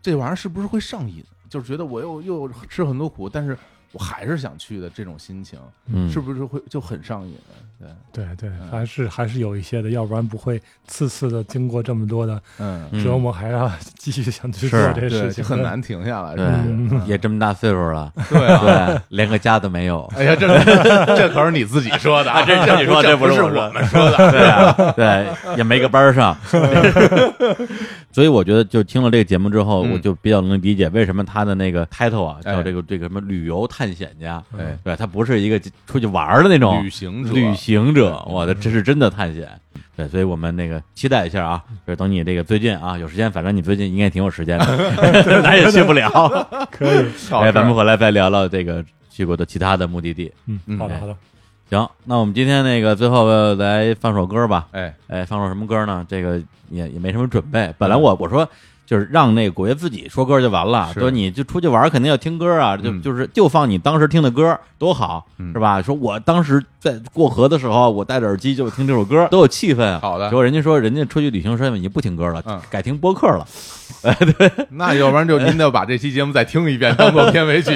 [SPEAKER 5] 这玩意儿是不是会上瘾？就是觉得我又又吃很多苦，但是我还是想去的这种心情，
[SPEAKER 2] 嗯，
[SPEAKER 5] 是不是会就很上瘾？对，
[SPEAKER 3] 对对，
[SPEAKER 5] 嗯
[SPEAKER 3] 还是还是有一些的，要不然不会次次的经过这么多的
[SPEAKER 5] 嗯，
[SPEAKER 2] 嗯
[SPEAKER 3] 折磨，还要继续想去做
[SPEAKER 2] 是
[SPEAKER 3] 这
[SPEAKER 5] 对，
[SPEAKER 3] 事
[SPEAKER 5] 就
[SPEAKER 3] 情，
[SPEAKER 5] 很难停下来，
[SPEAKER 2] 对
[SPEAKER 5] 是不是？
[SPEAKER 2] 嗯也这么大岁数了，
[SPEAKER 5] 嗯对啊。
[SPEAKER 2] 对，连个家都没有。
[SPEAKER 5] <laughs> 哎呀，这这可是你自己说的啊
[SPEAKER 2] 这是你说
[SPEAKER 5] 这
[SPEAKER 2] 这不
[SPEAKER 5] 不
[SPEAKER 2] 是我
[SPEAKER 5] 我
[SPEAKER 2] 说的
[SPEAKER 5] 们说的。
[SPEAKER 2] 对啊，对，也没个班儿
[SPEAKER 5] <laughs>
[SPEAKER 2] 上，所以我觉得就听了这个节目之后，
[SPEAKER 5] 嗯
[SPEAKER 2] 我就比较能理解为什么他的那个 title 啊，叫
[SPEAKER 5] 哎
[SPEAKER 2] 这个这个什么旅游探险家，
[SPEAKER 5] 哎，
[SPEAKER 2] 对，他不是一个出去玩儿的那种
[SPEAKER 5] 旅行者，
[SPEAKER 2] 旅行者，我的这是真的探险。对，所以我们那个期待一下啊，就是等你这个最近啊有时间，反正你最近应该挺有时间
[SPEAKER 5] <laughs>
[SPEAKER 2] 的，咱也去不了。
[SPEAKER 3] 可以，
[SPEAKER 2] 哎，咱们回来再聊聊这个去过的其他的目的地。
[SPEAKER 3] 嗯，好的好的，
[SPEAKER 2] 行，那我们今天那个最后呃来放首歌吧。
[SPEAKER 5] 哎，
[SPEAKER 2] 哎，放首什么歌呢？这个也也没什么准备。本来我我说就是让那个古月自己说歌就完了，
[SPEAKER 5] 嗯是
[SPEAKER 2] 说你就出去玩儿肯定要听歌啊，就
[SPEAKER 5] 嗯
[SPEAKER 2] 就是就放你当时听的歌多好，
[SPEAKER 5] 嗯
[SPEAKER 2] 是吧？说我当时在过河的时候，我戴着耳机就听这首
[SPEAKER 5] <laughs>
[SPEAKER 2] 歌，多有气氛啊。
[SPEAKER 5] 好的
[SPEAKER 2] 结果人家说人家出去旅行说已经不听歌了，
[SPEAKER 5] 嗯
[SPEAKER 2] 改听播客了。
[SPEAKER 5] <laughs> 那要不然就您得把这期节目再听一遍，当做片尾 <laughs> 曲。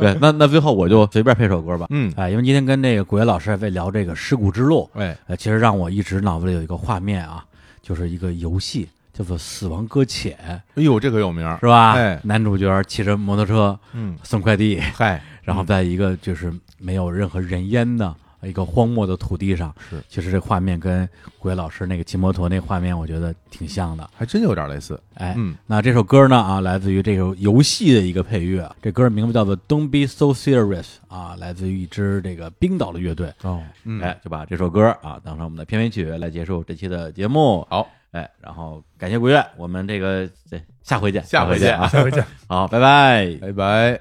[SPEAKER 2] 对，那那最后我就随便配首歌吧。
[SPEAKER 5] 嗯，
[SPEAKER 2] 哎，因为今天跟那个古月老师还在聊这个尸骨之路，
[SPEAKER 5] 哎，
[SPEAKER 2] 呃，其实让我一直脑子里有一个画面啊，就是一个游戏叫做《死亡搁浅》。
[SPEAKER 5] 哎呦，这可有名儿，
[SPEAKER 2] 是吧？
[SPEAKER 5] 哎
[SPEAKER 2] 男主角骑着摩托车
[SPEAKER 5] 嗯，
[SPEAKER 2] 送快递，
[SPEAKER 5] 嗨，
[SPEAKER 2] 然后在一个就是没有任何人烟的一个荒漠的土地上，
[SPEAKER 5] 是，
[SPEAKER 2] 其实这画面跟鬼老师那个骑摩托那画面，我觉得挺像的。
[SPEAKER 5] 还真有点类似。
[SPEAKER 2] 哎，
[SPEAKER 5] 嗯，
[SPEAKER 2] 那这首歌呢啊，来自于这个游戏的一个配乐，啊这歌名字叫做《Don't Be So Serious》啊，来自于一支这个冰岛的乐队。
[SPEAKER 5] 哦，嗯，
[SPEAKER 2] 哎，就把这首歌啊当成我们的片尾曲来结束这期的节目。
[SPEAKER 5] 好，
[SPEAKER 2] 哎，然后感谢古月，我们这个这下回见，
[SPEAKER 5] 下回
[SPEAKER 2] 回
[SPEAKER 5] 见
[SPEAKER 2] 啊，
[SPEAKER 3] 下回见，
[SPEAKER 2] 好，拜拜。
[SPEAKER 5] 拜拜。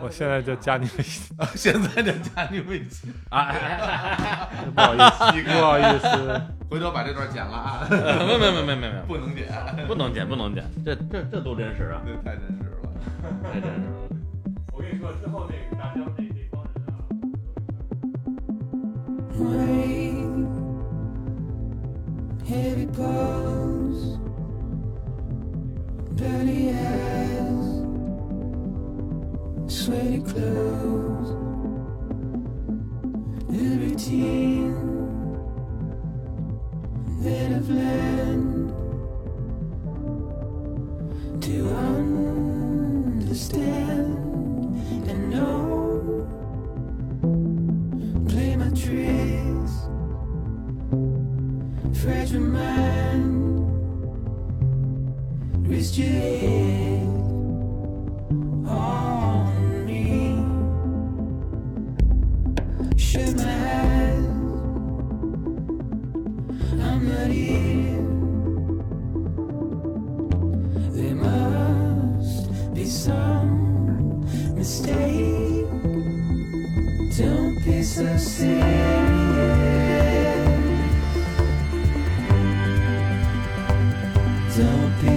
[SPEAKER 3] 我现在就加你微信，
[SPEAKER 5] <laughs> 现在就加你微信， <laughs>
[SPEAKER 3] 不好意思，不好意思。
[SPEAKER 5] 回头把这段剪了啊， <laughs>
[SPEAKER 2] <laughs> 没有没有没有没有没有，
[SPEAKER 5] 不能剪，
[SPEAKER 2] 不能剪不能剪，这这这多真实啊！
[SPEAKER 5] 这太真实了。
[SPEAKER 2] 太真实了。
[SPEAKER 3] 我跟你说，之后那个大家那那帮人啊。
[SPEAKER 6] Rain, heavy blows, dirty hands, sweaty clothes, the routine that I've learned to understand and know play my tricks. Fresh with mine, wrist your head on me. Shut my eyes, I'm not here. There must be some mistake. Don't be so serious. Don't be